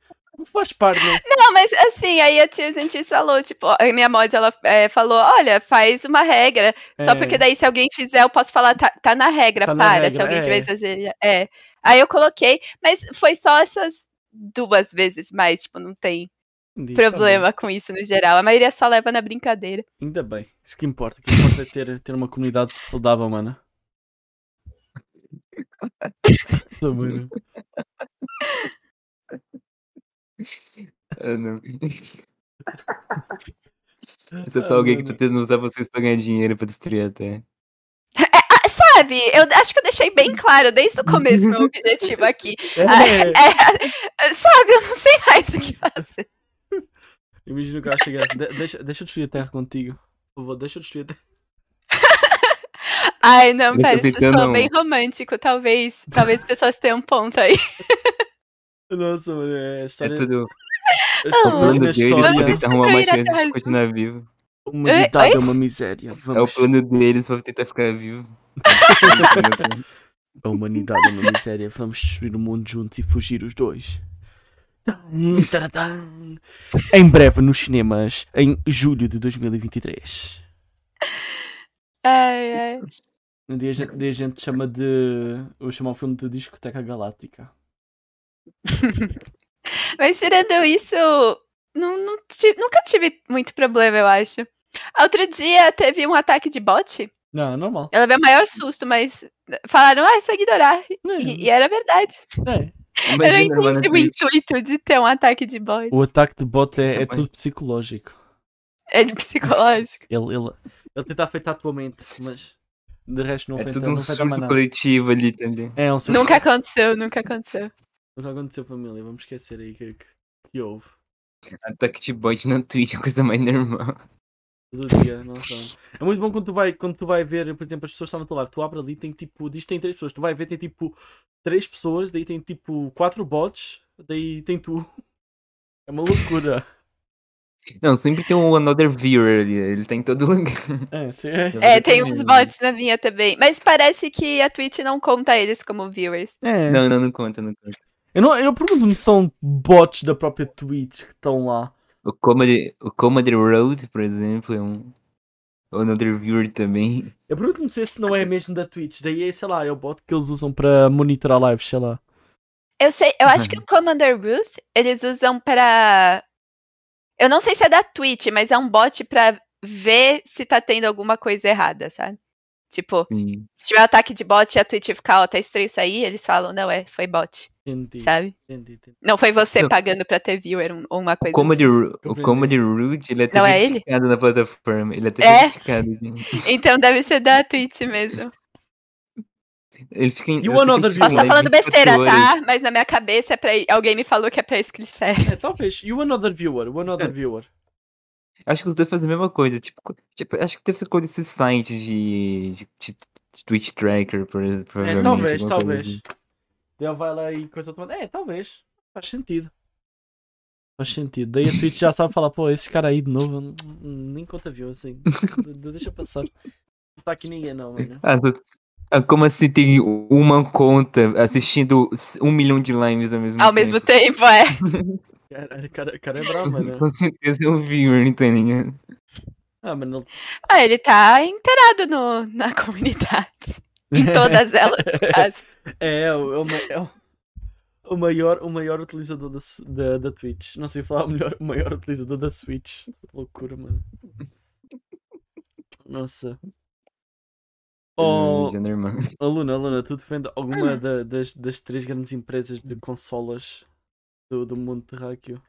[SPEAKER 1] faz parte, né?
[SPEAKER 2] Não, mas assim, aí a tia Santis falou, tipo, a minha mod, ela é, falou, olha, faz uma regra, só
[SPEAKER 1] É.
[SPEAKER 2] porque daí se alguém fizer, eu posso falar, tá, tá na regra,
[SPEAKER 1] Tá na
[SPEAKER 2] para, se
[SPEAKER 1] regra,
[SPEAKER 2] alguém
[SPEAKER 1] é.
[SPEAKER 2] tiver exagero. É. Aí eu coloquei, mas foi só essas duas vezes mais, tipo, não tem
[SPEAKER 1] Entendi, tá bom.
[SPEAKER 2] problema com isso no geral. A maioria só leva na brincadeira.
[SPEAKER 1] Ainda bem, isso que importa. O que importa é ter, ter uma comunidade saudável, mano. Tá, mano.
[SPEAKER 3] Ah, não. Isso é só alguém que tá
[SPEAKER 1] mano.
[SPEAKER 3] tentando usar vocês pra ganhar dinheiro pra destruir a Terra. É
[SPEAKER 2] Sabe, eu acho que eu deixei bem claro desde o começo meu objetivo aqui. Ah,
[SPEAKER 1] É,
[SPEAKER 2] É, sabe, eu não sei mais o que fazer.
[SPEAKER 1] Imagina o cara chegar. De- deixa, deixa eu destruir a terra contigo. Por favor, deixa eu destruir a terra.
[SPEAKER 2] Ai, não,
[SPEAKER 3] Eu tô
[SPEAKER 2] pera, isso
[SPEAKER 3] tentando
[SPEAKER 2] soa
[SPEAKER 3] um-
[SPEAKER 2] bem romântico, talvez. Talvez as pessoas tenham um ponto aí.
[SPEAKER 1] Nossa, mano, é a
[SPEAKER 3] É
[SPEAKER 1] história.
[SPEAKER 3] tudo.
[SPEAKER 1] a história-
[SPEAKER 2] Ah.
[SPEAKER 3] O
[SPEAKER 2] Mas
[SPEAKER 3] plano
[SPEAKER 1] imagina a
[SPEAKER 3] deles pra
[SPEAKER 1] história.
[SPEAKER 3] tentar arrumar uma
[SPEAKER 2] Destruir a
[SPEAKER 3] chance de
[SPEAKER 2] Terra.
[SPEAKER 3] continuar vivo.
[SPEAKER 1] tipo, A
[SPEAKER 2] Oi?
[SPEAKER 1] humanidade é uma miséria.
[SPEAKER 3] É o
[SPEAKER 1] Vamos.
[SPEAKER 3] plano deles pra tentar ficar vivo.
[SPEAKER 1] A humanidade é uma miséria. Vamos destruir o mundo juntos e fugir os dois. Taradam. Em breve nos cinemas, em julho de 2023.
[SPEAKER 2] Ai, ai.
[SPEAKER 1] Um dia a gente, um dia a gente chama de. Eu chamo o filme de Discoteca Galáctica.
[SPEAKER 2] Mas tirando isso, não, não ti- nunca tive muito problema, eu acho. Outro dia teve um ataque de bot.
[SPEAKER 1] Não, é normal.
[SPEAKER 2] Eu levei o maior susto, mas falaram, ah, é só ignorar. E, e era verdade.
[SPEAKER 1] É.
[SPEAKER 2] Eu não
[SPEAKER 3] Imagina, mano, assim,
[SPEAKER 2] entendi o intuito de ter um ataque de bot.
[SPEAKER 1] O ataque de bot é, é
[SPEAKER 3] Também.
[SPEAKER 1] tudo psicológico.
[SPEAKER 2] É de psicológico.
[SPEAKER 1] Ele, ele, ele tenta afetar a tua mente, mas de resto não
[SPEAKER 3] É
[SPEAKER 1] afeta,
[SPEAKER 3] tudo
[SPEAKER 1] não
[SPEAKER 3] um
[SPEAKER 1] afeta mais
[SPEAKER 3] surto
[SPEAKER 1] nada.
[SPEAKER 3] coletivo ali também.
[SPEAKER 1] É um surto.
[SPEAKER 2] Nunca aconteceu, nunca aconteceu.
[SPEAKER 1] Nunca aconteceu, família. Vamos esquecer aí que, que, que houve.
[SPEAKER 3] Ataque de bot na Twitch é a coisa mais normal.
[SPEAKER 1] Todo dia, não são. É muito bom quando tu vai, quando tu vai ver, por exemplo, as pessoas estão no teu lado, tu abre ali, tem tipo, diz que tem três pessoas, tu vai ver, tem tipo três pessoas, daí tem tipo quatro bots, daí tem tu. É uma loucura.
[SPEAKER 3] Não, sempre tem um Another Viewer ali, ele tá em todo lugar.
[SPEAKER 1] É, sim, é.
[SPEAKER 2] É, tem
[SPEAKER 3] Exatamente.
[SPEAKER 2] uns bots na minha também. Mas parece que a Twitch não conta eles como viewers.
[SPEAKER 1] É.
[SPEAKER 3] Não, não, não conta, não conta.
[SPEAKER 1] Eu, não, eu pergunto-me se são bots da própria Twitch que estão lá.
[SPEAKER 3] O Comedy, o Comedy Road, por exemplo, é um Another Viewer também.
[SPEAKER 1] Eu pergunto-me se esse não é mesmo da Twitch, daí é, sei lá, é o bot que eles usam para monitorar lives, sei lá.
[SPEAKER 2] Eu sei, eu acho que o Commander Ruth eles usam pra. Eu não sei se é da Twitch, mas é um bot pra ver se tá tendo alguma coisa errada, sabe? Tipo,
[SPEAKER 3] Sim.
[SPEAKER 2] se tiver ataque de bot e a Twitch ficar, ó, tá estranho isso aí, eles falam, não é, foi bot,
[SPEAKER 1] Entendi,
[SPEAKER 2] sabe?
[SPEAKER 1] entendi, entendi.
[SPEAKER 2] Não foi você
[SPEAKER 3] Não.
[SPEAKER 2] pagando pra ter viewer um- ou uma
[SPEAKER 3] O
[SPEAKER 2] coisa.
[SPEAKER 3] Comedy, Ru- o
[SPEAKER 1] Compreendi.
[SPEAKER 3] Comedy Rude, ele é até
[SPEAKER 2] Não é ele?
[SPEAKER 3] verificado na plataforma. Ele é até
[SPEAKER 2] É?
[SPEAKER 3] verificado. gente.
[SPEAKER 2] assim. Então deve ser da Twitch mesmo.
[SPEAKER 3] Ele fica em.
[SPEAKER 1] E o
[SPEAKER 3] ele fica em
[SPEAKER 1] Another
[SPEAKER 3] live
[SPEAKER 2] Posso estar falando
[SPEAKER 3] 24
[SPEAKER 2] besteira,
[SPEAKER 3] horas.
[SPEAKER 2] tá? Mas na minha cabeça é pra. Alguém me falou que é pra isso que ele serve.
[SPEAKER 1] É, talvez. E o Another Viewer? O Another Viewer.
[SPEAKER 3] Acho que os dois fazem a mesma coisa. Tipo, co- tipo, acho que deve ser com esse site de, de, de- de Twitch Tracker, por
[SPEAKER 1] É,
[SPEAKER 3] provavelmente.
[SPEAKER 1] talvez,
[SPEAKER 3] alguma coisa
[SPEAKER 1] talvez.
[SPEAKER 3] assim.
[SPEAKER 1] Ele vai lá e coisa automática. É, talvez. Faz sentido. Faz sentido. Daí a Twitch já sabe falar, pô, esse cara aí de novo, hum, nem conta viu assim. De- de- Deixa passar. Não tá aqui ninguém, não, mano.
[SPEAKER 3] Ah, tu- ah, como assim tem uma conta assistindo s- um milhão de lives ao mesmo
[SPEAKER 2] Ao mesmo tempo, é.
[SPEAKER 1] Caralho, o cara, o cara é bravo, mano.
[SPEAKER 3] Com certeza é um viewer, não tem ninguém.
[SPEAKER 1] Ah, mano.
[SPEAKER 2] Ah, ele tá inteirado no, na comunidade. Em todas elas, no caso.
[SPEAKER 1] É, é o, é o ma- é o- o maior, o maior utilizador da, su- da, da Twitch. Não sei falar o melhor, o maior utilizador da Switch. Loucura, mano. Nossa. Oh,
[SPEAKER 3] Já é normal.
[SPEAKER 1] Aluna, Aluna, tu defende
[SPEAKER 2] Ah.
[SPEAKER 1] alguma da- das, das três grandes empresas de consolas do, do mundo terráqueo?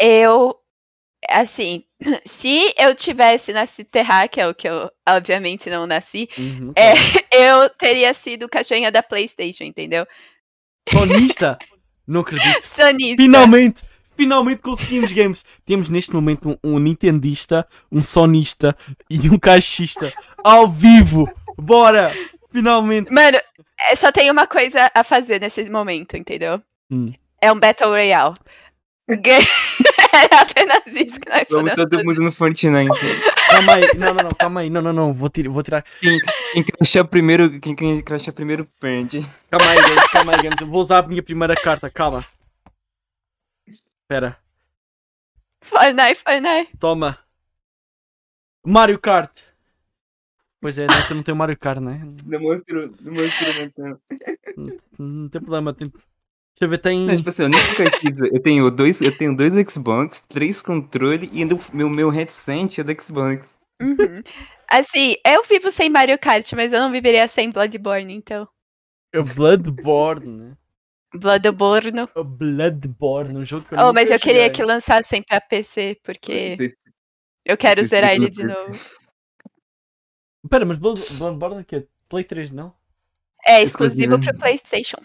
[SPEAKER 2] Eu, assim, se eu tivesse nascido terráqueo, que eu obviamente não nasci,
[SPEAKER 1] Uhum,
[SPEAKER 2] É.
[SPEAKER 1] claro.
[SPEAKER 2] eu teria sido cachorrinha da PlayStation, entendeu?
[SPEAKER 1] Sonista! Não acredito.
[SPEAKER 2] Sonista.
[SPEAKER 1] Finalmente! Finalmente conseguimos games! Temos neste momento um, um Nintendista, um Sonista e um Caixista ao vivo! Bora! Finalmente!
[SPEAKER 2] Mano, é, só tem uma coisa a fazer nesse momento, entendeu?
[SPEAKER 1] Hum.
[SPEAKER 2] É um Battle Royale. Era apenas isso que nós
[SPEAKER 3] Vamos
[SPEAKER 2] podemos
[SPEAKER 3] todo mundo no Fortnite.
[SPEAKER 1] Calma aí, não, não, não, calma aí, não, não, não, vou, tirar, vou tirar.
[SPEAKER 3] Quem crachar primeiro, quem, quem crachar primeiro perde.
[SPEAKER 1] Calma aí, games, calma aí, games. Eu vou usar a minha primeira carta, calma. Espera,
[SPEAKER 2] Fortnite, Fortnite.
[SPEAKER 1] toma. Mario Kart! Pois é, né, tu não tem o Mario Kart, né?
[SPEAKER 3] Demonstrou, demonstrou na tela.
[SPEAKER 1] Não tem problema. Tem... Deixa eu ver, tem.
[SPEAKER 3] Não, tipo assim, eu nem pesquiso. Eu tenho dois, eu tenho dois Xbox, três controle e ainda o meu, meu headset é do Xbox.
[SPEAKER 2] Uhum. Assim, eu vivo sem Mario Kart, mas eu não viveria sem Bloodborne, então.
[SPEAKER 1] Bloodborne. né?
[SPEAKER 2] Bloodborne.
[SPEAKER 1] O Bloodborne, um jogo que eu
[SPEAKER 2] Oh,
[SPEAKER 1] nunca
[SPEAKER 2] mas eu queria
[SPEAKER 1] joguei.
[SPEAKER 2] que lançassem pra PC, porque
[SPEAKER 3] Vocês-
[SPEAKER 2] eu quero
[SPEAKER 3] vocês
[SPEAKER 2] zerar
[SPEAKER 3] ficam
[SPEAKER 2] ele
[SPEAKER 3] no
[SPEAKER 2] de
[SPEAKER 3] PC.
[SPEAKER 2] novo.
[SPEAKER 1] Pera, mas Blood... Bloodborne que é Play 3, não?
[SPEAKER 2] É exclusivo
[SPEAKER 3] Exclusivo.
[SPEAKER 2] pro PlayStation.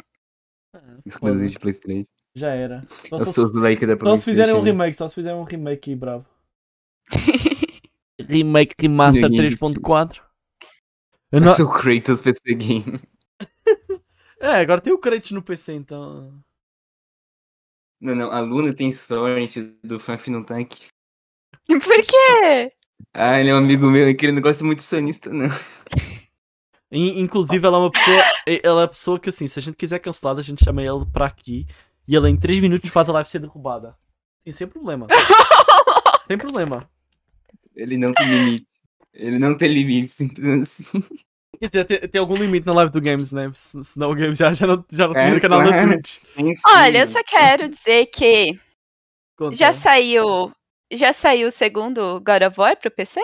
[SPEAKER 3] Exclusivo de PlayStation.
[SPEAKER 1] Já era. Só,
[SPEAKER 3] Eu
[SPEAKER 1] só-
[SPEAKER 3] sou o like da
[SPEAKER 1] só
[SPEAKER 3] PlayStation.
[SPEAKER 1] se fizerem um remake, só se fizerem um remake aí, bravo. remake Remaster
[SPEAKER 3] Ninguém-
[SPEAKER 1] 3.4. Eu
[SPEAKER 3] Eu
[SPEAKER 1] não-
[SPEAKER 3] sou o Kratos PC Game.
[SPEAKER 1] É, agora tem o Kratos no PC, então.
[SPEAKER 3] Não, não, a Luna tem sorte do Faf não tá aqui.
[SPEAKER 2] Por quê?
[SPEAKER 3] Ah, ele é um amigo meu, aquele negócio muito sanista, não.
[SPEAKER 1] In- Inclusive, ela é uma pessoa. e- Ela é a pessoa que, assim, se a gente quiser cancelar, a gente chama ele para aqui e ele em 3 minutos faz a live ser derrubada. Sim, sem problema. sem problema.
[SPEAKER 3] Ele não tem limite. Ele não tem limite, simples assim.
[SPEAKER 1] Quer dizer, tem, tem algum limite na live do Games, né? Se- Senão o Games já, já não, já não tem
[SPEAKER 3] É,
[SPEAKER 1] no canal da
[SPEAKER 3] claro.
[SPEAKER 1] Twitch.
[SPEAKER 3] Sim, sim,
[SPEAKER 2] Olha, eu
[SPEAKER 3] mano.
[SPEAKER 2] só quero dizer que
[SPEAKER 1] Conta.
[SPEAKER 2] já saiu. Já saiu o segundo God of War pro PC?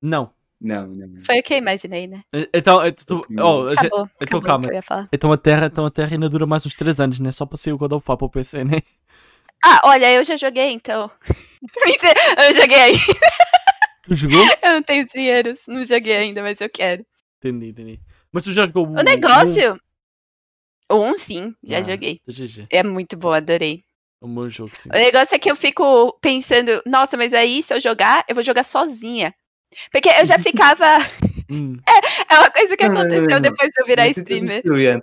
[SPEAKER 1] Não.
[SPEAKER 3] Não, não, não.
[SPEAKER 2] Foi o que eu imaginei, né?
[SPEAKER 1] E- Então, é, tu- oh, a gente- então
[SPEAKER 2] Acabou. acabou o
[SPEAKER 1] calma.
[SPEAKER 2] que eu ia falar.
[SPEAKER 1] então a Terra, então a Terra ainda dura mais uns 3 anos, né? Só para sair o God of War para o PC, né?
[SPEAKER 2] Ah, olha, eu já joguei então. Mentira, eu joguei aí.
[SPEAKER 1] Tu jogou?
[SPEAKER 2] Eu não tenho dinheiro, não joguei ainda, mas eu quero.
[SPEAKER 1] Entendi, entendi. Mas tu já jogou um
[SPEAKER 2] O negócio. O um sim, já
[SPEAKER 1] Uhum. Ah.
[SPEAKER 2] joguei.
[SPEAKER 1] GG.
[SPEAKER 2] É muito bom, adorei.
[SPEAKER 1] É um bom jogo, sim.
[SPEAKER 2] O negócio é que eu fico pensando, nossa, mas aí se eu jogar, eu vou jogar sozinha. Porque eu já ficava.
[SPEAKER 1] Hum.
[SPEAKER 2] É uma coisa que
[SPEAKER 3] Não, não, não,
[SPEAKER 2] aconteceu
[SPEAKER 3] não.
[SPEAKER 2] depois de eu virar
[SPEAKER 3] Vai ter que
[SPEAKER 2] streamer.
[SPEAKER 3] destruir a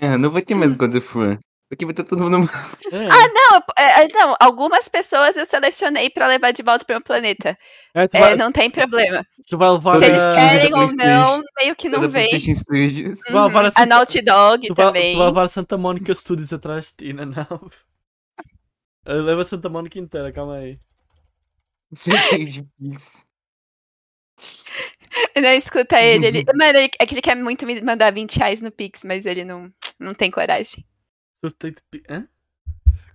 [SPEAKER 3] Terra, não vai ter mais God of War. Porque vai estar todo mundo
[SPEAKER 1] É,
[SPEAKER 2] Ah, não, eu- é, é, não, algumas pessoas eu selecionei pra levar de volta pro meu planeta.
[SPEAKER 1] é, tu,
[SPEAKER 2] É,
[SPEAKER 1] vai,
[SPEAKER 2] não tem problema.
[SPEAKER 1] tu vai levar
[SPEAKER 2] Se
[SPEAKER 3] Toda
[SPEAKER 2] eles
[SPEAKER 1] a-
[SPEAKER 3] estúdio
[SPEAKER 2] querem
[SPEAKER 3] da
[SPEAKER 2] ou não,
[SPEAKER 3] PlayStation.
[SPEAKER 2] meio que
[SPEAKER 3] da
[SPEAKER 2] não vem.
[SPEAKER 3] PlayStation Studios.
[SPEAKER 1] Tu vai levar
[SPEAKER 2] Uhum,
[SPEAKER 1] essa-
[SPEAKER 2] a Naughty Dog
[SPEAKER 1] tu, vai,
[SPEAKER 2] também.
[SPEAKER 1] tu vai levar a Santa Mónica Studios atrás de ti na nave. Eh, Leva a Santa Mónica inteira, calma aí.
[SPEAKER 3] Circuit Beast.
[SPEAKER 2] Não escuta ele. ele... Mano, ele... é que ele quer muito me mandar 20 reais no Pix, mas ele não, não tem coragem.
[SPEAKER 1] Sorteio de. pi- Hã?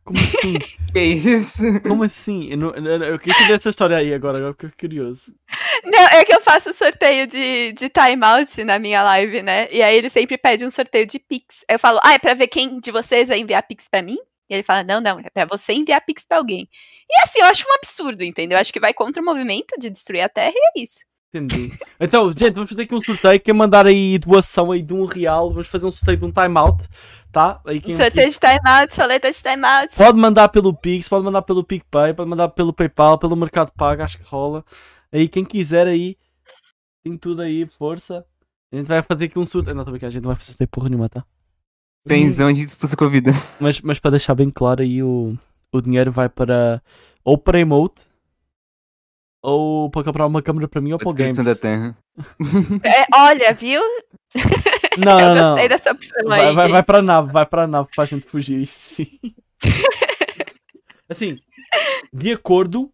[SPEAKER 1] Como assim?
[SPEAKER 3] Que é isso?
[SPEAKER 1] Como assim? Eu, não, eu, eu queria saber essa história aí agora, agora fiquei curioso.
[SPEAKER 2] Não, é que eu faço sorteio de, de timeout na minha live, né? E aí ele sempre pede um sorteio de Pix. Aí eu falo, ah, é pra ver quem de vocês vai enviar Pix pra mim? E ele fala, não, não, é pra você enviar Pix pra alguém. E assim, eu acho um absurdo, entendeu? Eu acho que vai contra o movimento de destruir a Terra e é isso.
[SPEAKER 1] Entendi. Então, gente, vamos fazer aqui um sorteio. Quem mandar aí doação aí de um real, vamos fazer um sorteio de um timeout, tá? Aí quem,
[SPEAKER 2] Um sorteio de timeout, roleta de timeout.
[SPEAKER 1] Pode mandar pelo Pix, pode mandar pelo PicPay, pode mandar pelo PayPal, pelo Mercado Pago, acho que rola. Aí quem quiser aí, tem tudo aí, força. A gente vai fazer aqui um sorteio. Não, tô brincando, a gente não vai fazer sorteio porra nenhuma, tá?
[SPEAKER 3] Sem zão de expulsa convidar.
[SPEAKER 1] Mas, mas para deixar bem claro aí, o, o dinheiro vai para ou para emote, ou para comprar uma câmera para mim ou para o games.
[SPEAKER 3] Destruição da Terra.
[SPEAKER 2] É, olha, viu?
[SPEAKER 1] Não,
[SPEAKER 2] eu
[SPEAKER 1] Ah, não, não.
[SPEAKER 2] gostei dessa opção
[SPEAKER 1] Vai,
[SPEAKER 2] aí.
[SPEAKER 1] vai, vai para a nave, vai para a nave para a gente fugir aí sim. assim, de acordo,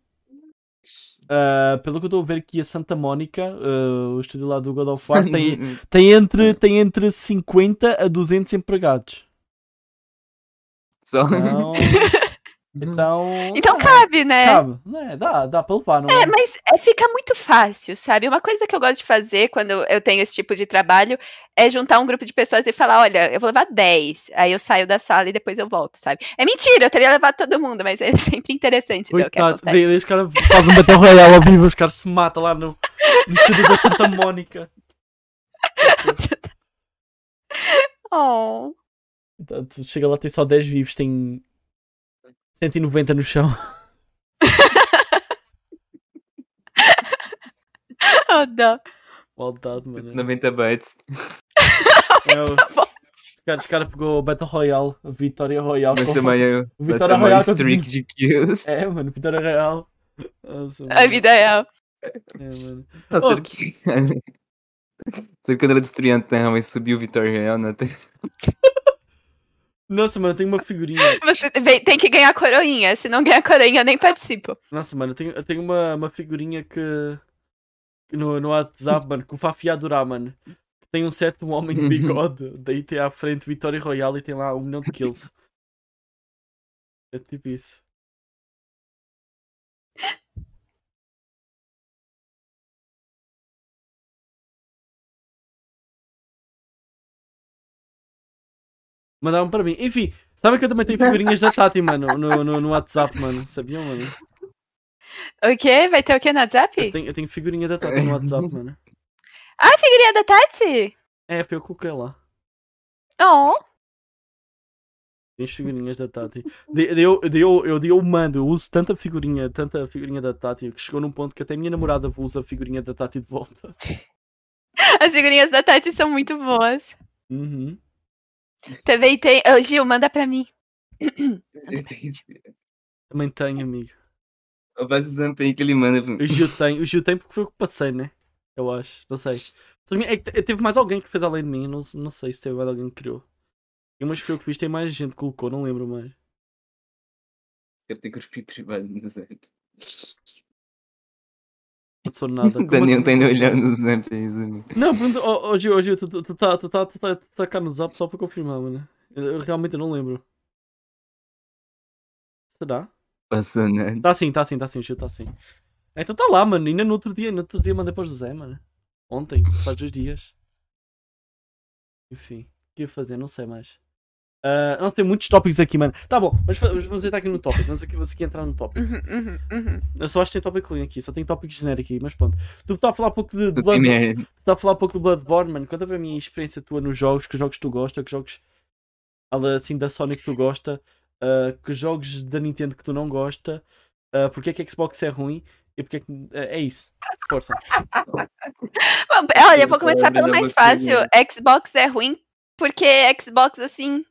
[SPEAKER 1] ah, pelo que eu estou a ver aqui, a Santa Mónica, ah, o estúdio lá do God of War, tem, tem, entre, tem entre 50 a 200 empregados.
[SPEAKER 3] Só.
[SPEAKER 1] Então. Então,
[SPEAKER 2] Então cabe, né?
[SPEAKER 1] cabe. Não é, dá, dá para levar, não é?
[SPEAKER 2] É, mas é, fica muito fácil, sabe? Uma coisa que eu gosto de fazer quando eu tenho esse tipo de trabalho é juntar um grupo de pessoas e falar: olha, eu vou levar 10. Aí eu saio da sala e depois eu volto, sabe? É mentira, eu teria levado todo mundo, mas é sempre interessante ver o que
[SPEAKER 1] Coitado,
[SPEAKER 2] acontece.
[SPEAKER 1] daí, daí os caras fazem um Battle Royale ao vivo, os caras se matam lá no, no estúdio da Santa Mónica.
[SPEAKER 2] Oh,
[SPEAKER 1] Então, tu chega lá, tem só 10 vivos, tem 190 no chão.
[SPEAKER 2] oh, dó.
[SPEAKER 1] Maldade, mano.
[SPEAKER 3] 90 bytes.
[SPEAKER 1] É, o- os caras- os caras pegou o Battle Royale, a Vitória Royale.
[SPEAKER 3] Vai
[SPEAKER 1] com-
[SPEAKER 3] ser maior. Vai
[SPEAKER 1] Vitória tá
[SPEAKER 3] ser maior
[SPEAKER 1] Royale contra-
[SPEAKER 3] streak de kills.
[SPEAKER 1] É, mano, Vitória Royale. Nossa,
[SPEAKER 2] A
[SPEAKER 1] mano.
[SPEAKER 2] vida é.
[SPEAKER 1] É, mano.
[SPEAKER 3] Nossa,
[SPEAKER 1] Ô.
[SPEAKER 3] tudo Tá que. Tudo que ela destruir a Terra, mas subir o Vitor Real na Terra.
[SPEAKER 1] Nossa, mano, eu tenho uma figurinha.
[SPEAKER 2] Você tem tem que ganhar coroinha. Se não ganhar coroinha, eu nem participo.
[SPEAKER 1] Nossa, mano, eu tenho, eu tenho uma, uma figurinha que. que No, no WhatsApp, mano, que o Fafi ia adorar, mano. Tem um certo homem de bigode, daí tem à frente Vitória Royale e tem lá um milhão de kills. É tipo isso. Mandaram para mim. Enfim, sabe que eu também tenho figurinhas da Tati, mano, no, no, no WhatsApp, mano. Sabiam, mano?
[SPEAKER 2] O quê? Vai ter o quê no
[SPEAKER 1] Eu
[SPEAKER 2] WhatsApp?
[SPEAKER 1] tenho, eu tenho figurinha da Tati no WhatsApp, mano.
[SPEAKER 2] Ah, figurinha da Tati?
[SPEAKER 1] É, porque eu coloquei lá.
[SPEAKER 2] Oh,
[SPEAKER 1] Tem as figurinhas da Tati. De- de- eu, de- eu, eu, de- eu mando, eu uso tanta figurinha, tanta figurinha da Tati, que chegou num ponto que até a minha namorada usa a figurinha da Tati de volta.
[SPEAKER 2] as figurinhas da Tati são muito boas.
[SPEAKER 1] Uhum.
[SPEAKER 2] Também tem. Ô, Gil, manda pra mim.
[SPEAKER 1] Também tenho, amigo.
[SPEAKER 3] Eu faço o Zampen que ele manda. pra mim.
[SPEAKER 1] O Gil tem, o Gil tem porque foi o que passei, né? Eu acho, não sei. Se alguém- é que te- teve mais alguém que fez além de mim, não, não sei se teve mais alguém que criou. Eu, mas foi o que fiz, tem mais gente que colocou, não lembro mais.
[SPEAKER 3] Quero ter cuspir privado no Zampen.
[SPEAKER 1] Não sou nada.
[SPEAKER 3] O
[SPEAKER 1] Como
[SPEAKER 3] Daniel
[SPEAKER 1] assim?
[SPEAKER 3] tá indo olhando os Zampens. amigo.
[SPEAKER 1] Não, pergunta, oh, oh, Gil, oh, Gil, tu, tu, tu, tá, tu, tá, tu, tá, tu tá cá no zap só para confirmar, mano. Eu, eu realmente não lembro. Será?
[SPEAKER 3] Passou nada.
[SPEAKER 1] Tá sim, tá sim, tá sim, Gil, tá sim. Então tá lá, mano. Ainda no outro dia, no outro dia mandei para o José, mano. Ontem, faz dois dias. Enfim, o que ia fazer? Não sei mais. Ah, nós temos muitos tópicos aqui, mano. Tá bom, mas fa- vamos entrar aqui no tópico. Vamos aqui, vamos aqui entrar no tópico.
[SPEAKER 2] Uhum, uhum, uhum.
[SPEAKER 1] Eu só acho que tem tópico ruim aqui, só tem tópico genérico aí, mas pronto. Tu está a falar um pouco de
[SPEAKER 3] Tu tem
[SPEAKER 1] Bloodborne.
[SPEAKER 3] merda.
[SPEAKER 1] Tu tá a falar um pouco do Bloodborne, mano. Conta para mim a experiência tua nos jogos, que jogos tu gosta, que jogos ala, assim da Sony que tu gosta, ah, que jogos da Nintendo que tu não gosta, ah, porque é que a Xbox é ruim e porque é que. é é isso. Força.
[SPEAKER 2] Bom, é, Olha, vou
[SPEAKER 3] Então,
[SPEAKER 2] começar pelo
[SPEAKER 3] abre
[SPEAKER 2] mais
[SPEAKER 3] da
[SPEAKER 2] fácil.
[SPEAKER 3] bateria.
[SPEAKER 2] Xbox é ruim porque Xbox, assim.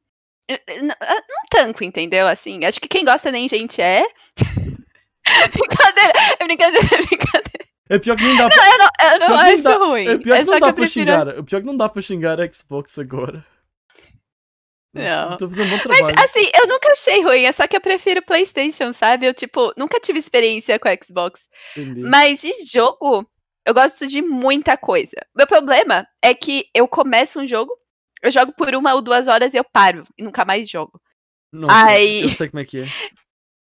[SPEAKER 2] n- n- Não tanco, entendeu? Assim, acho que quem gosta nem gente é. brincadeira, é brincadeira, é brincadeira.
[SPEAKER 1] É pior que não dá pra.
[SPEAKER 2] Eu não, eu não
[SPEAKER 1] Pior que não
[SPEAKER 2] acho
[SPEAKER 1] dá-
[SPEAKER 2] ruim.
[SPEAKER 1] É pior
[SPEAKER 2] é
[SPEAKER 1] que não
[SPEAKER 2] só que
[SPEAKER 1] dá
[SPEAKER 2] eu
[SPEAKER 1] para
[SPEAKER 2] prefiro.
[SPEAKER 1] xingar. É pior que não dá para xingar a Xbox agora.
[SPEAKER 2] Não.
[SPEAKER 1] Estou a fazer um bom
[SPEAKER 2] Mas
[SPEAKER 1] trabalho.
[SPEAKER 2] assim, eu nunca achei ruim, é só que eu prefiro PlayStation, sabe? Eu, tipo, nunca tive experiência com a Xbox.
[SPEAKER 1] Entendi.
[SPEAKER 2] Mas de jogo, eu gosto de muita coisa. Meu problema é que eu começo um jogo, eu jogo por uma ou duas horas e eu paro e nunca mais jogo.
[SPEAKER 1] Não,
[SPEAKER 2] Ai.
[SPEAKER 1] Eu sei como é que é.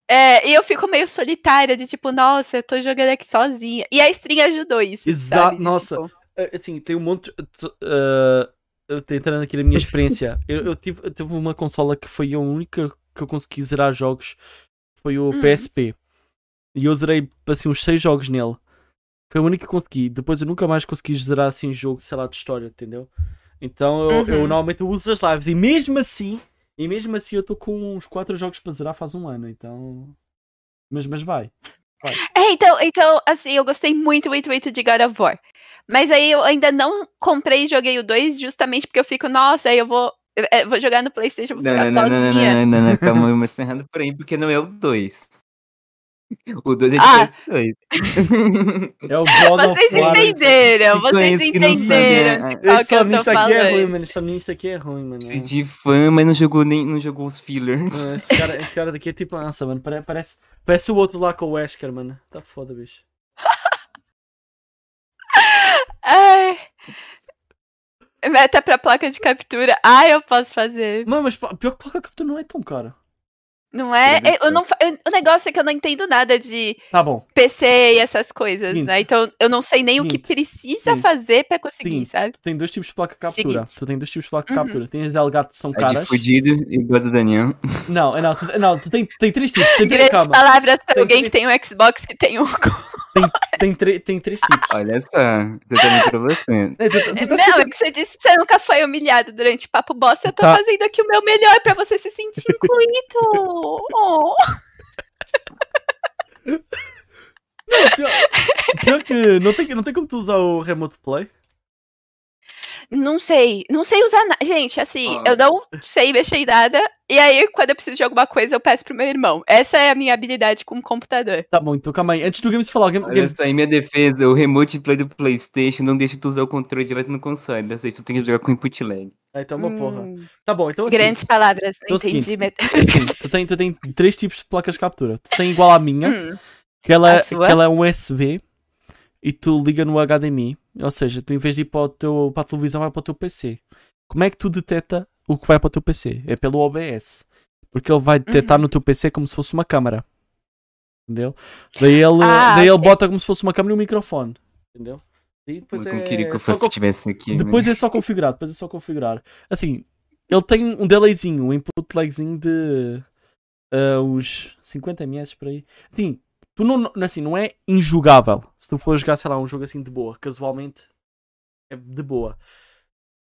[SPEAKER 2] É, e eu fico meio solitária, de tipo, nossa, eu tô jogando aqui sozinha. E a stream ajudou isso.
[SPEAKER 1] Exa-
[SPEAKER 2] sabe? De,
[SPEAKER 1] nossa.
[SPEAKER 2] tipo,
[SPEAKER 1] Ah, Assim, tem um monte. t- ah, eu tô entrando aqui na minha experiência. eu, eu tive, eu tive uma consola que foi a única que eu consegui zerar jogos. Foi o
[SPEAKER 2] Hum.
[SPEAKER 1] PSP. E eu zerei assim uns 6 jogos nele. Foi a única que consegui. Depois eu nunca mais consegui zerar assim jogo, sei lá, de história, entendeu? Então eu, eu
[SPEAKER 2] Uhum.
[SPEAKER 1] normalmente uso as lives. E mesmo assim, e mesmo assim eu estou com uns 4 jogos para zerar faz um ano, então. Mas, mas vai.
[SPEAKER 2] É, então, então, assim, eu gostei muito, muito, muito de God of War. Mas aí eu ainda não comprei e joguei o 2 justamente porque eu fico, nossa, aí eu vou, eu- eu vou jogar no Playstation, vou
[SPEAKER 3] Não,
[SPEAKER 2] ficar
[SPEAKER 3] não, não, não, não,
[SPEAKER 2] sozinha.
[SPEAKER 3] não, não, não, calma, mas tá errado por aí, porque não é o 2. O 2 é de
[SPEAKER 2] Ah.
[SPEAKER 3] PS2.
[SPEAKER 1] É o God
[SPEAKER 2] Vocês
[SPEAKER 1] of War.
[SPEAKER 2] entenderam, vocês
[SPEAKER 3] Conheço que não
[SPEAKER 2] entenderam.
[SPEAKER 3] sabe,
[SPEAKER 2] Olha
[SPEAKER 3] né?
[SPEAKER 2] o
[SPEAKER 1] Esse
[SPEAKER 2] que eu tô
[SPEAKER 1] sonista aqui é ruim,
[SPEAKER 2] falando.
[SPEAKER 1] mano. Esse sonista aqui é ruim, mano.
[SPEAKER 3] é, De fã, mas não jogou nem não jogou os filler.
[SPEAKER 1] Não, Esse cara, esse cara daqui é tipo ança, mano. Pare- Parece, parece o outro lá com o Wesker, mano. Tá foda, bicho.
[SPEAKER 2] Ai. Meta pra placa de captura. Ai, eu posso fazer.
[SPEAKER 1] Mano, mas pa- pior que placa captura não é tão cara.
[SPEAKER 2] Não é?
[SPEAKER 3] Quero ver
[SPEAKER 2] Eu- eu não fa- eu- o negócio é que eu não entendo nada de
[SPEAKER 1] Tá bom.
[SPEAKER 2] PC e essas coisas,
[SPEAKER 1] Seguinte.
[SPEAKER 2] né? Então eu não sei nem o que
[SPEAKER 1] Seguinte.
[SPEAKER 2] precisa
[SPEAKER 1] Seguinte.
[SPEAKER 2] fazer pra conseguir,
[SPEAKER 1] Seguinte.
[SPEAKER 2] sabe?
[SPEAKER 1] Tu tem dois tipos de placa captura.
[SPEAKER 2] Seguinte.
[SPEAKER 1] Tu tem dois tipos de placa
[SPEAKER 2] Uhum.
[SPEAKER 1] captura. Tem as de Elgato que são
[SPEAKER 3] É de
[SPEAKER 1] caras.
[SPEAKER 3] fudido e igual do Daniel.
[SPEAKER 1] Não, é não, tu, é não, tu tem, tem três tipos. Tem três,
[SPEAKER 2] Grandes
[SPEAKER 1] Então, calma. Então,
[SPEAKER 2] palavras pra
[SPEAKER 1] Tem
[SPEAKER 2] alguém que
[SPEAKER 1] três-
[SPEAKER 2] tem um Xbox que tem um.
[SPEAKER 1] Tem, tre- tem três tipos.
[SPEAKER 3] Olha só, você tá me provocando.
[SPEAKER 1] É, tu- tu- tu estás
[SPEAKER 2] Não, é que você disse que você nunca foi humilhado durante o papo bosta. Eu tô
[SPEAKER 1] Tá.
[SPEAKER 2] fazendo aqui o meu melhor pra você se sentir incluído. Oh.
[SPEAKER 1] pensando- pior, pior que não tem, não tem como tu usar o Remote Play.
[SPEAKER 2] Não sei. Não sei usar nada. Gente, assim,
[SPEAKER 3] Ó.
[SPEAKER 2] eu não sei mexer em nada. E aí, quando eu preciso de alguma coisa, eu peço pro meu irmão. Essa é a minha habilidade com o computador.
[SPEAKER 1] Tá bom, então calma aí. Antes do Games falar, o Games,
[SPEAKER 3] Olha
[SPEAKER 1] Games
[SPEAKER 3] só, em minha defesa, o remote play do Playstation não deixa tu usar o controle direto no console, ou seja, tu tem que jogar com input lag.
[SPEAKER 1] Ah, então é uma porra.
[SPEAKER 2] Hum,
[SPEAKER 1] Tá bom, então assim,
[SPEAKER 2] Grandes palavras.
[SPEAKER 1] Então
[SPEAKER 2] Não
[SPEAKER 1] é o
[SPEAKER 2] entendi.
[SPEAKER 1] seguinte.
[SPEAKER 2] meta-
[SPEAKER 1] É assim, tu tem, tu tem três tipos de placas de captura. Tu tem igual à minha,
[SPEAKER 2] Hum,
[SPEAKER 1] que ela,
[SPEAKER 2] A
[SPEAKER 1] é- que
[SPEAKER 2] sua?
[SPEAKER 1] ela é um USB e tu liga no HDMI. Ou seja, tu em vez de ir para, o teu, para a televisão, vai para o teu PC. Como é que tu detecta o que vai para o teu PC? É pelo OBS. Porque ele vai
[SPEAKER 2] Uhum.
[SPEAKER 1] detectar no teu PC como se fosse uma câmara. Entendeu? Daí ele,
[SPEAKER 2] Ah,
[SPEAKER 1] daí ele
[SPEAKER 2] ok.
[SPEAKER 1] bota como se fosse uma câmara e um microfone. Entendeu? E depois
[SPEAKER 3] Como eu
[SPEAKER 1] é,
[SPEAKER 3] queria que eu
[SPEAKER 1] só
[SPEAKER 3] fosse- tivesse aqui. né?
[SPEAKER 1] depois é só configurar, depois é só configurar. Assim, ele tem um delayzinho, um input lagzinho de ah, uns 50 ms por aí. Assim, tu não, não- assim, não é injugável. Se tu for jogar, sei lá, um jogo assim de boa, casualmente, é de boa.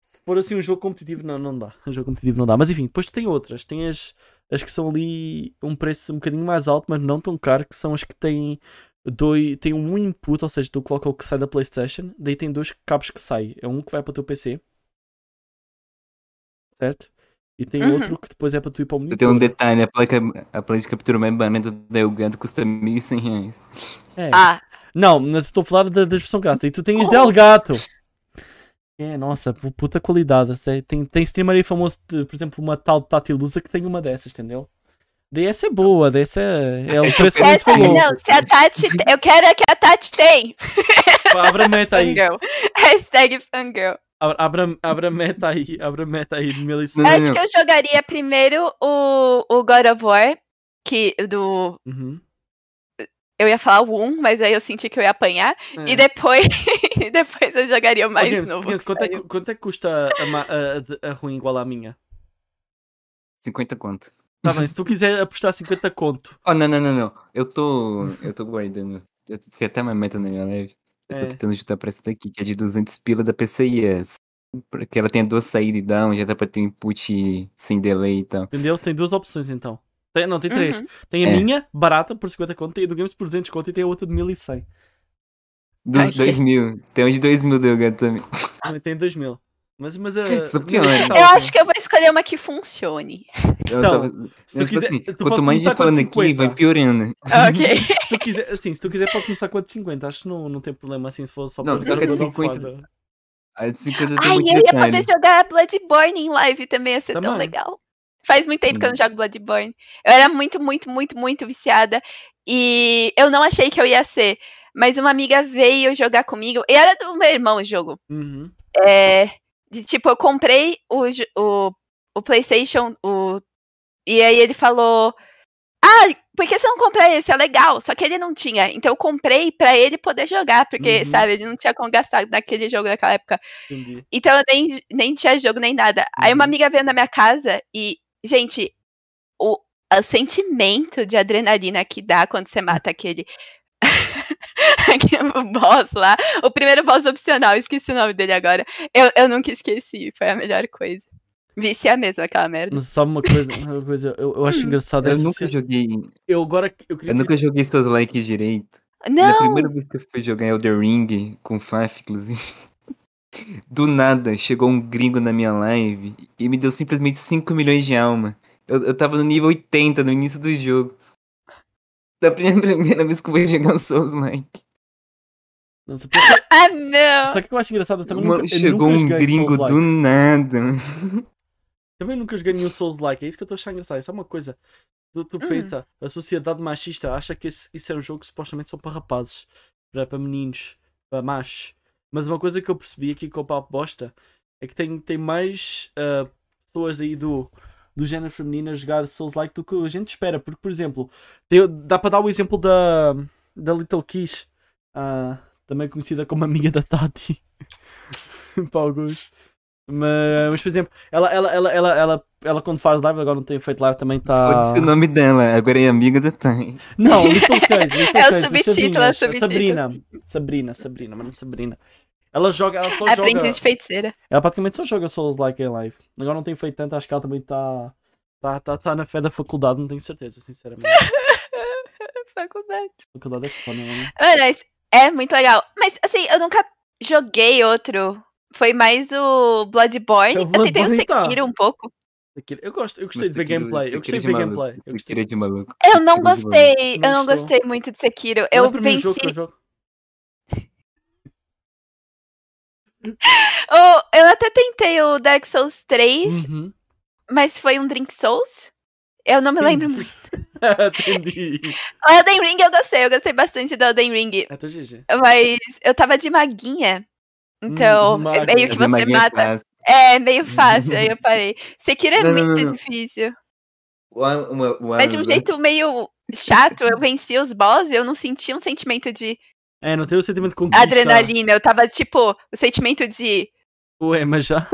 [SPEAKER 1] Se for assim um jogo competitivo, não, não dá. Um jogo competitivo não dá. Mas enfim, depois tu tem outras. Tem as, as que são ali um preço um bocadinho mais alto, mas não tão caro, que são as que têm dois, tem um input, ou seja, tu coloca o que sai da PlayStation, daí tem dois cabos que saem. É um que vai para o teu PC, certo? E tem
[SPEAKER 2] Uhum.
[SPEAKER 1] outro que depois é para tu ir para o monitor.
[SPEAKER 3] Eu tenho um detalhe, a placa, a placa de captura mais barata da Elgato custa 1.100 reais.
[SPEAKER 1] É.
[SPEAKER 2] Ah,
[SPEAKER 1] Não, mas eu estou a falar da, da versão grátis. E tu tens Delgato. É, nossa, pu- puta qualidade. Tem, tem, tem streamer aí famoso, de, por exemplo, uma tal Tatilusa que tem uma dessas, entendeu? Daí essa é boa, daí essa é, é o preço que a gente
[SPEAKER 2] essa,
[SPEAKER 1] falou.
[SPEAKER 2] não, se a Tati. Eu quero é que a Tati tem.
[SPEAKER 1] Abra meta Tá aí,
[SPEAKER 2] Fangirl. Hashtag fangirl.
[SPEAKER 1] abra, abra- abra meta aí, abra meta aí de 1500.
[SPEAKER 2] Eu
[SPEAKER 3] Não,
[SPEAKER 2] acho
[SPEAKER 3] não.
[SPEAKER 2] que eu jogaria primeiro o, o God of War, que do.
[SPEAKER 1] Uhum.
[SPEAKER 2] Eu ia falar o 1, mas aí eu senti que eu ia apanhar.
[SPEAKER 1] É.
[SPEAKER 2] E depois. e depois eu jogaria o
[SPEAKER 1] Ô,
[SPEAKER 2] mais
[SPEAKER 1] Games,
[SPEAKER 2] novo.
[SPEAKER 1] Games, quanto, é, que- quanto é que custa a, ma- a- a- a ruim igual à minha?
[SPEAKER 3] 50 conto.
[SPEAKER 1] Tá bem, se tu quiser apostar 50 conto.
[SPEAKER 3] Oh, não, não, não, não. Eu tô. Eu tô guardando. Eu tenho até uma meta na minha live. Eu tô
[SPEAKER 1] É.
[SPEAKER 3] tentando juntar pra essa daqui, que é de 200 pila da PCIS. é. Pra que ela tenha duas saídas e down, já dá pra ter um input sem delay e tal.
[SPEAKER 1] Entendeu? Tem duas opções então. Tem- não, tem três.
[SPEAKER 2] Uhum.
[SPEAKER 1] Tem a
[SPEAKER 3] É.
[SPEAKER 1] minha, barata, por 50 conto, tem a do Games por 200 conto e tem a outra de 1100.
[SPEAKER 2] Ai,
[SPEAKER 3] Dos 2 mil. Tem onde 2 mil deu gato também.
[SPEAKER 1] Também tem 2000. Mas, mas a.
[SPEAKER 3] Isso é pior, né?
[SPEAKER 2] Ah.
[SPEAKER 1] Tá
[SPEAKER 2] Eu acho que eu vou escolher uma que funcione.
[SPEAKER 3] Eu
[SPEAKER 1] Então,
[SPEAKER 3] tava-
[SPEAKER 1] Se
[SPEAKER 3] eu,
[SPEAKER 1] tu
[SPEAKER 3] tipo
[SPEAKER 1] quiser,
[SPEAKER 3] assim,
[SPEAKER 1] tu pode
[SPEAKER 3] quanto mais
[SPEAKER 1] começar
[SPEAKER 3] gente
[SPEAKER 1] com
[SPEAKER 3] falando aqui,
[SPEAKER 1] 50.
[SPEAKER 3] vai piorando.
[SPEAKER 2] Ok.
[SPEAKER 1] Se tu quiser, assim, se tu quiser, pode começar com a de 50. Acho que não, não tem problema assim, se for só
[SPEAKER 3] Não,
[SPEAKER 1] por
[SPEAKER 2] só que a de
[SPEAKER 1] dar uma
[SPEAKER 3] 50.
[SPEAKER 1] foda.
[SPEAKER 3] A de 50 tem
[SPEAKER 2] Ai,
[SPEAKER 3] muito
[SPEAKER 2] eu ia
[SPEAKER 3] detalhe.
[SPEAKER 2] poder jogar Bloodborne em live também, ia ser tão
[SPEAKER 1] Também.
[SPEAKER 2] legal. Faz muito tempo que eu não jogo Bloodborne. Eu era muito, muito, muito, muito viciada. E eu não achei que eu ia ser. Mas uma amiga veio jogar comigo. E era do meu irmão o jogo.
[SPEAKER 1] Uhum.
[SPEAKER 2] É, de, tipo, eu comprei o, jo- o, o PlayStation. O, e aí ele falou. Ah, por que você não compra esse? É legal. Só que ele não tinha. Então eu comprei pra ele poder jogar. Porque,
[SPEAKER 1] Uhum.
[SPEAKER 2] sabe, ele não tinha como gastar naquele jogo naquela época.
[SPEAKER 1] Entendi.
[SPEAKER 2] Então eu nem, nem tinha jogo nem nada. Aí uma
[SPEAKER 1] Uhum.
[SPEAKER 2] amiga veio na minha casa e, gente, o, o sentimento de adrenalina que dá quando você mata aquele. aquele boss lá. O primeiro boss opcional, esqueci o nome dele agora. Eu, eu nunca esqueci, foi a melhor coisa. Viciar mesmo aquela merda.
[SPEAKER 1] Mas sabe uma coisa, uma coisa eu, eu
[SPEAKER 2] Uhum.
[SPEAKER 1] acho engraçado
[SPEAKER 3] Eu
[SPEAKER 1] essa
[SPEAKER 3] nunca
[SPEAKER 1] cena.
[SPEAKER 3] joguei.
[SPEAKER 1] Eu agora que- eu queria
[SPEAKER 3] Eu nunca joguei seus likes direito.
[SPEAKER 1] é
[SPEAKER 3] Na
[SPEAKER 2] Não!
[SPEAKER 3] primeira vez que eu fui jogar Elder Ring com Faf, inclusive. Do nada, chegou um gringo na minha live e me deu simplesmente 5 milhões de alma. Eu, eu tava no nível 80 no início do jogo. Da primeira, primeira vez que eu fui jogar um os seus likes.
[SPEAKER 1] Não, só que-
[SPEAKER 2] Ah, não!
[SPEAKER 1] Só que eu acho engraçado, eu também
[SPEAKER 3] Mano,
[SPEAKER 1] nunca, eu
[SPEAKER 3] chegou
[SPEAKER 1] nunca
[SPEAKER 3] um
[SPEAKER 1] joguei
[SPEAKER 3] gringo
[SPEAKER 1] Souls-like.
[SPEAKER 3] do nada.
[SPEAKER 1] Também nunca joguei nenhum Souls-like, é isso que eu estou a achar engraçado. Isso é uma coisa. Tu, tu
[SPEAKER 2] Hum.
[SPEAKER 1] pensa, a sociedade machista acha que esse- isso é um jogo que supostamente só para rapazes, é para, para meninos, para machos. Mas uma coisa que eu percebi aqui com o Papo Bosta é que tem, tem mais ah, pessoas aí do, do género feminino a jogar Souls-like do que a gente espera. Porque, por exemplo, tem- dá para dar o exemplo da, da Little Kiss, ah, também conhecida como amiga da Tati, para alguns. Mas, mas, por exemplo, ela, ela, ela, ela, ela, ela quando faz live, agora não tem feito live, também está.
[SPEAKER 3] Foda-se o nome dela, agora é amiga da Thay.
[SPEAKER 1] Não, Little Cães, Little
[SPEAKER 2] É o
[SPEAKER 1] Cães, as
[SPEAKER 2] subtítulo, é o
[SPEAKER 1] Sabrinas,
[SPEAKER 2] subtítulo.
[SPEAKER 1] a Sabrina, Sabrina, Sabrina, mano, Sabrina. Ela joga, ela só joga.
[SPEAKER 2] Aprendiz de feiticeira.
[SPEAKER 1] Ela praticamente só joga Souls Like em live. Agora não tem feito tanto, acho que ela também está. Tá, tá, tá na fé da faculdade, não tenho certeza, sinceramente.
[SPEAKER 2] Faculdade.
[SPEAKER 1] faculdade é foda, mano.
[SPEAKER 2] Mano, mas é muito legal. Mas assim, eu nunca joguei outro. Foi mais o Bloodborne.
[SPEAKER 1] É, o
[SPEAKER 2] eu tentei o
[SPEAKER 1] Bloodborne tá.
[SPEAKER 2] Sekiro um pouco.
[SPEAKER 1] Sekiro- Eu gosto, eu gostei de ver
[SPEAKER 3] Sekiro-
[SPEAKER 1] gameplay. Eu
[SPEAKER 3] Sekiro
[SPEAKER 1] gostei de
[SPEAKER 3] de
[SPEAKER 1] ver
[SPEAKER 3] maluco,
[SPEAKER 1] gameplay. Eu
[SPEAKER 3] Sekiro é
[SPEAKER 1] gostei.
[SPEAKER 3] de maluco.
[SPEAKER 2] Eu não
[SPEAKER 3] Sekiro é de maluco.
[SPEAKER 2] gostei.
[SPEAKER 1] Não
[SPEAKER 2] eu não
[SPEAKER 1] gostou?
[SPEAKER 2] gostei muito de Sekiro.
[SPEAKER 1] Qual é
[SPEAKER 2] Eu
[SPEAKER 1] o primeiro
[SPEAKER 2] venci.
[SPEAKER 1] jogo que eu jogo?
[SPEAKER 2] Oh, eu até tentei o Dark Souls 3,
[SPEAKER 3] Hum.
[SPEAKER 1] Uhum.
[SPEAKER 2] mas foi um Drink Souls. Eu não me lembro muito.
[SPEAKER 1] Uhum. Entendi.
[SPEAKER 2] O Elden Ring eu gostei. Eu gostei bastante do Elden Ring.
[SPEAKER 1] Até GG.
[SPEAKER 2] Mas eu tava de maguinha. Então,
[SPEAKER 1] Hum,
[SPEAKER 2] é
[SPEAKER 1] maga.
[SPEAKER 2] meio que
[SPEAKER 3] Eu vi
[SPEAKER 2] você
[SPEAKER 3] Maguinha
[SPEAKER 2] mata.
[SPEAKER 3] Paz.
[SPEAKER 2] É, meio fácil. Aí eu parei. Sekiro é
[SPEAKER 3] Não, não,
[SPEAKER 2] muito
[SPEAKER 3] não, não.
[SPEAKER 2] difícil.
[SPEAKER 3] O Al- uma- o
[SPEAKER 2] Mas de um
[SPEAKER 3] Alazar-
[SPEAKER 2] jeito meio chato, eu venci os boss e eu não senti um sentimento de
[SPEAKER 1] É, não tem o sentimento de conquista.
[SPEAKER 2] adrenalina. Eu tava, tipo, o sentimento de.
[SPEAKER 1] Ué, mas já.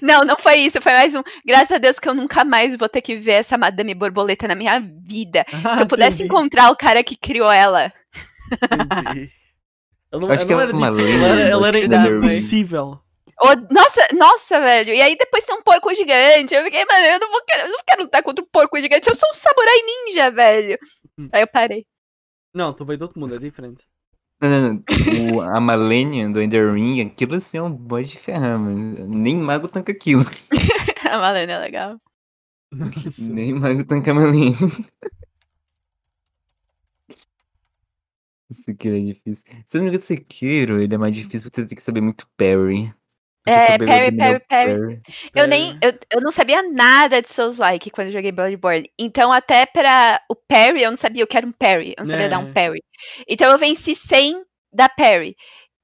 [SPEAKER 2] Não, não foi isso, foi mais um. Graças a Deus que eu nunca mais vou ter que ver essa Madame Borboleta na minha vida. Se eu pudesse
[SPEAKER 1] Ah, Entendi.
[SPEAKER 2] encontrar o cara que criou ela.
[SPEAKER 1] Entendi. Ela não,
[SPEAKER 3] Acho que
[SPEAKER 1] ela não era
[SPEAKER 3] ela é uma
[SPEAKER 1] difícil,
[SPEAKER 3] lenda,
[SPEAKER 1] ela era, ela era
[SPEAKER 3] acho que ela é
[SPEAKER 1] impossível.
[SPEAKER 2] Ô, nossa, nossa, velho. E aí depois tem um porco gigante. Eu fiquei, mano, eu não, vou, quero- eu não quero lutar contra um porco gigante. Eu sou um samurai ninja, velho.
[SPEAKER 1] Hum.
[SPEAKER 2] Aí eu parei.
[SPEAKER 1] Não, tu veio do outro mundo, é diferente.
[SPEAKER 3] Não, não, não. O, a Malenia do Ender Ring, aquilo assim é um bode de ferrar, mano. Nem mago tanca aquilo.
[SPEAKER 2] A Malena é legal.
[SPEAKER 1] Nossa.
[SPEAKER 3] Nem mago tanca a Malenia. Sekiro é difícil. Se eu não me engano, Sekiro, ele é mais difícil porque você tem que saber muito parry. Você
[SPEAKER 2] É,
[SPEAKER 3] saber
[SPEAKER 2] parry,
[SPEAKER 3] dominar o
[SPEAKER 2] parry,
[SPEAKER 1] É.
[SPEAKER 2] Eu nem. Eu, eu não sabia nada de Souls Like quando eu joguei Bloodborne. Então, até pra o parry, eu não sabia o que era um parry. Eu não sabia dar um
[SPEAKER 1] Né.
[SPEAKER 2] parry. Então, eu venci sem dar parry.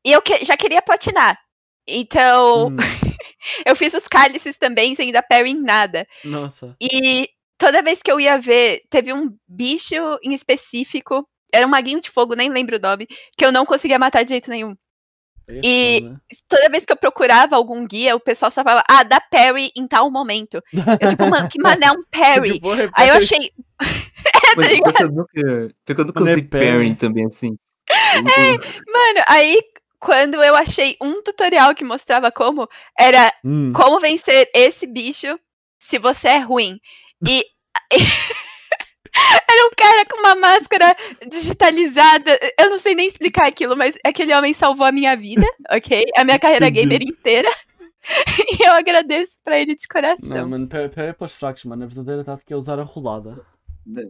[SPEAKER 2] E eu que- já queria platinar. Então,
[SPEAKER 1] Hum,
[SPEAKER 2] eu fiz os cálices também sem dar parry em nada.
[SPEAKER 1] Nossa.
[SPEAKER 2] E toda vez que eu ia ver, teve um bicho em específico. Era um maguinho de fogo, nem lembro o nome. Que eu não conseguia matar de jeito nenhum.
[SPEAKER 1] É
[SPEAKER 2] E-
[SPEAKER 1] foda.
[SPEAKER 2] Toda vez que eu procurava algum guia, o pessoal só falava, ah, dá Perry em tal momento. Eu, tipo, mano, que mané é um Perry?
[SPEAKER 1] Tipo, Harry
[SPEAKER 2] Aí eu
[SPEAKER 1] Potter-
[SPEAKER 2] achei,
[SPEAKER 3] Mas pior que eu nunca, pior que eu nunca
[SPEAKER 1] Quando é
[SPEAKER 3] usei
[SPEAKER 1] pé, né?
[SPEAKER 3] pairing também, assim.
[SPEAKER 2] mano, aí quando eu achei um tutorial que mostrava como, era
[SPEAKER 1] Hum.
[SPEAKER 2] como vencer esse bicho se você é ruim. E. Era um cara com uma máscara digitalizada. Eu não sei nem explicar aquilo, mas aquele homem salvou a minha vida, ok? A minha carreira
[SPEAKER 1] Entendi.
[SPEAKER 2] gamer inteira. E eu agradeço pra ele de coração.
[SPEAKER 1] Não, mano, pera, pera aí para os fracos, mano. A verdadeira tática é usar a rolada.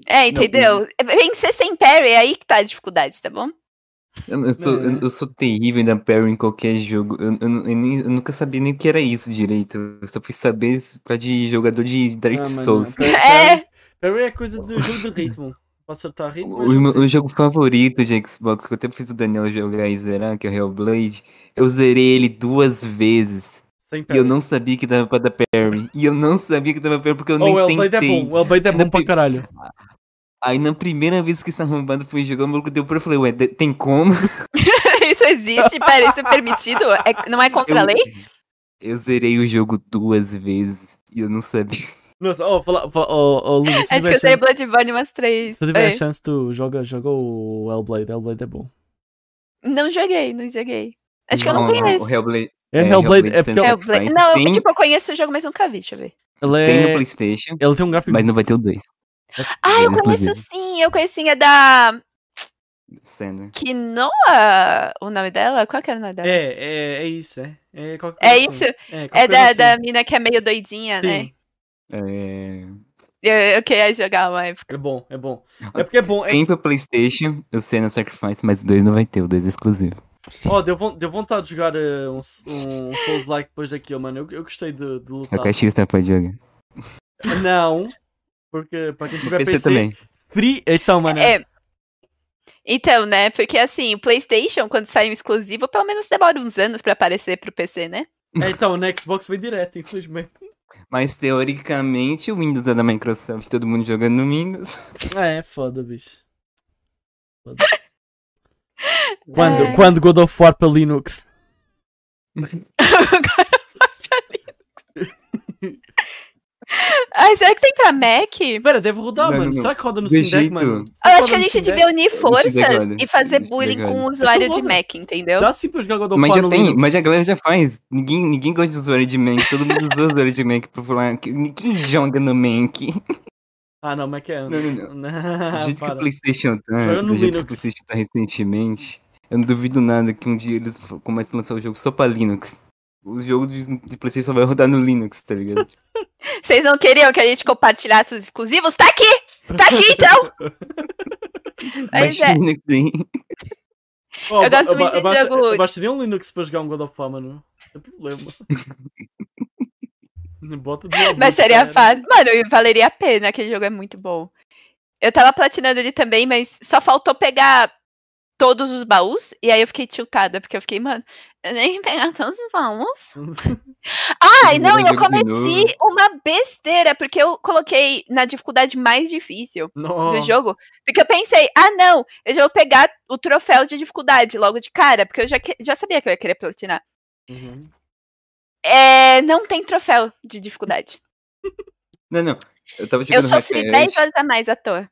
[SPEAKER 2] É, entendeu? Vencer sem parry, é aí que tá a dificuldade, tá bom?
[SPEAKER 3] Eu, eu sou,
[SPEAKER 1] É.
[SPEAKER 3] eu, eu sou terrível em dar pairing em qualquer jogo. Eu, eu, eu nem- eu nunca sabia nem o que era isso direito. Eu só fui saber isso pra de jogador de
[SPEAKER 1] Ah,
[SPEAKER 3] Dark Souls.
[SPEAKER 1] Perry,
[SPEAKER 2] É.
[SPEAKER 1] Perry é coisa de jogo de ritmo. Para acertar ritmo. é
[SPEAKER 3] O,
[SPEAKER 1] jogo
[SPEAKER 3] meu-
[SPEAKER 1] de
[SPEAKER 3] o jogo favorito de Xbox, que eu até fiz o Daniel jogar e zerar, que é o Hellblade, eu zerei ele duas vezes.
[SPEAKER 1] Sem
[SPEAKER 3] E eu não sabia que dava pra dar parry. E eu não sabia que dava parry porque eu
[SPEAKER 1] Oh,
[SPEAKER 3] nem
[SPEAKER 1] o Hellblade é
[SPEAKER 3] tentei.
[SPEAKER 1] bom, o Hellblade é bom pra caralho.
[SPEAKER 3] Aí na primeira vez que esse arrombado foi jogar, o maluco deu pra eu falei, ué, de- tem como?
[SPEAKER 2] Isso existe, parry, isso é permitido? É- não é contra a
[SPEAKER 3] Eu-
[SPEAKER 2] lei?
[SPEAKER 3] Eu zerei o jogo duas vezes e eu não sabia.
[SPEAKER 1] Nossa, oh, fala, fala, oh, oh, Luís, se
[SPEAKER 2] Acho que
[SPEAKER 1] tiver
[SPEAKER 2] eu sei
[SPEAKER 1] chance,
[SPEAKER 2] Bloodborne umas três.
[SPEAKER 1] se tiver
[SPEAKER 2] Oi.
[SPEAKER 1] chance, tu joga, joga o Hellblade, Hellblade é bom.
[SPEAKER 2] É. Não joguei, não joguei. Acho que eu não
[SPEAKER 3] Não, não,
[SPEAKER 2] conheço.
[SPEAKER 3] o Hellblade,
[SPEAKER 1] É,
[SPEAKER 3] É,
[SPEAKER 1] Hellblade,
[SPEAKER 3] Hellblade
[SPEAKER 1] é porque
[SPEAKER 2] É
[SPEAKER 1] ele,
[SPEAKER 2] o Play-
[SPEAKER 3] Pai,
[SPEAKER 2] Não, eu,
[SPEAKER 3] tem-
[SPEAKER 2] tipo, eu conheço o jogo, mas nunca vi, deixa eu ver.
[SPEAKER 3] tem no
[SPEAKER 1] ele é...
[SPEAKER 3] Playstation,
[SPEAKER 1] Ele tem um gráfico...
[SPEAKER 3] mas não vai ter o 2.
[SPEAKER 2] Ah, eu
[SPEAKER 3] Eles
[SPEAKER 2] conheço
[SPEAKER 3] inclusive.
[SPEAKER 2] sim, eu conheci é da
[SPEAKER 3] Cena.
[SPEAKER 2] Quinoa, o nome dela? Qual que era o nome dela? É,
[SPEAKER 1] É, é, é isso, é. É, qualquer coisa
[SPEAKER 2] isso?
[SPEAKER 1] assim. qualquer
[SPEAKER 2] da,
[SPEAKER 1] coisa
[SPEAKER 2] da
[SPEAKER 1] assim.
[SPEAKER 2] mina que é meio doidinha, né?
[SPEAKER 1] Sim,
[SPEAKER 3] É...
[SPEAKER 2] Eu, eu queria jogar uma época.
[SPEAKER 1] é bom, é bom. É porque é bom... É...
[SPEAKER 3] Tem pra Playstation, o Senna Sacrifice, mas o 2 não vai ter, o 2 é exclusivo.
[SPEAKER 1] Oh, deu, von- deu vontade de jogar eh, um, um Souls-like depois daquilo, mano. Eu, eu gostei de, de
[SPEAKER 3] Só
[SPEAKER 1] lutar.
[SPEAKER 3] que a X tá pra jogar.
[SPEAKER 1] Não, porque para quem jogar
[SPEAKER 3] PC,
[SPEAKER 1] PC...
[SPEAKER 3] também.
[SPEAKER 1] Free... Então, mano...
[SPEAKER 2] É. Então, né? Porque assim, o PlayStation, quando sai um exclusivo, pelo menos demora uns anos pra aparecer pro PC, né?
[SPEAKER 1] É, então, no Xbox foi direto, infelizmente.
[SPEAKER 3] Mas teoricamente o Windows é da Microsoft, todo mundo jogando no Windows.
[SPEAKER 2] Ah,
[SPEAKER 1] É, foda, bicho. Foda. Quando,
[SPEAKER 2] É.
[SPEAKER 1] quando God of War para Linux?
[SPEAKER 2] Ai, será é que tem pra Mac?
[SPEAKER 1] Pera, deve rodar,
[SPEAKER 3] Não,
[SPEAKER 1] mano.
[SPEAKER 3] não, não.
[SPEAKER 1] Será que roda no
[SPEAKER 3] Do
[SPEAKER 1] Steam Deck,
[SPEAKER 3] jeito.
[SPEAKER 1] mano?
[SPEAKER 2] Eu acho que a gente devia unir
[SPEAKER 3] te
[SPEAKER 2] forças
[SPEAKER 3] degrado,
[SPEAKER 2] e fazer
[SPEAKER 3] eu te
[SPEAKER 2] bullying com
[SPEAKER 3] degrado.
[SPEAKER 2] o usuário de
[SPEAKER 1] louco.
[SPEAKER 2] Mac, entendeu?
[SPEAKER 1] Dá sim para jogar God of
[SPEAKER 3] Mas
[SPEAKER 1] War
[SPEAKER 3] já é
[SPEAKER 1] no
[SPEAKER 3] tem,
[SPEAKER 1] Linux.
[SPEAKER 3] mas a galera já faz. Ninguém, ninguém gosta de usuário de Mac, todo mundo usa usuário de Mac pra falar. que- Ninguém joga no Mac.
[SPEAKER 1] Ah, não, Mac é...
[SPEAKER 3] Não, não, Do jeito que o
[SPEAKER 1] Ah, para.
[SPEAKER 3] Playstation
[SPEAKER 1] Joga
[SPEAKER 3] tá,
[SPEAKER 1] no
[SPEAKER 3] do jeito que
[SPEAKER 1] Linux.
[SPEAKER 3] o Playstation tá recentemente, eu não duvido nada que um dia eles f- comecem a lançar o jogo só pra Linux. O jogo de, de Playstation só vai rodar no Linux, tá ligado?
[SPEAKER 2] Vocês não queriam que a gente compartilhasse os exclusivos? Tá aqui! Tá aqui então! Mas
[SPEAKER 3] Baixa
[SPEAKER 2] é,
[SPEAKER 3] o Linux aí.
[SPEAKER 1] Oh,
[SPEAKER 2] Eu gosto
[SPEAKER 1] aba-
[SPEAKER 2] muito de
[SPEAKER 1] abaixa-
[SPEAKER 2] jogo-
[SPEAKER 1] Abaixaria um Linux para jogar um God of War, mano. Não tem problema. Bota do
[SPEAKER 2] mas seria fácil. Mano, e valeria a pena, aquele jogo é muito bom. Eu tava platinando ele também, mas só faltou pegar todos os baús, e aí eu fiquei tiltada, porque eu fiquei, mano, eu nem pegar todos os baús. Ai, não, e eu
[SPEAKER 3] Jogo de novo.
[SPEAKER 2] cometi uma besteira, porque eu coloquei na dificuldade mais difícil.
[SPEAKER 1] Oh.
[SPEAKER 2] do jogo. Porque eu pensei, ah, não, eu já vou pegar o troféu de dificuldade logo de cara, porque eu já, que- já sabia que eu ia querer platinar.
[SPEAKER 1] Uhum.
[SPEAKER 2] É, não tem troféu de dificuldade.
[SPEAKER 3] Não, não. Eu tava
[SPEAKER 2] Eu
[SPEAKER 3] jogando
[SPEAKER 2] sofri
[SPEAKER 3] Hi-Fi
[SPEAKER 2] 10
[SPEAKER 3] Rush,
[SPEAKER 2] horas a mais à toa.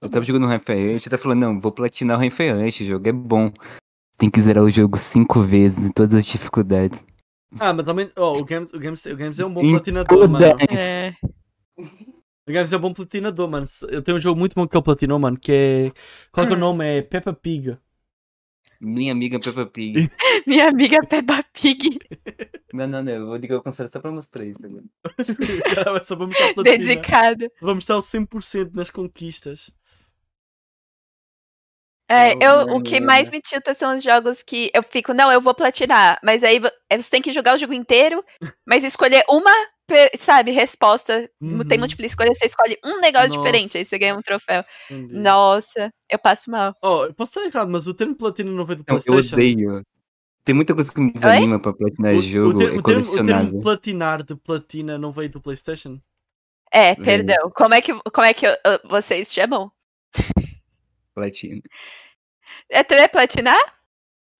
[SPEAKER 3] Eu tava jogando Rafael, eu tava falando, não, vou platinar o Rafael, o jogo é bom. Tem que zerar o jogo cinco vezes em todas as dificuldades.
[SPEAKER 1] Ah, mas também... Oh, o, Games, o, Games, o Games é um bom
[SPEAKER 3] Em
[SPEAKER 1] platinador, mano.
[SPEAKER 2] É.
[SPEAKER 1] O Games é um bom platinador, mano. Eu tenho um jogo muito bom que ele platinou, mano, que é... Qual que é o
[SPEAKER 2] Hum.
[SPEAKER 1] nome? É Peppa Pig.
[SPEAKER 3] Minha amiga Peppa Pig.
[SPEAKER 2] Minha amiga Peppa Pig,
[SPEAKER 3] não, não, não, eu vou ligar o console só pra mostrar isso. tá Agora.
[SPEAKER 1] Cara, só vamos estar platina.
[SPEAKER 2] dedicada.
[SPEAKER 1] Vamos estar 100% nas conquistas.
[SPEAKER 2] É,
[SPEAKER 3] Não,
[SPEAKER 2] eu, o que
[SPEAKER 3] não,
[SPEAKER 2] mais
[SPEAKER 3] não.
[SPEAKER 2] me tilta são os jogos que eu fico, não, eu vou platinar. Mas aí vo- é, você tem que jogar o jogo inteiro, mas escolher uma, pe- sabe, resposta. Mu- Tem
[SPEAKER 1] Uhum.
[SPEAKER 2] múltipla escolha, você escolhe um negócio diferente, aí
[SPEAKER 1] Nossa.
[SPEAKER 2] você ganha um troféu.
[SPEAKER 1] Entendi.
[SPEAKER 2] Nossa, eu passo mal.
[SPEAKER 1] Oh, eu posso estar errado, mas o termo platina não veio do
[SPEAKER 3] Não, eu
[SPEAKER 1] PlayStation.
[SPEAKER 3] odeio. Tem muita coisa que me desanima pra platinar
[SPEAKER 1] O-
[SPEAKER 3] jogo,
[SPEAKER 1] o, ter- o termo,
[SPEAKER 3] é
[SPEAKER 1] o termo
[SPEAKER 3] colecionável.
[SPEAKER 1] platinar de platina não veio do PlayStation?
[SPEAKER 2] É,
[SPEAKER 3] Vem.
[SPEAKER 2] perdão. Como é que, como é que eu- eu- vocês chamam?
[SPEAKER 3] Platina.
[SPEAKER 2] É também é platinar?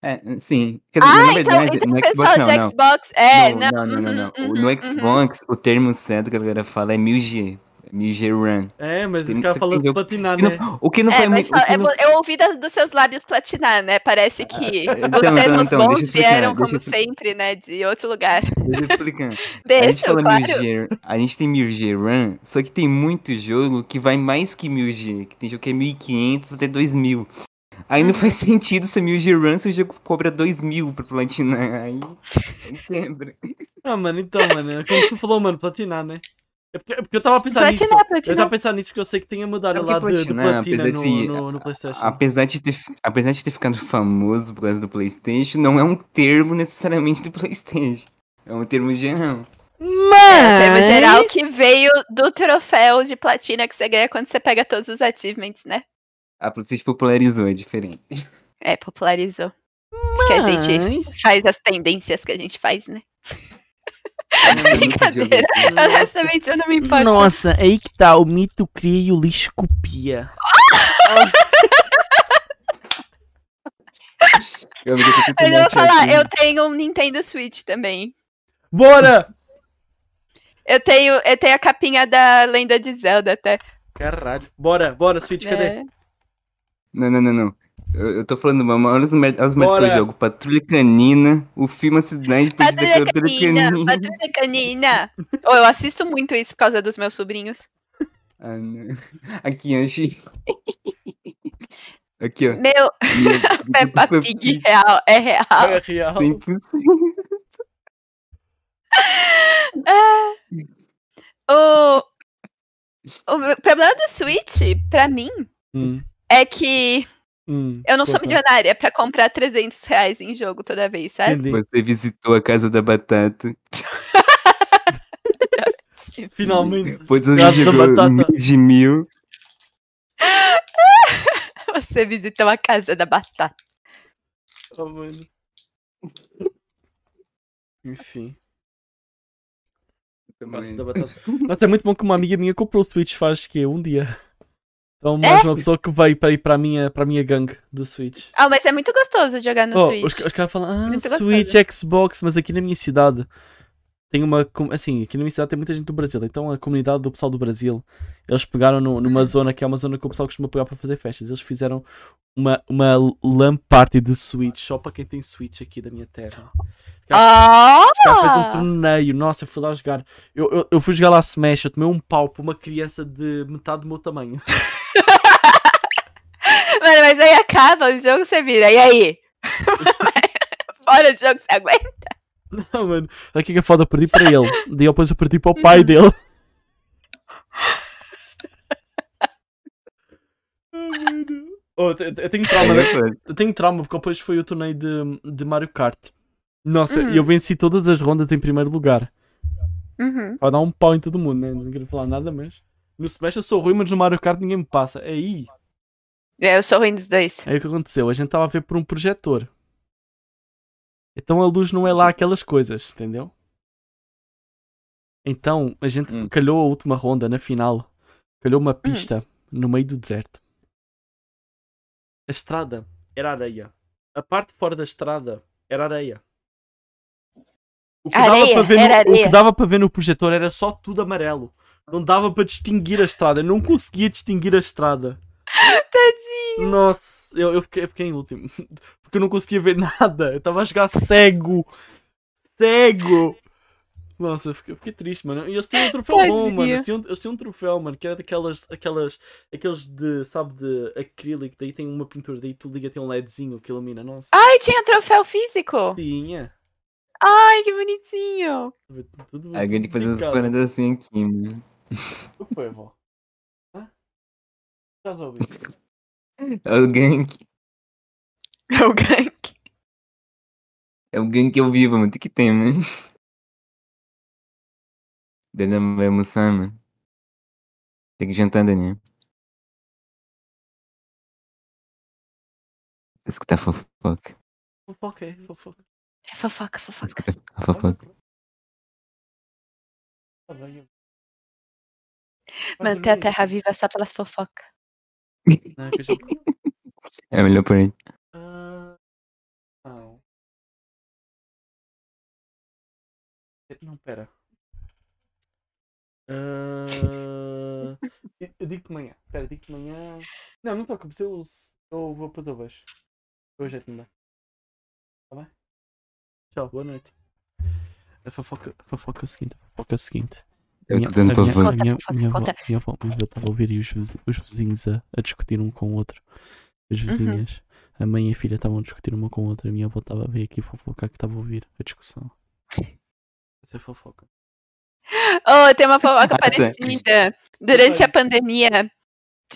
[SPEAKER 3] É, sim. Quer dizer, na verdade,
[SPEAKER 2] então, então
[SPEAKER 3] no
[SPEAKER 2] o pessoal
[SPEAKER 3] Xbox é, não,
[SPEAKER 2] do
[SPEAKER 3] não.
[SPEAKER 2] Xbox. É, não.
[SPEAKER 3] não, não, não, não.
[SPEAKER 2] uhum, uhum,
[SPEAKER 3] No Xbox, o termo certo que a galera fala é 1000G. 1000G Run.
[SPEAKER 1] É, mas
[SPEAKER 3] Tem
[SPEAKER 1] o
[SPEAKER 3] que-
[SPEAKER 1] cara
[SPEAKER 3] você
[SPEAKER 1] falou
[SPEAKER 3] tem que ver
[SPEAKER 1] de
[SPEAKER 3] o-
[SPEAKER 1] platinar,
[SPEAKER 3] E não-
[SPEAKER 1] né?
[SPEAKER 3] o que não
[SPEAKER 2] É,
[SPEAKER 3] foi
[SPEAKER 2] mas
[SPEAKER 3] o
[SPEAKER 2] fala-
[SPEAKER 3] que
[SPEAKER 2] é
[SPEAKER 3] não-
[SPEAKER 2] vo- eu ouvi da- dos seus lábios platinar, né? Parece que os
[SPEAKER 3] então,
[SPEAKER 2] termos
[SPEAKER 3] então,
[SPEAKER 2] bons
[SPEAKER 3] deixa eu explicar,
[SPEAKER 2] vieram,
[SPEAKER 3] deixa
[SPEAKER 2] como
[SPEAKER 3] eu explicar.
[SPEAKER 2] sempre, né? De outro lugar.
[SPEAKER 3] Deixa eu explicar. A gente
[SPEAKER 2] Deixa,
[SPEAKER 3] fala
[SPEAKER 2] claro.
[SPEAKER 3] 1000G, a gente tem 1000G Run, só que tem muito jogo que vai mais que 1000G, que tem jogo que é 1500 até 2000. Aí não
[SPEAKER 2] Uhum.
[SPEAKER 3] faz sentido ser 1000G Run se o jogo cobra 2000 pra platinar. Aí, aí quebra.
[SPEAKER 1] Ah, mano, então, mano, é como tu falou, mano, platinar, né? É porque, é porque eu estava a pensar nisso.
[SPEAKER 2] Platinar,
[SPEAKER 1] Eu
[SPEAKER 2] platinar.
[SPEAKER 1] estava a pensar nisso porque eu sei que tem a mudar
[SPEAKER 3] É
[SPEAKER 1] lá
[SPEAKER 3] porque
[SPEAKER 1] de, de
[SPEAKER 3] platinar,
[SPEAKER 1] platina
[SPEAKER 3] apesar
[SPEAKER 1] no,
[SPEAKER 3] de-
[SPEAKER 1] no, no PlayStation.
[SPEAKER 3] Apesar de, ter, fi- apesar de ter ficado famoso por causa do PlayStation, não é um termo necessariamente do PlayStation. É um termo geral.
[SPEAKER 2] É, o termo
[SPEAKER 4] Mas...
[SPEAKER 2] geral que veio do troféu de platina que você ganha quando você pega todos os achievements, né?
[SPEAKER 3] A PlayStation popularizou, é diferente.
[SPEAKER 2] É, popularizou. Que a gente
[SPEAKER 1] É
[SPEAKER 4] Mas-
[SPEAKER 2] faz as tendências que a gente faz, né?
[SPEAKER 3] Eu nunca joguei.
[SPEAKER 2] Brincadeira.
[SPEAKER 1] Nossa.
[SPEAKER 2] Honestamente, eu não me importo.
[SPEAKER 4] Nossa, aí que tá. O mito cria e o lixo copia.
[SPEAKER 3] Eu me deixei
[SPEAKER 2] Mas eu vou
[SPEAKER 3] totalmente
[SPEAKER 2] falar,
[SPEAKER 3] aqui.
[SPEAKER 2] eu tenho um Nintendo Switch também.
[SPEAKER 1] Bora!
[SPEAKER 2] Eu tenho, eu tenho a capinha da Lenda de Zelda até.
[SPEAKER 1] Caralho. Bora, bora, Switch, cadê?
[SPEAKER 2] É.
[SPEAKER 3] Não, não, não, não. Eu, eu tô falando, mano, olha os merdas os merda que
[SPEAKER 1] Bora.
[SPEAKER 3] eu jogo. Patrulha Canina, o filme A
[SPEAKER 2] é
[SPEAKER 3] Cidade Perdida
[SPEAKER 2] Patrulha
[SPEAKER 3] da Patrulha
[SPEAKER 1] é
[SPEAKER 2] canina,
[SPEAKER 3] Canina.
[SPEAKER 2] patrulha é canina. Oh, eu assisto muito isso por causa dos meus sobrinhos.
[SPEAKER 3] Ah, não. Aqui, Anji. Aqui,
[SPEAKER 1] É.
[SPEAKER 3] ó.
[SPEAKER 2] Meu Peppa Pig real, é real.
[SPEAKER 1] É real.
[SPEAKER 3] 100%.
[SPEAKER 1] É.
[SPEAKER 2] O, o meu- problema do Switch, pra mim,
[SPEAKER 1] Hum,
[SPEAKER 2] é que
[SPEAKER 1] hum,
[SPEAKER 2] eu não sou
[SPEAKER 1] porra.
[SPEAKER 2] milionária pra comprar 300 reais em jogo toda vez, sabe?
[SPEAKER 1] Entendi.
[SPEAKER 3] Você visitou a Casa da Batata.
[SPEAKER 2] Tipo,
[SPEAKER 1] Finalmente.
[SPEAKER 3] Pois a
[SPEAKER 1] Casa
[SPEAKER 3] gente
[SPEAKER 1] da
[SPEAKER 3] jogou
[SPEAKER 1] Batata.
[SPEAKER 3] mais de mil.
[SPEAKER 2] Você visita uma casa da batata.
[SPEAKER 1] Oh, mano. Enfim. Nossa, da batata. Nossa, é muito bom que uma amiga minha comprou o Switch faz que um dia. Então, mais uma pessoa que veio para ir para a minha, para a minha gangue do Switch.
[SPEAKER 2] Ah, mas é muito gostoso jogar no
[SPEAKER 1] Oh,
[SPEAKER 2] Switch.
[SPEAKER 1] os, os caras falam, ah,
[SPEAKER 2] Muito gostoso.
[SPEAKER 1] Switch, Xbox, mas aqui na minha cidade tem uma. com- Assim, aqui na minha cidade tem muita gente do Brasil, então a comunidade do pessoal do Brasil, eles pegaram no-
[SPEAKER 2] Hum.
[SPEAKER 1] numa zona que é uma zona que o pessoal costuma pegar para fazer festas. Eles fizeram uma, uma LAN party de Switch, só para quem tem Switch aqui da minha terra.
[SPEAKER 2] Ah!
[SPEAKER 1] Os caras fez um torneio, nossa, eu fui lá jogar. Eu, eu, eu fui jogar lá Smash, eu tomei um pau para uma criança de metade do meu tamanho.
[SPEAKER 2] Mano, mas aí acaba o jogo, você vira. E aí? Fora o jogo, você aguenta?
[SPEAKER 1] Não, mano. Sabe o que que é foda? Eu perdi para ele. Daí depois eu perdi para o pai dele. Ah, mano. Oh, eu te- eu tenho trauma, né? eu tenho trauma porque depois foi o torneio de, de Mario Kart. Nossa,
[SPEAKER 2] Uhum.
[SPEAKER 1] e eu venci todas as rondas em primeiro lugar.
[SPEAKER 2] Uhum.
[SPEAKER 1] Vai dar um pau em todo mundo, né? Não quero falar nada, mas. No Smash eu sou ruim, mas no Mario Kart ninguém me passa. É aí.
[SPEAKER 2] É, eu sou ruim dos dois.
[SPEAKER 1] Aí o que aconteceu? A gente estava a ver por um projetor. Então a luz não é lá aquelas coisas, entendeu? Então a gente
[SPEAKER 3] Hum.
[SPEAKER 1] calhou a última ronda na final. Calhou uma pista no meio do deserto. A estrada era areia. A parte fora da estrada era areia. O que, dava
[SPEAKER 2] Areia,
[SPEAKER 1] para ver no,
[SPEAKER 2] era
[SPEAKER 1] o que
[SPEAKER 2] areia.
[SPEAKER 1] dava para ver no projetor era só tudo amarelo. Não dava para distinguir a estrada. Eu não conseguia distinguir a estrada. Nossa, eu, eu, fiquei, eu fiquei em último. Porque eu não conseguia ver nada. Eu tava a jogar cego. Cego! Nossa, eu fiquei, eu fiquei triste, mano. E eles tinham um troféu bom,
[SPEAKER 2] Tadinho.
[SPEAKER 1] mano. Eles tinham, eles tinham um troféu, mano, que era daquelas. Aquelas, aqueles de, sabe, de acrílico. Daí tem uma pintura, daí tu liga, tem um LEDzinho que ilumina. Nossa,
[SPEAKER 2] Ai, tinha troféu físico.
[SPEAKER 1] tinha.
[SPEAKER 2] Ai, que bonitinho.
[SPEAKER 1] Tudo
[SPEAKER 3] A gente faz
[SPEAKER 1] tudo
[SPEAKER 3] umas
[SPEAKER 1] picado.
[SPEAKER 3] paradas assim aqui, mano.
[SPEAKER 1] O que foi, vó? Hã? Estás a ouvir?
[SPEAKER 3] É o gank.
[SPEAKER 2] É o gank.
[SPEAKER 3] É o gank ao vivo, mano. O que que tem, mano? é Daniel vai almoçar, mano. Tem que jantar, Daniel. Escutar fofoca.
[SPEAKER 1] Fofoca, é, fofoca.
[SPEAKER 2] É fofoca, fofoca.
[SPEAKER 3] Escutar a fofoca.
[SPEAKER 1] Tá bem, eu- Vai
[SPEAKER 2] Manter a
[SPEAKER 1] dormir?
[SPEAKER 2] terra viva só pelas fofocas.
[SPEAKER 1] Não, que eu já-
[SPEAKER 3] É melhor por aí.
[SPEAKER 1] Ah, ah, Eh, Não, pera. Ah, eu- Eu digo de manhã. Pera, digo de manhã. Não, não preocupes, eu, eu vou depois eu vejo. Eu ajeito-me bem. Tá bem? Tchau, boa noite. A fofoca, a fofoca é o seguinte, a fofoca é o seguinte.
[SPEAKER 3] Eu
[SPEAKER 1] Minha-
[SPEAKER 3] tô dando
[SPEAKER 1] a minha-
[SPEAKER 3] pavor.
[SPEAKER 1] a minha-
[SPEAKER 2] Conta,
[SPEAKER 1] Minha avó
[SPEAKER 2] conta,
[SPEAKER 1] minha avó- minha avó estava a ouvir e os, viz- os vizinhos a, a discutir um com o outro. As vizinhas, a mãe e a filha estavam a discutir uma com a outra. A minha avó estava a ver aqui fofocar que estava a ouvir a discussão. Essa é fofoca.
[SPEAKER 2] Oh, tem uma fofoca
[SPEAKER 3] Ah, tá.
[SPEAKER 2] parecida. Durante a pandemia,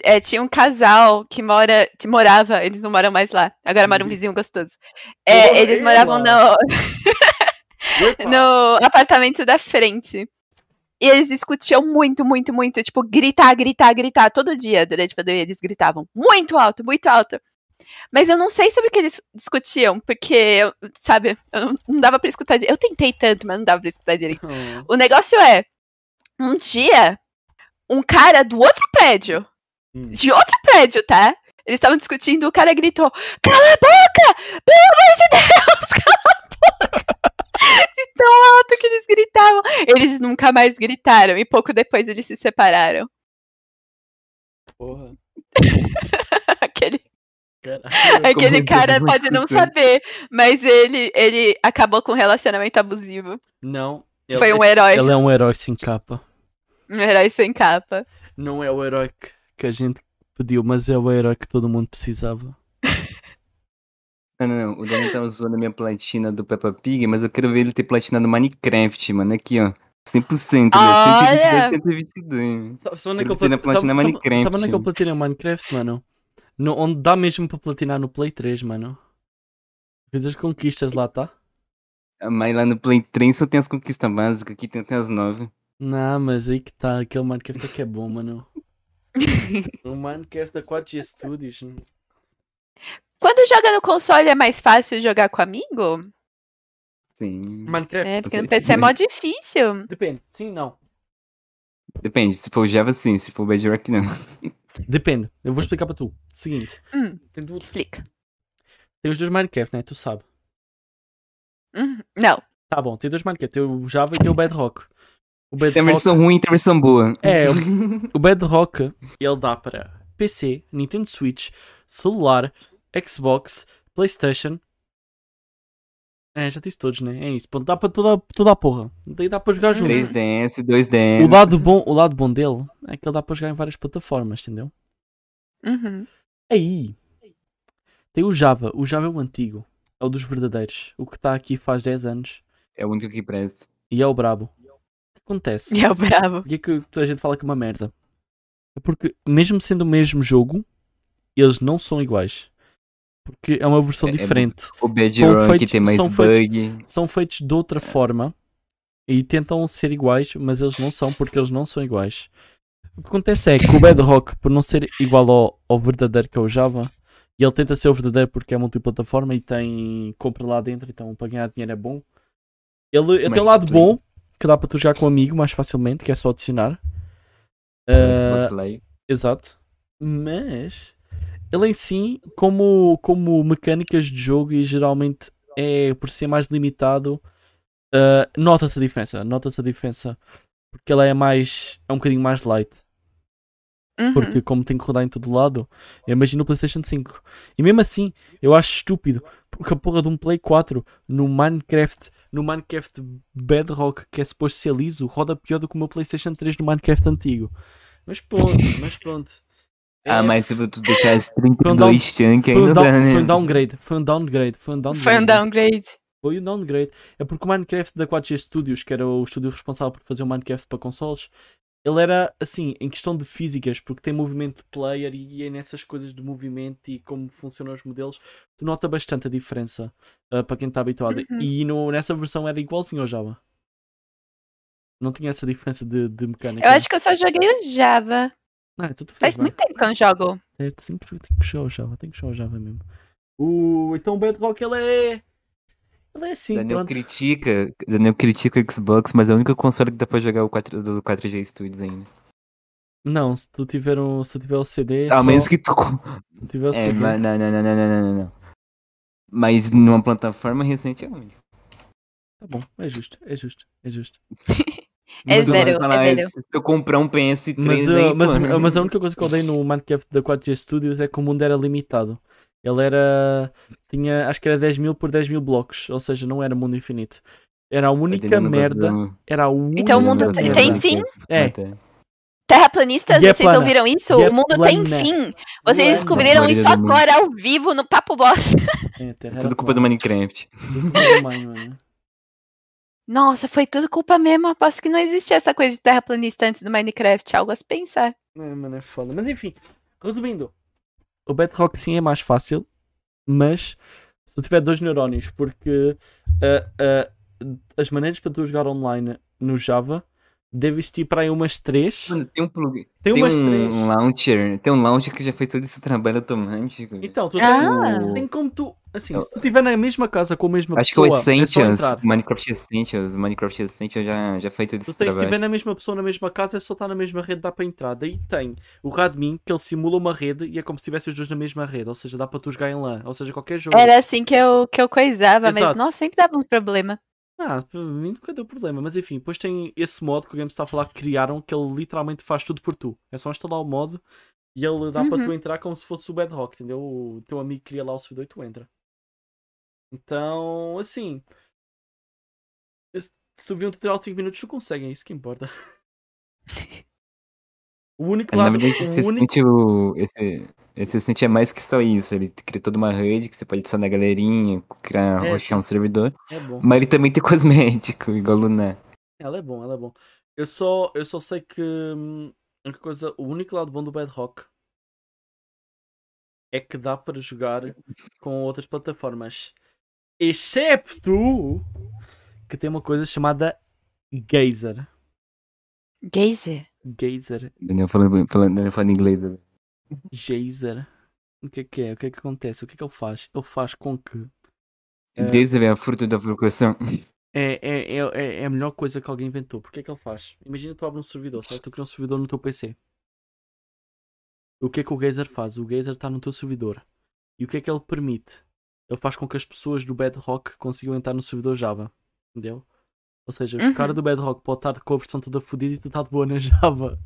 [SPEAKER 2] é, tinha um casal que mora, que morava, eles não moram mais lá. Agora mora um
[SPEAKER 1] Uhum.
[SPEAKER 2] vizinho gostoso. É,
[SPEAKER 1] Porra,
[SPEAKER 2] eles moravam
[SPEAKER 1] ela!
[SPEAKER 2] no, no apartamento da frente. E eles discutiam muito, muito, muito. Tipo, gritar, gritar, gritar. Todo dia durante a pandemia eles gritavam. Muito alto, muito alto. Mas eu não sei sobre o que eles discutiam, porque, eu- sabe, eu não, não dava pra escutar. di- Eu tentei tanto, mas não dava pra escutar direito.
[SPEAKER 1] Oh,
[SPEAKER 2] O negócio é, um dia, um cara do outro prédio,
[SPEAKER 1] Hum.
[SPEAKER 2] de outro prédio, tá? Eles estavam discutindo, o cara gritou, cala a boca! Pelo amor de Deus, cala a boca! De tão alto que eles gritavam. Eles nunca mais gritaram, e pouco depois eles se separaram.
[SPEAKER 1] Porra.
[SPEAKER 2] Aquele,
[SPEAKER 1] Caralho.
[SPEAKER 2] aquele
[SPEAKER 3] muito
[SPEAKER 2] cara
[SPEAKER 3] bom
[SPEAKER 2] pode não
[SPEAKER 3] escutando.
[SPEAKER 2] saber, mas ele, ele acabou com um relacionamento abusivo.
[SPEAKER 1] Não.
[SPEAKER 2] Foi um herói,
[SPEAKER 1] Ele é um herói sem capa.
[SPEAKER 2] um herói sem capa.
[SPEAKER 1] Não é o herói que, que a gente pediu, mas é o herói que todo mundo precisava.
[SPEAKER 3] Não, não, não. O Daniel tava zoando a minha platina do Peppa Pig, mas eu quero ver ele ter platinado Minecraft, mano. Aqui, ó. 100%,
[SPEAKER 2] Olha!
[SPEAKER 3] né? 122, 122.
[SPEAKER 1] Sabe, sabe onde é que eu
[SPEAKER 3] Precisa
[SPEAKER 1] plat- sabe-
[SPEAKER 3] platinar
[SPEAKER 1] sabe-
[SPEAKER 3] Minecraft.
[SPEAKER 1] sabe onde é que eu platinei Minecraft, mano? No- onde dá mesmo para platinar no Play 3, mano. Fiz as conquistas lá, tá?
[SPEAKER 3] Mas lá no Play 3 só tem as conquistas básicas, aqui tem até as 9.
[SPEAKER 1] Não, mas aí que tá, aquele Minecraft é que é bom, mano. o Minecraft da 4G Studios. né?
[SPEAKER 2] Quando joga no console é mais fácil jogar com amigo?
[SPEAKER 3] Sim.
[SPEAKER 1] Minecraft.
[SPEAKER 2] É, porque no
[SPEAKER 3] Sim.
[SPEAKER 2] PC é mó difícil.
[SPEAKER 1] Depende, sim, não.
[SPEAKER 3] Depende, se for o Java, sim. Se for o Bedrock, não.
[SPEAKER 1] Depende, eu vou explicar para tu. Seguinte,
[SPEAKER 2] Hum,
[SPEAKER 1] tem, duas-
[SPEAKER 2] explica.
[SPEAKER 1] tem os dois Minecraft, né? Tu sabe.
[SPEAKER 2] Hum, não.
[SPEAKER 1] Tá bom, tem dois Minecraft, tem o Java e tem o Bedrock. O
[SPEAKER 3] Tem a
[SPEAKER 1] Bedrock
[SPEAKER 3] versão ruim e tem a versão boa.
[SPEAKER 1] É, o Bedrock, ele dá para PC, Nintendo Switch, celular, Xbox, Playstation. É, já disse todos, né? É isso. Ponto. Dá para toda, toda a porra. Daí dá para jogar
[SPEAKER 2] Hum.
[SPEAKER 1] junto.
[SPEAKER 3] 3DS,
[SPEAKER 1] O
[SPEAKER 3] 2DS.
[SPEAKER 1] lado, bom, o lado bom dele é que ele dá para jogar em várias plataformas, entendeu?
[SPEAKER 2] Uhum.
[SPEAKER 1] Aí tem o Java. O Java é o antigo. É o dos verdadeiros. O que está aqui faz 10 anos.
[SPEAKER 3] É o único que presta.
[SPEAKER 1] E é o brabo. O que acontece?
[SPEAKER 2] E é o bravo.
[SPEAKER 1] Porquê que toda a gente fala que é uma merda? É porque, mesmo sendo o mesmo jogo, eles não são iguais. Porque é uma versão
[SPEAKER 3] É- é
[SPEAKER 1] diferente.
[SPEAKER 3] O Bedrock
[SPEAKER 1] feitos-
[SPEAKER 3] tem mais
[SPEAKER 1] são feitos-
[SPEAKER 3] bug.
[SPEAKER 1] São feitos de
[SPEAKER 3] É.
[SPEAKER 1] outra forma e tentam ser iguais, mas eles não são porque eles não são iguais. O que acontece é que o Bedrock, por não ser igual ao, ao verdadeiro que é o Java, e ele tenta ser o verdadeiro porque é multiplataforma e tem compra lá dentro, então para ganhar dinheiro é bom. Ele ele tem um
[SPEAKER 3] Mas
[SPEAKER 1] lado
[SPEAKER 3] tu-
[SPEAKER 1] bom, que dá para tu jogar com um amigo mais facilmente, que é só adicionar. Ah,
[SPEAKER 3] Xbox Live.
[SPEAKER 1] Exato. Mas ele em si, como, como mecânicas de jogo e geralmente é por ser mais limitado, ah, nota-se a diferença. Nota-se a diferença. Porque ela é mais. é um bocadinho mais light.
[SPEAKER 2] Uhum.
[SPEAKER 1] Porque como tem que rodar em todo lado, eu imagino o Playstation 5. E mesmo assim, eu acho estúpido. Porque a porra de um Play 4 no Minecraft. No Minecraft Bedrock, que é suposto ser liso, roda pior do que o meu PlayStation 3 no Minecraft antigo. Mas pronto, mas pronto.
[SPEAKER 3] Ah,
[SPEAKER 1] É,
[SPEAKER 3] mas se
[SPEAKER 1] foi, um
[SPEAKER 3] tu deixar as
[SPEAKER 1] down-
[SPEAKER 3] 32 chunk, aí
[SPEAKER 1] um
[SPEAKER 3] não
[SPEAKER 1] down-
[SPEAKER 3] dá, né?
[SPEAKER 1] foi um downgrade, foi um downgrade, foi um downgrade.
[SPEAKER 2] Foi um downgrade.
[SPEAKER 1] Foi um downgrade. É porque o Minecraft da 4G Studios, que era o estúdio responsável por fazer o Minecraft para consoles, ele era assim, em questão de físicas, porque tem movimento de player e é nessas coisas de movimento e como funcionam os modelos, tu nota bastante a diferença ah, para quem está habituado.
[SPEAKER 2] Uhum.
[SPEAKER 1] E no- nessa versão era igualzinho ao Java. Não tinha essa diferença de, de mecânica.
[SPEAKER 2] Eu acho que eu só joguei o Java.
[SPEAKER 1] Ah, então tu fez
[SPEAKER 2] Faz
[SPEAKER 1] bem.
[SPEAKER 2] muito tempo que eu não jogo.
[SPEAKER 1] Certo, tem que, tem que chegar ao Java, tem que chegar ao Java mesmo. O, então o Bedrock ele é. Ele é assim,
[SPEAKER 3] Daniel
[SPEAKER 1] pronto.
[SPEAKER 3] critica, Daniel critica o Xbox, mas é o único console que dá pra jogar o 4, do 4G Studios ainda.
[SPEAKER 1] Não, se tu tiver um. Se tu tiver o CD.
[SPEAKER 3] Ao
[SPEAKER 1] só-
[SPEAKER 3] menos que tu.
[SPEAKER 1] Se tu tiver o
[SPEAKER 3] Ah, É,
[SPEAKER 1] CD.
[SPEAKER 3] mas, não, não, não, não, não, não, não, não. Mas numa plataforma recente é o único.
[SPEAKER 1] Tá bom, é justo, é justo, é justo.
[SPEAKER 2] É
[SPEAKER 3] Mas tu vai
[SPEAKER 2] zero, é
[SPEAKER 3] falar,
[SPEAKER 2] zero.
[SPEAKER 3] Se eu comprar um PS3
[SPEAKER 1] Mas,
[SPEAKER 3] aí,
[SPEAKER 1] uh, mas,
[SPEAKER 3] pô, né?
[SPEAKER 1] mas a única coisa que eu odeio no Minecraft da 4G Studios é que o mundo era limitado. Ele era. tinha. acho que era 10 mil por 10 mil blocos, ou seja, não era mundo infinito. Era a única
[SPEAKER 3] dependendo do-
[SPEAKER 1] merda.
[SPEAKER 3] do-
[SPEAKER 1] Era a única.
[SPEAKER 2] Então o mundo
[SPEAKER 3] dependendo do-
[SPEAKER 2] tem
[SPEAKER 3] do-
[SPEAKER 2] fim?
[SPEAKER 1] É.
[SPEAKER 2] Terraplanistas,
[SPEAKER 1] E é
[SPEAKER 2] vocês
[SPEAKER 1] plana.
[SPEAKER 2] ouviram isso?
[SPEAKER 1] E é
[SPEAKER 2] o mundo tem
[SPEAKER 1] plana.
[SPEAKER 2] fim. Vocês
[SPEAKER 1] Plana.
[SPEAKER 2] descobriram
[SPEAKER 3] Maioria
[SPEAKER 2] isso
[SPEAKER 3] do mundo.
[SPEAKER 2] agora ao vivo no Papo Boss.
[SPEAKER 1] É, a Terra
[SPEAKER 3] É
[SPEAKER 1] era
[SPEAKER 3] tudo culpa do
[SPEAKER 1] plana.
[SPEAKER 3] Minecraft.
[SPEAKER 1] Tudo culpa do humano, mano.
[SPEAKER 2] Nossa, foi tudo culpa mesmo. Aposto que não existia essa coisa de terraplanista antes do Minecraft. Algo a se pensar.
[SPEAKER 1] É, mano, é foda. Mas enfim, resumindo. O Bedrock sim é mais fácil, mas se tu tiver dois neurónios, porque ah, ah, as maneiras para tu jogar online no Java deve existir para aí umas três.
[SPEAKER 3] Mano, tem um plug.
[SPEAKER 1] Tem,
[SPEAKER 3] Tem
[SPEAKER 1] umas
[SPEAKER 3] um,
[SPEAKER 1] três.
[SPEAKER 3] launcher. Tem um launcher que já fez todo esse trabalho automático. velho.
[SPEAKER 1] Então, tu
[SPEAKER 2] Ah.
[SPEAKER 1] tem, tem como tu. Assim,
[SPEAKER 3] Eu-
[SPEAKER 1] se tu estiver na mesma casa com a mesma
[SPEAKER 3] Acho que o
[SPEAKER 1] pessoa, é só
[SPEAKER 3] Essentials,
[SPEAKER 1] entrar.
[SPEAKER 3] Minecraft Essentials, Minecraft Essentials já, já fez todo
[SPEAKER 1] Tu tens,
[SPEAKER 3] esse
[SPEAKER 1] se
[SPEAKER 3] trabalho.
[SPEAKER 1] estiver na mesma pessoa, na mesma casa, é só estar na mesma rede, dá para entrar. Daí tem o Radmin, que ele simula uma rede e é como se estivessem os dois na mesma rede. Ou seja, dá para tu jogar em LAN. Ou seja, qualquer jogo.
[SPEAKER 2] Era assim que eu, que eu coisava, mas
[SPEAKER 1] Exato.
[SPEAKER 2] nossa, sempre dava um problema.
[SPEAKER 1] Ah, para mim nunca deu problema. Mas enfim, depois tem esse modo que o Game está a falar que criaram, que ele literalmente faz tudo por tu. É só instalar o modo e ele dá para
[SPEAKER 2] Uhum.
[SPEAKER 1] tu entrar como se fosse o Bedrock, entendeu? O teu amigo cria lá o servidor e tu entra. Então, assim. Se se tu vir um tutorial de 5 minutos, tu consegue, é isso que importa. O único
[SPEAKER 3] É, Na
[SPEAKER 1] lado.
[SPEAKER 3] verdade,
[SPEAKER 1] o
[SPEAKER 3] esse
[SPEAKER 1] único...
[SPEAKER 3] Essential, esse, esse Essential é mais que só isso. Ele cria toda uma rede que você pode adicionar galerinha, criar,
[SPEAKER 1] É.
[SPEAKER 3] roxar um servidor.
[SPEAKER 1] É bom.
[SPEAKER 3] Mas ele também tem cosmético, igual o Lunar.
[SPEAKER 1] Ela é bom, ela é bom. Eu só, eu só sei que hum, a única coisa, o único lado bom do Bedrock é que dá para jogar com outras plataformas. Excepto que tem uma coisa chamada Gazer.
[SPEAKER 2] Geyser.
[SPEAKER 1] Gazer.
[SPEAKER 3] Daniel falando, falando, Daniel falando inglês. né?
[SPEAKER 1] Gazer. O que é que é? O que é que acontece? O que é que ele faz? Ele faz com que. É.
[SPEAKER 3] Inglês é a fruta da procuração.
[SPEAKER 1] É, é, é, é- é a melhor coisa que alguém inventou. Por que é que ele faz? Imagina tu abre um servidor, sabe? Tu cria um servidor no teu PC. O que é que o Gazer faz? O Gazer está no teu servidor. E o que é que ele permite? Ele faz com que as pessoas do Bedrock consigam entrar no servidor Java. Entendeu? Ou seja, os
[SPEAKER 2] Uhum.
[SPEAKER 1] caras do Bedrock podem estar com a versão toda fodida e tu está de boa na Java.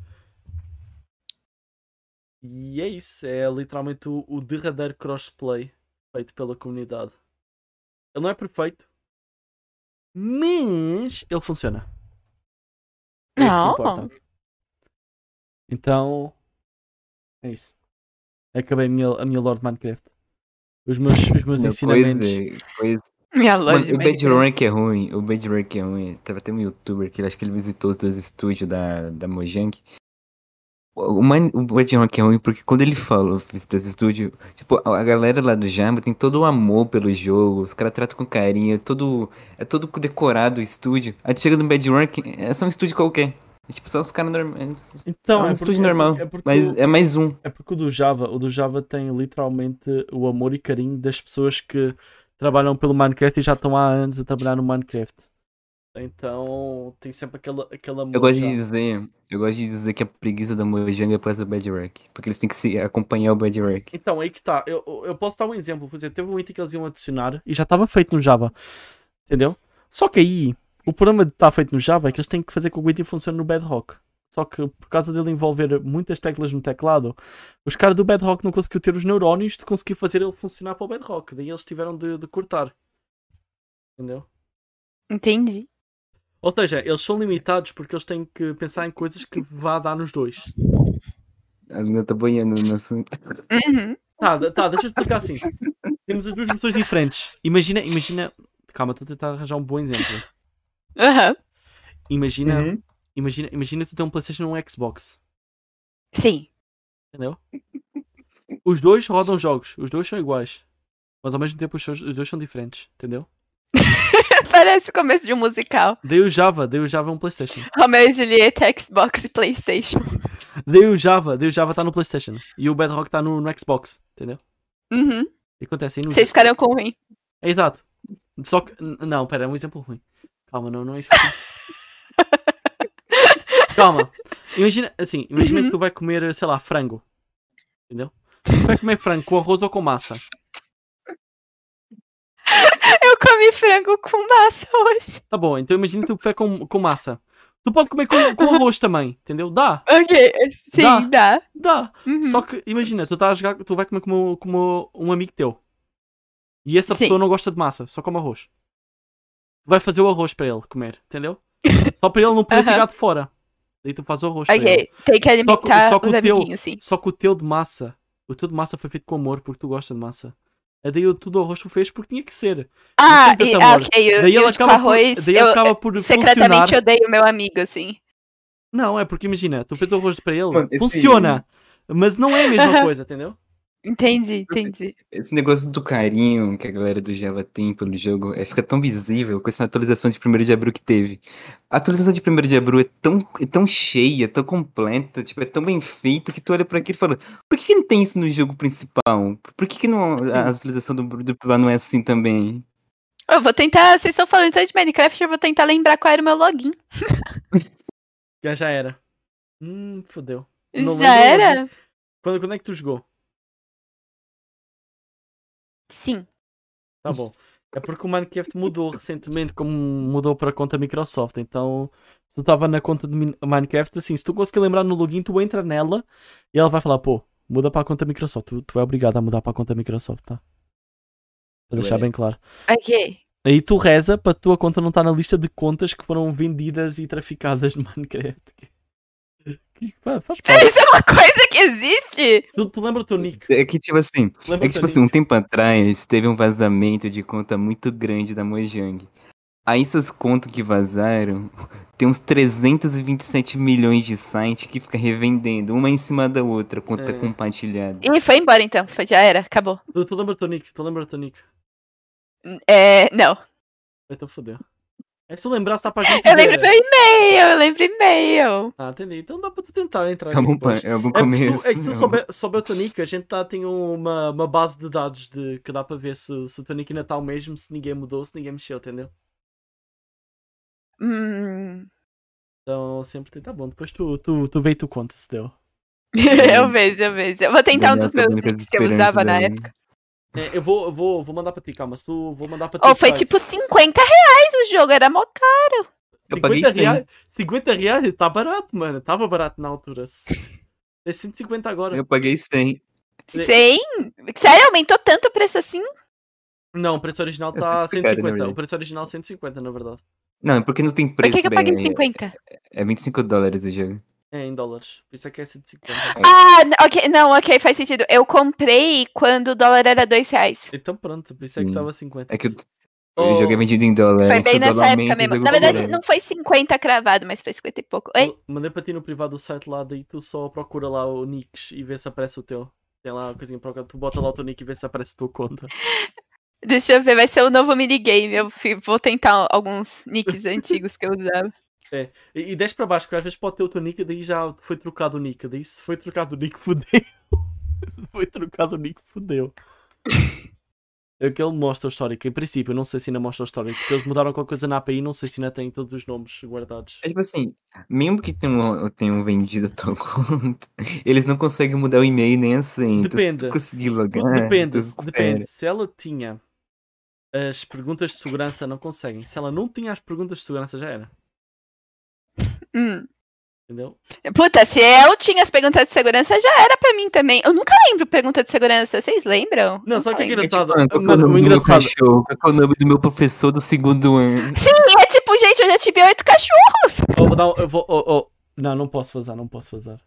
[SPEAKER 1] E é isso. É literalmente o, o derradeiro crossplay feito pela comunidade. Ele não é perfeito, mas ele funciona. É isso que
[SPEAKER 2] Não.
[SPEAKER 1] importa. Então, é isso. Acabei a minha, a minha lore de Minecraft. Os meus, os meus
[SPEAKER 3] Não,
[SPEAKER 1] ensinamentos.
[SPEAKER 3] é- coisa.
[SPEAKER 2] Minha
[SPEAKER 3] Mano,
[SPEAKER 2] loja.
[SPEAKER 3] o
[SPEAKER 2] mas-
[SPEAKER 3] Bedrock é ruim, o Bedrock é ruim. Tava até um youtuber que ele- acho que ele visitou os dois estúdios da, da Mojang. O, o Mine- o Bedrock é ruim porque quando ele fala, visita os estúdios, tipo, a, a galera lá do Jamba tem todo o amor pelo jogo, os caras tratam com carinho, é todo, é todo decorado o estúdio. Aí tu chega no Bedrock, é só um estúdio qualquer. É tipo, só os caras normais.
[SPEAKER 1] Então,
[SPEAKER 3] é um
[SPEAKER 1] é
[SPEAKER 3] estúdio
[SPEAKER 1] porque-
[SPEAKER 3] normal,
[SPEAKER 1] é porque
[SPEAKER 3] mas
[SPEAKER 1] o-
[SPEAKER 3] é mais um.
[SPEAKER 1] É porque o do Java, o do Java tem literalmente o amor e carinho das pessoas que trabalham pelo Minecraft e já estão há anos a trabalhar no Minecraft. Então tem sempre aquele, aquele amor.
[SPEAKER 3] Eu gosto de
[SPEAKER 1] já.
[SPEAKER 3] dizer, eu gosto de dizer que a preguiça da Mojang é por causa do Bedrock, porque eles têm que se acompanhar o Bedrock.
[SPEAKER 1] Então, aí que tá. Eu, eu- eu posso dar um exemplo. Por exemplo, teve um item que eles iam adicionar e já estava feito no Java. Entendeu? Só que aí, o problema de estar feito no Java é que eles têm que fazer com que o item funcione no Bedrock. Só que por causa dele envolver muitas teclas no teclado, os caras do Bedrock não conseguiu ter os neurónios de conseguir fazer ele funcionar para o Bedrock. Daí eles tiveram de, de cortar. Entendeu?
[SPEAKER 2] Entendi.
[SPEAKER 1] Ou seja, eles são limitados porque eles têm que pensar em coisas que vá dar nos dois.
[SPEAKER 3] A Lina tá banhando no assunto.
[SPEAKER 2] Uhum.
[SPEAKER 1] Tá, d- tá, deixa eu explicar assim. Temos as duas pessoas diferentes. Imagina, imagina. Calma, estou a tentar arranjar um bom exemplo.
[SPEAKER 2] Aham.
[SPEAKER 1] Imagina, imagina, imagina tu ter um PlayStation e um Xbox,
[SPEAKER 2] Sim.
[SPEAKER 1] entendeu? Os dois rodam jogos, os dois são iguais. Mas ao mesmo tempo os, seus- os dois são diferentes, entendeu?
[SPEAKER 2] Parece o começo de um musical.
[SPEAKER 1] Dei o Java, dei o Java é um PlayStation.
[SPEAKER 2] Romeo e Julieta, Xbox e Playstation.
[SPEAKER 1] Dei o Java, dei o Java está no PlayStation. E o Bedrock está no, no Xbox, entendeu?
[SPEAKER 2] Uhum.
[SPEAKER 1] E acontece aí no.
[SPEAKER 2] Vocês ficaram com ruim.
[SPEAKER 1] É, exato. Só que. n- Não, pera, é um exemplo ruim. Calma, não, não é isso que eu quis. Calma. Imagina, assim, imagina que tu vai comer, sei lá, frango. Entendeu? Tu vai comer frango com arroz ou com massa.
[SPEAKER 2] Eu comi frango com massa hoje.
[SPEAKER 1] Tá bom, então imagina que o café com, com massa. Tu pode comer com, com arroz também, entendeu? Dá,
[SPEAKER 2] Ok, sim, dá.
[SPEAKER 1] dá.
[SPEAKER 2] Uhum.
[SPEAKER 1] Só que imagina, tu, tá a jogar, tu vai comer com, com um amigo teu. E essa
[SPEAKER 2] Sim.
[SPEAKER 1] pessoa não gosta de massa, só come arroz. Tu vai fazer o arroz para ele comer, entendeu? Só para ele não poder
[SPEAKER 2] Aham.
[SPEAKER 1] tirar de fora. Daí tu faz o arroz para ele.
[SPEAKER 2] Ok, tem que alimentar
[SPEAKER 1] só que
[SPEAKER 2] os
[SPEAKER 1] o teu-
[SPEAKER 2] amiguinhos, sim.
[SPEAKER 1] Só que o teu de massa, o teu de massa foi feito com amor porque tu gosta de massa. A daí o tudo o arroz tu fez porque tinha que ser.
[SPEAKER 2] Ah,
[SPEAKER 1] tem
[SPEAKER 2] e-
[SPEAKER 1] tanto
[SPEAKER 2] ah,
[SPEAKER 1] amor.
[SPEAKER 2] ok, eu,
[SPEAKER 1] daí
[SPEAKER 2] eu
[SPEAKER 1] ele
[SPEAKER 2] tipo,
[SPEAKER 1] acaba
[SPEAKER 2] arroz,
[SPEAKER 1] por, daí ele
[SPEAKER 2] eu eh,
[SPEAKER 1] acaba por funcionar.
[SPEAKER 2] secretamente odeio meu amigo, assim.
[SPEAKER 1] Não, é porque imagina, tu fez o arroz para ele,
[SPEAKER 3] Mano, esse-
[SPEAKER 1] funciona, mas não é a mesma coisa, entendeu?
[SPEAKER 2] Entendi,
[SPEAKER 3] sei.
[SPEAKER 2] entendi.
[SPEAKER 3] Esse negócio do carinho que a galera do Java tem pelo jogo é, fica tão visível com essa atualização de 1 de abril que teve. A atualização de 1 de abril é tão, é tão cheia, tão completa, tipo, é tão bem feita que tu olha pra aquilo e fala: por que, que não tem isso no jogo principal? Por que, que não, a a atualização do, do lá não é assim também?
[SPEAKER 2] Eu vou tentar, vocês estão falando tanto de Minecraft, eu vou tentar lembrar qual era o meu login.
[SPEAKER 1] Já já era. Hum, fodeu. Não lembro o
[SPEAKER 2] Já era?
[SPEAKER 1] Quando, quando é que tu jogou?
[SPEAKER 2] Sim.
[SPEAKER 1] Tá bom. É porque o Minecraft mudou recentemente, como mudou para a conta Microsoft. Então, se tu estava na conta de Min- Minecraft, assim, se tu conseguir lembrar no login, tu entra nela e ela vai falar, pô, muda para a conta Microsoft. Tu, tu é obrigado a mudar para a conta Microsoft, tá? Para deixar
[SPEAKER 3] Ué.
[SPEAKER 1] bem claro.
[SPEAKER 2] Ok.
[SPEAKER 1] Aí tu reza para a tua conta não estar na lista de contas que foram vendidas e traficadas no Minecraft. Que- pá, faz parte.
[SPEAKER 2] Isso é uma coisa que existe?
[SPEAKER 1] Tu, tu lembra o teu nick?
[SPEAKER 3] É que, tipo assim,
[SPEAKER 1] Lembra
[SPEAKER 3] É
[SPEAKER 1] o
[SPEAKER 3] que,
[SPEAKER 1] teu
[SPEAKER 3] tipo assim, um
[SPEAKER 1] nick?
[SPEAKER 3] tempo atrás teve um vazamento de conta muito grande da Mojang. Aí essas contas que vazaram, tem uns 327 milhões de site que fica revendendo, uma em cima da outra, conta
[SPEAKER 1] É.
[SPEAKER 3] compartilhada.
[SPEAKER 2] Ih, foi embora então, foi- já era, acabou.
[SPEAKER 3] assim, um
[SPEAKER 1] Tu, tu lembra o teu nick? Tu lembra o teu nick?
[SPEAKER 2] É, não.
[SPEAKER 1] Então fodeu. É se tu lembrar, está para a gente
[SPEAKER 2] Eu
[SPEAKER 1] ver. né?
[SPEAKER 2] lembro meu e-mail, eu lembro e-mail.
[SPEAKER 1] Ah, entendi. Então dá para tu tentar entrar
[SPEAKER 3] É
[SPEAKER 1] aqui
[SPEAKER 3] um, pa-
[SPEAKER 1] depois.
[SPEAKER 3] é um
[SPEAKER 1] É, porque se tu,
[SPEAKER 3] começo.
[SPEAKER 1] é que se tu
[SPEAKER 3] não.
[SPEAKER 1] souber, souber o teu nick, a gente tá, tem uma, uma base de dados de, que dá para ver se, se o teu nick ainda tá o mesmo, se ninguém mudou, se ninguém mexeu, entendeu?
[SPEAKER 2] Hum.
[SPEAKER 1] Então sempre tenta bom. Depois tu, tu, tu vê e tu conta se deu.
[SPEAKER 2] eu vejo, eu vejo. Eu vou tentar um
[SPEAKER 3] Daniel
[SPEAKER 2] dos meus
[SPEAKER 3] trabalhando com as
[SPEAKER 2] links que eu
[SPEAKER 3] esperanças
[SPEAKER 2] usava na
[SPEAKER 3] dela.
[SPEAKER 2] época.
[SPEAKER 1] É, eu vou, eu vou, vou mandar para ti, calma. Se tu vou mandar para ti.
[SPEAKER 2] Ou foi
[SPEAKER 1] sai.
[SPEAKER 2] tipo 50 reais o jogo, era mó caro.
[SPEAKER 3] Eu paguei
[SPEAKER 1] 50
[SPEAKER 3] 100.
[SPEAKER 1] reais, 50 reais está barato, mano. Estava barato na altura. É 150 agora.
[SPEAKER 3] Eu paguei 100.
[SPEAKER 2] 100? Sério, aumentou tanto o preço assim?
[SPEAKER 1] Não, o preço original
[SPEAKER 3] É
[SPEAKER 1] tá
[SPEAKER 3] 150, na
[SPEAKER 1] 150.
[SPEAKER 3] verdade.
[SPEAKER 1] O preço original é 150, na verdade.
[SPEAKER 3] Não, é porque não tem
[SPEAKER 2] Por
[SPEAKER 3] preço,
[SPEAKER 2] que, que eu paguei
[SPEAKER 3] velho,
[SPEAKER 2] 50?
[SPEAKER 3] É 25 dólares o jogo.
[SPEAKER 1] É em dólares. Por isso é que é 150.
[SPEAKER 2] Ah, n- ok, não, ok, faz sentido. Eu comprei quando o dólar era 2 reais.
[SPEAKER 1] Então pronto, por isso é que
[SPEAKER 3] Sim.
[SPEAKER 1] estava 50.
[SPEAKER 3] É que o
[SPEAKER 1] Oh.
[SPEAKER 3] o jogo é vendido em dólares.
[SPEAKER 2] Foi
[SPEAKER 3] se
[SPEAKER 2] bem
[SPEAKER 3] o dólar
[SPEAKER 2] nessa época
[SPEAKER 3] aumenta, o
[SPEAKER 2] mesmo.
[SPEAKER 3] jogo
[SPEAKER 2] Na verdade,
[SPEAKER 3] valoriza.
[SPEAKER 2] não foi 50 cravado, mas foi 50 e pouco. Oi?
[SPEAKER 1] Eu Mandei para ti no privado o site lá, daí tu só procura lá o nicks e vê se aparece o teu. Tem lá uma coisinha procura, tu bota lá o teu nick e vê se aparece a tua conta.
[SPEAKER 2] Deixa eu ver, vai ser o novo minigame. Eu fi- vou tentar alguns nicks antigos que eu usava.
[SPEAKER 1] E, e desce para baixo, porque às vezes pode ter o teu nick e daí já foi trocado o nick. Daí se foi trocado o nick, fudeu. se foi trocado o nick, fudeu. É que ele mostra o histórico. Em princípio, eu não sei se ainda mostra o histórico, porque eles mudaram qualquer coisa na API, não sei se ainda tem todos os nomes guardados.
[SPEAKER 3] É tipo assim, mesmo que tenham, tenham vendido a tua conta, eles não conseguem mudar o e-mail nem a senha. Então, se
[SPEAKER 1] Depende.
[SPEAKER 3] tu conseguir logar, então
[SPEAKER 1] depende,
[SPEAKER 3] tu recupera.
[SPEAKER 1] É, depende. Se ela tinha as perguntas de segurança, não conseguem. Se ela não tinha as perguntas de segurança, já era.
[SPEAKER 2] Hum.
[SPEAKER 1] Entendeu?
[SPEAKER 2] Puta, se eu tinha as perguntas de segurança, já era pra mim também. Eu nunca lembro pergunta de segurança, vocês lembram?
[SPEAKER 1] Não, sabe o que é
[SPEAKER 2] lembro.
[SPEAKER 3] É tipo,
[SPEAKER 1] engraçado?
[SPEAKER 3] ah, qual que é o
[SPEAKER 1] Mano, o
[SPEAKER 3] nome do meu
[SPEAKER 1] engraçado.
[SPEAKER 3] cachorro? Qual que é o nome do meu professor do segundo ano?
[SPEAKER 2] Sim, é tipo, gente, eu já tive oito cachorros.
[SPEAKER 1] Eu vou dar um- eu vou- oh, oh. Não, não posso vazar, não posso vazar.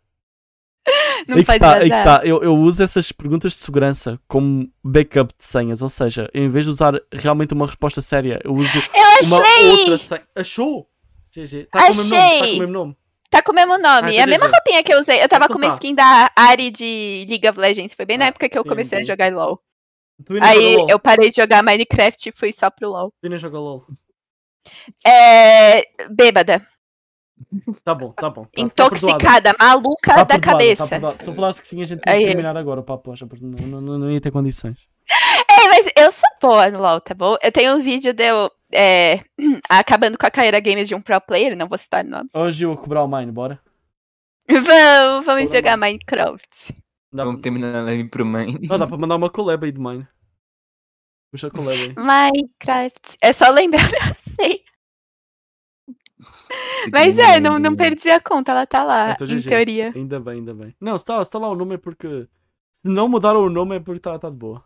[SPEAKER 2] Não
[SPEAKER 1] Aí que
[SPEAKER 2] faz
[SPEAKER 1] tá, aí que
[SPEAKER 2] azar.
[SPEAKER 1] tá. Eu, eu uso essas perguntas de segurança como backup de senhas, ou seja, em vez de usar realmente uma resposta séria, eu uso
[SPEAKER 2] Eu
[SPEAKER 1] uma
[SPEAKER 2] achei!
[SPEAKER 1] outra senha. Achou? GG. Tá com o mesmo nome, tá com o
[SPEAKER 2] Achei!
[SPEAKER 1] mesmo nome.
[SPEAKER 2] Tá com o mesmo
[SPEAKER 1] Ah,
[SPEAKER 2] nome. é
[SPEAKER 1] então
[SPEAKER 2] a mesma
[SPEAKER 1] GG.
[SPEAKER 2] roupinha que eu usei. Eu tava
[SPEAKER 1] Então
[SPEAKER 2] com uma
[SPEAKER 1] tá.
[SPEAKER 2] skin da Ari de League of Legends. Foi bem na
[SPEAKER 1] Ah,
[SPEAKER 2] época que eu
[SPEAKER 1] sim,
[SPEAKER 2] comecei a
[SPEAKER 1] sim.
[SPEAKER 2] jogar LOL.
[SPEAKER 1] Tu ainda
[SPEAKER 2] Aí
[SPEAKER 1] joga LOL.
[SPEAKER 2] eu parei de jogar Minecraft e fui só pro LOL.
[SPEAKER 1] Tu ainda joga LOL.
[SPEAKER 2] É. Bêbada.
[SPEAKER 1] Tá bom, tá bom. Tá, Tá perdoada.
[SPEAKER 2] intoxicada, maluca
[SPEAKER 1] Tá
[SPEAKER 2] da
[SPEAKER 1] perdoada,
[SPEAKER 2] cabeça.
[SPEAKER 1] Tá perdoada. Se eu falasse que sim, a gente tinha
[SPEAKER 2] Aí,
[SPEAKER 1] que
[SPEAKER 2] aí.
[SPEAKER 1] terminar agora o papo, acho, porque não, não, não ia ter condições.
[SPEAKER 2] Ei, É, mas eu sou boa no LOL, tá bom? Eu tenho um vídeo de eu. é, acabando com a carreira games de um pro player, não vou citar nomes.
[SPEAKER 1] Hoje eu vou cobrar o mine, bora?
[SPEAKER 2] Vamos, vamos
[SPEAKER 1] Bora,
[SPEAKER 2] jogar Minecraft.
[SPEAKER 1] Dá,
[SPEAKER 3] Vamos terminar a live pro mãe.
[SPEAKER 1] Ah, dá para mandar uma collab aí de mine. Um chocolate.
[SPEAKER 2] Minecraft. É só lembrar, eu sei. Mas é, não, não perdi a conta, ela tá lá,
[SPEAKER 1] Então,
[SPEAKER 2] em
[SPEAKER 1] GG.
[SPEAKER 2] teoria.
[SPEAKER 1] Ainda bem, ainda bem. Não, se tá, se tá lá o nome é porque. Se não mudaram o nome é porque tá, tá de boa.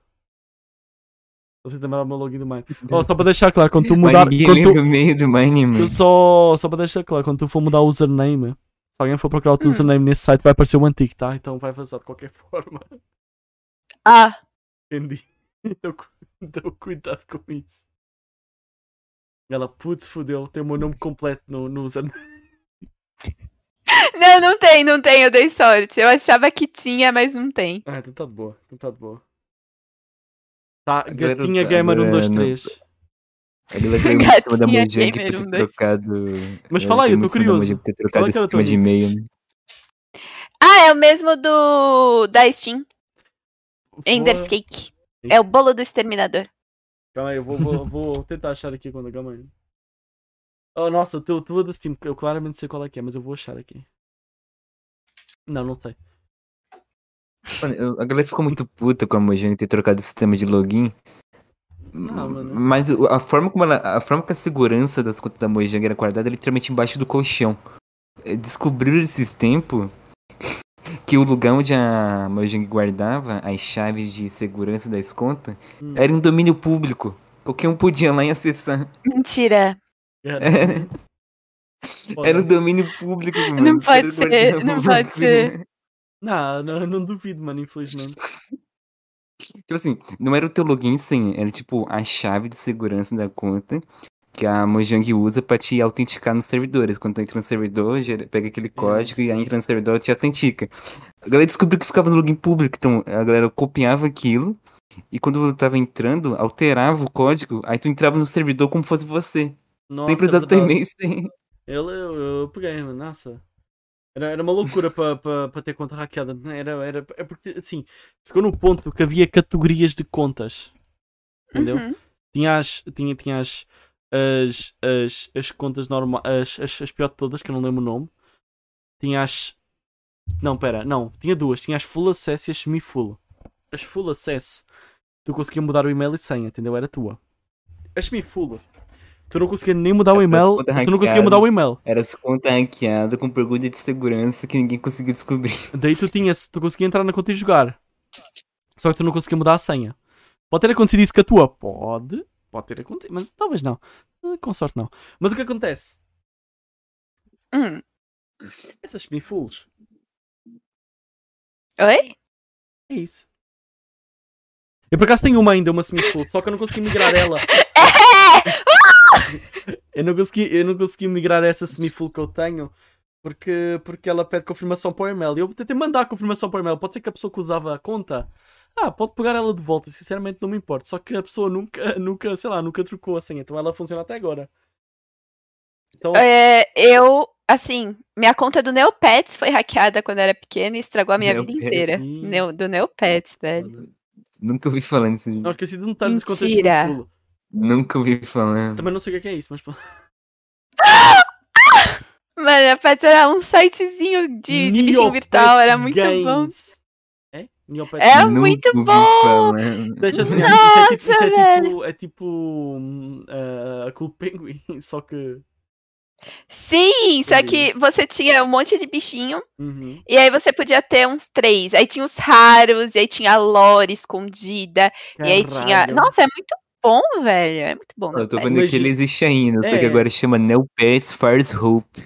[SPEAKER 1] Você também o meu login do Mine. Oh, só para deixar claro, quando tu mudar.
[SPEAKER 3] Mudar,
[SPEAKER 1] Quando tu,
[SPEAKER 3] lembra meio do Mine, mano.
[SPEAKER 1] eu só, só para deixar claro, quando tu for mudar o username, se alguém for procurar o teu
[SPEAKER 2] Hum.
[SPEAKER 1] username nesse site, vai aparecer o antigo, tá? Então vai avançar de qualquer forma.
[SPEAKER 2] Ah,
[SPEAKER 1] Entendi. Então, cu- então cuidado com isso. Ela, putz, fodeu, tem o meu nome completo no, no username.
[SPEAKER 2] não, não tem, não tem, eu dei sorte. Eu achava que tinha, mas não tem.
[SPEAKER 1] Ah, então tá de boa, então tá de boa. Tá, né,
[SPEAKER 3] Agora eu
[SPEAKER 1] gatinha
[SPEAKER 3] tô-
[SPEAKER 1] gamer
[SPEAKER 3] agora eu
[SPEAKER 1] 123.
[SPEAKER 3] A galera caiu em cima da
[SPEAKER 2] Gatinha
[SPEAKER 3] Mojang
[SPEAKER 2] gamer,
[SPEAKER 3] por
[SPEAKER 2] um,
[SPEAKER 3] ter
[SPEAKER 2] dois.
[SPEAKER 3] trocado.
[SPEAKER 1] Mas
[SPEAKER 3] a galera
[SPEAKER 1] fala aí, eu
[SPEAKER 3] caiu em
[SPEAKER 1] tô
[SPEAKER 3] cima da
[SPEAKER 1] curioso.
[SPEAKER 3] Mojang por ter
[SPEAKER 1] Qual
[SPEAKER 3] trocado
[SPEAKER 1] que era o teu
[SPEAKER 3] esse tema de
[SPEAKER 1] nick?
[SPEAKER 3] e-mail, né?
[SPEAKER 2] Ah, é o mesmo do da Steam, Ender's
[SPEAKER 1] Fora-
[SPEAKER 2] Cake. É o bolo do exterminador.
[SPEAKER 1] Calma aí, eu vou, vou, vou tentar achar aqui quando. Calma aí. Oh, nossa, o teu, teu é da Steam, que eu claramente sei qual é que é, mas eu vou achar aqui. Não, não sei.
[SPEAKER 3] Mano, eu- a galera ficou muito puta com a Mojang ter trocado o sistema de login.
[SPEAKER 1] Ah, mano.
[SPEAKER 3] Mas o- a forma como ela, a forma que a segurança das contas da Mojang era guardada é literalmente embaixo do colchão. Eh, Descobriram esses tempos que o lugar onde a Mojang guardava as chaves de segurança das contas
[SPEAKER 1] Hum.
[SPEAKER 3] era em domínio público. Qualquer um podia lá e acessar.
[SPEAKER 2] Mentira.
[SPEAKER 1] é Era,
[SPEAKER 3] Era um domínio público, mano.
[SPEAKER 2] Não pode
[SPEAKER 3] Era um
[SPEAKER 2] ser,
[SPEAKER 3] guardado
[SPEAKER 2] não
[SPEAKER 3] por
[SPEAKER 2] pode
[SPEAKER 3] bagulho.
[SPEAKER 2] ser.
[SPEAKER 1] Não, não, não duvido, mano, infelizmente.
[SPEAKER 3] Tipo assim, não era o teu login senha, era tipo a chave de segurança da conta que a Mojang usa pra te autenticar nos servidores. Quando tu entra no servidor, gera- pega aquele código e aí entra no servidor e te autentica. A galera descobriu que ficava no login público, então a galera copiava aquilo e quando tu tava entrando, alterava o código, aí tu entrava no servidor como fosse você.
[SPEAKER 1] Nossa,
[SPEAKER 3] Nem precisava
[SPEAKER 1] é
[SPEAKER 3] ter
[SPEAKER 1] verdade.
[SPEAKER 3] e-mail senha.
[SPEAKER 1] Eu, eu, eu peguei, mano, nossa. Era, era uma loucura para pa, pa ter conta hackeada. né? Era, era, é porque, assim, ficou no ponto que havia categorias de contas. Entendeu?
[SPEAKER 2] Uhum.
[SPEAKER 1] Tinha as, tinha, tinha as, as, as, as contas normais, as, as, as pior de todas, que eu não lembro o nome. Tinha as. Não, pera, não, tinha duas. Tinha as full access e as semi-full. As full access, tu conseguia mudar o e-mail e senha, entendeu? Era tua. As semi-full, tu não conseguia nem mudar o
[SPEAKER 3] Era
[SPEAKER 1] e-mail,
[SPEAKER 3] conta
[SPEAKER 1] tu não conseguia
[SPEAKER 3] hackeada.
[SPEAKER 1] mudar o e-mail.
[SPEAKER 3] Era as contas hackeadas com pergunta de segurança que ninguém conseguiu descobrir.
[SPEAKER 1] Daí tu tinhas, tu conseguia entrar na conta e jogar. Só que tu não conseguia mudar a senha. Pode ter acontecido isso com a tua? Pode. Pode ter acontecido, mas talvez não. Eh, Com sorte não. Mas o que acontece?
[SPEAKER 2] Hum.
[SPEAKER 1] Essas semifuls.
[SPEAKER 2] Oi?
[SPEAKER 1] É isso. Eu por acaso tenho uma ainda, uma semifull, só que eu não consegui migrar ela. eu, não consegui, eu não consegui migrar essa semifull que eu tenho. Porque, porque ela pede confirmação para o e-mail. E eu tentei mandar a confirmação para o e-mail. Pode ser que a pessoa que usava a conta. Ah, pode pegar ela de volta. Sinceramente, não me importa. Só que a pessoa nunca, nunca sei lá, nunca trocou a senha. Então ela funciona até agora. Então,
[SPEAKER 2] É, eu, assim, minha conta do Neopets foi hackeada quando eu era pequena e estragou a minha vida
[SPEAKER 3] Neopets.
[SPEAKER 2] inteira.
[SPEAKER 1] Ih.
[SPEAKER 2] Neo- do Neopets, velho.
[SPEAKER 3] Nunca ouvi falar nisso.
[SPEAKER 1] não esqueci de notar nos contas de
[SPEAKER 2] Mentira.
[SPEAKER 1] full.
[SPEAKER 3] Nunca ouvi falar.
[SPEAKER 1] Também não sei o que é que é isso, mas. pronto.
[SPEAKER 2] Mano, Neopets era um sitezinho de, de bichinho
[SPEAKER 1] Neopets
[SPEAKER 2] tipo assim, virtual, era muito bom.
[SPEAKER 1] Games. É? Neopets
[SPEAKER 2] É
[SPEAKER 3] Nunca
[SPEAKER 2] muito
[SPEAKER 3] ouvi
[SPEAKER 2] bom!
[SPEAKER 3] falar.
[SPEAKER 1] Deixa de isso
[SPEAKER 2] Nossa,
[SPEAKER 1] é tipo, isso é
[SPEAKER 2] velho!
[SPEAKER 1] tipo, é tipo hum, ah, a Clube Penguin, só que.
[SPEAKER 2] Sim, só
[SPEAKER 1] Entendi.
[SPEAKER 2] que você tinha um monte de bichinho,
[SPEAKER 1] Uhum.
[SPEAKER 2] e aí você podia ter uns três. Aí tinha os raros, e aí tinha a Lore escondida, e aí tinha.
[SPEAKER 1] Caralho.
[SPEAKER 2] Nossa, é muito bom, velho. É muito bom.
[SPEAKER 3] Eu tô
[SPEAKER 2] Neopets.
[SPEAKER 3] vendo que
[SPEAKER 1] Imagina-
[SPEAKER 3] ele existe ainda, só que
[SPEAKER 1] É.
[SPEAKER 3] agora chama Neopets Fars Hope.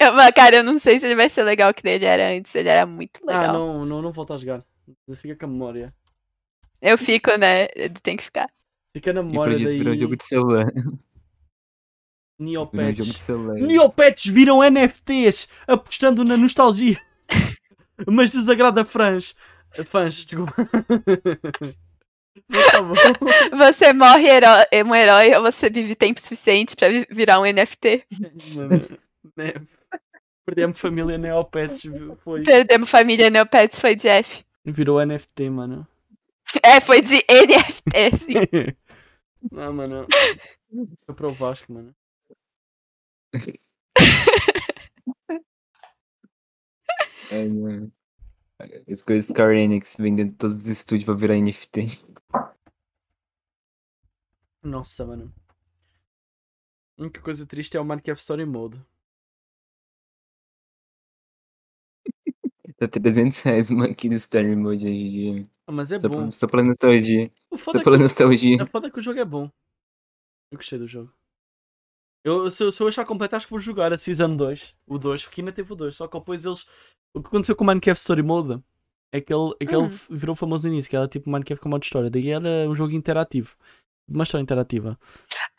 [SPEAKER 2] Eu- mas, cara, eu não sei se ele vai ser legal que nem ele era antes. Ele era muito
[SPEAKER 1] Ah,
[SPEAKER 2] legal.
[SPEAKER 1] não, não, não volta a jogar. Fica com a memória.
[SPEAKER 2] eu fico, né? Ele tem que ficar.
[SPEAKER 1] Fica na
[SPEAKER 3] E
[SPEAKER 1] memória
[SPEAKER 3] projeto
[SPEAKER 1] daí.
[SPEAKER 3] virou um jogo de celular. Virou um jogo de
[SPEAKER 1] Neopets.
[SPEAKER 3] celular.
[SPEAKER 1] Neopets viram NFTs, apostando na nostalgia. Mas desagrada fãs. Fãs, desculpa. Mas tá bom.
[SPEAKER 2] Você morre heró- é um herói ou você vive tempo suficiente pra vi- virar um NFT.
[SPEAKER 1] Mano, né? Perdemos família Neopets. Foi.
[SPEAKER 2] Perdemos família Neopets, foi de F.
[SPEAKER 1] Virou NFT, mano.
[SPEAKER 2] É, foi de NFT, sim.
[SPEAKER 1] Não, mano. Foi para o Vasco, mano.
[SPEAKER 3] É, mano. As coisas Square Enix vendendo todos os estúdios pra virar NFT.
[SPEAKER 1] Nossa, mano. A única coisa triste é o Minecraft Story Mode.
[SPEAKER 3] Tá 300 reais uma aqui no Story Mode hoje em dia.
[SPEAKER 1] Ah, mas é
[SPEAKER 3] Só
[SPEAKER 1] bom.
[SPEAKER 3] pra, só pela nostalgia.
[SPEAKER 1] O foda
[SPEAKER 3] Só
[SPEAKER 1] é
[SPEAKER 3] pela
[SPEAKER 1] que,
[SPEAKER 3] nostalgia.
[SPEAKER 1] a foda é que o jogo é bom. Eu gostei do jogo. Eu, se, eu- se eu achar completo, acho que vou jogar a Season 2. O 2, porque ainda teve o 2. Só que depois eles. O que aconteceu com o Minecraft Story Mode é que ele, é que ele
[SPEAKER 2] Hum.
[SPEAKER 1] f- virou famoso no início, que era tipo Minecraft com modo história. Daí era um jogo interativo. Uma história interativa.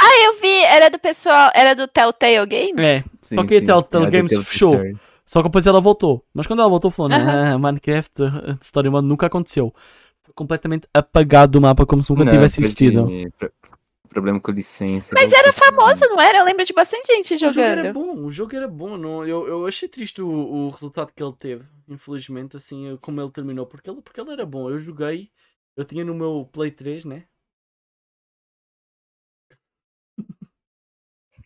[SPEAKER 2] Ah, eu vi, era do pessoal, era do Telltale Games?
[SPEAKER 1] É,
[SPEAKER 3] Sim,
[SPEAKER 1] Só que a
[SPEAKER 3] sim.
[SPEAKER 1] Telltale
[SPEAKER 3] É, a
[SPEAKER 1] Games
[SPEAKER 3] Telltale
[SPEAKER 1] fechou.
[SPEAKER 3] Story.
[SPEAKER 1] Só que depois ela voltou. Mas quando ela voltou, falou:
[SPEAKER 2] Aham.
[SPEAKER 1] não, ah, Minecraft uh, Story Mode nunca aconteceu. Foi completamente apagado do mapa, como se nunca
[SPEAKER 3] Não,
[SPEAKER 1] tivesse
[SPEAKER 3] foi
[SPEAKER 1] existido.
[SPEAKER 3] de- né? pro- Problema com licença.
[SPEAKER 2] Mas
[SPEAKER 3] era
[SPEAKER 2] Famoso, não era? Eu lembro de bastante gente
[SPEAKER 1] O jogo era
[SPEAKER 2] jogando.
[SPEAKER 1] bom, o jogo era bom. Não, eu, eu achei triste o, o resultado que ele teve, infelizmente, assim, eu- como ele terminou. Porque ele, porque ele era bom. Eu joguei, eu tinha no meu Play 3, né?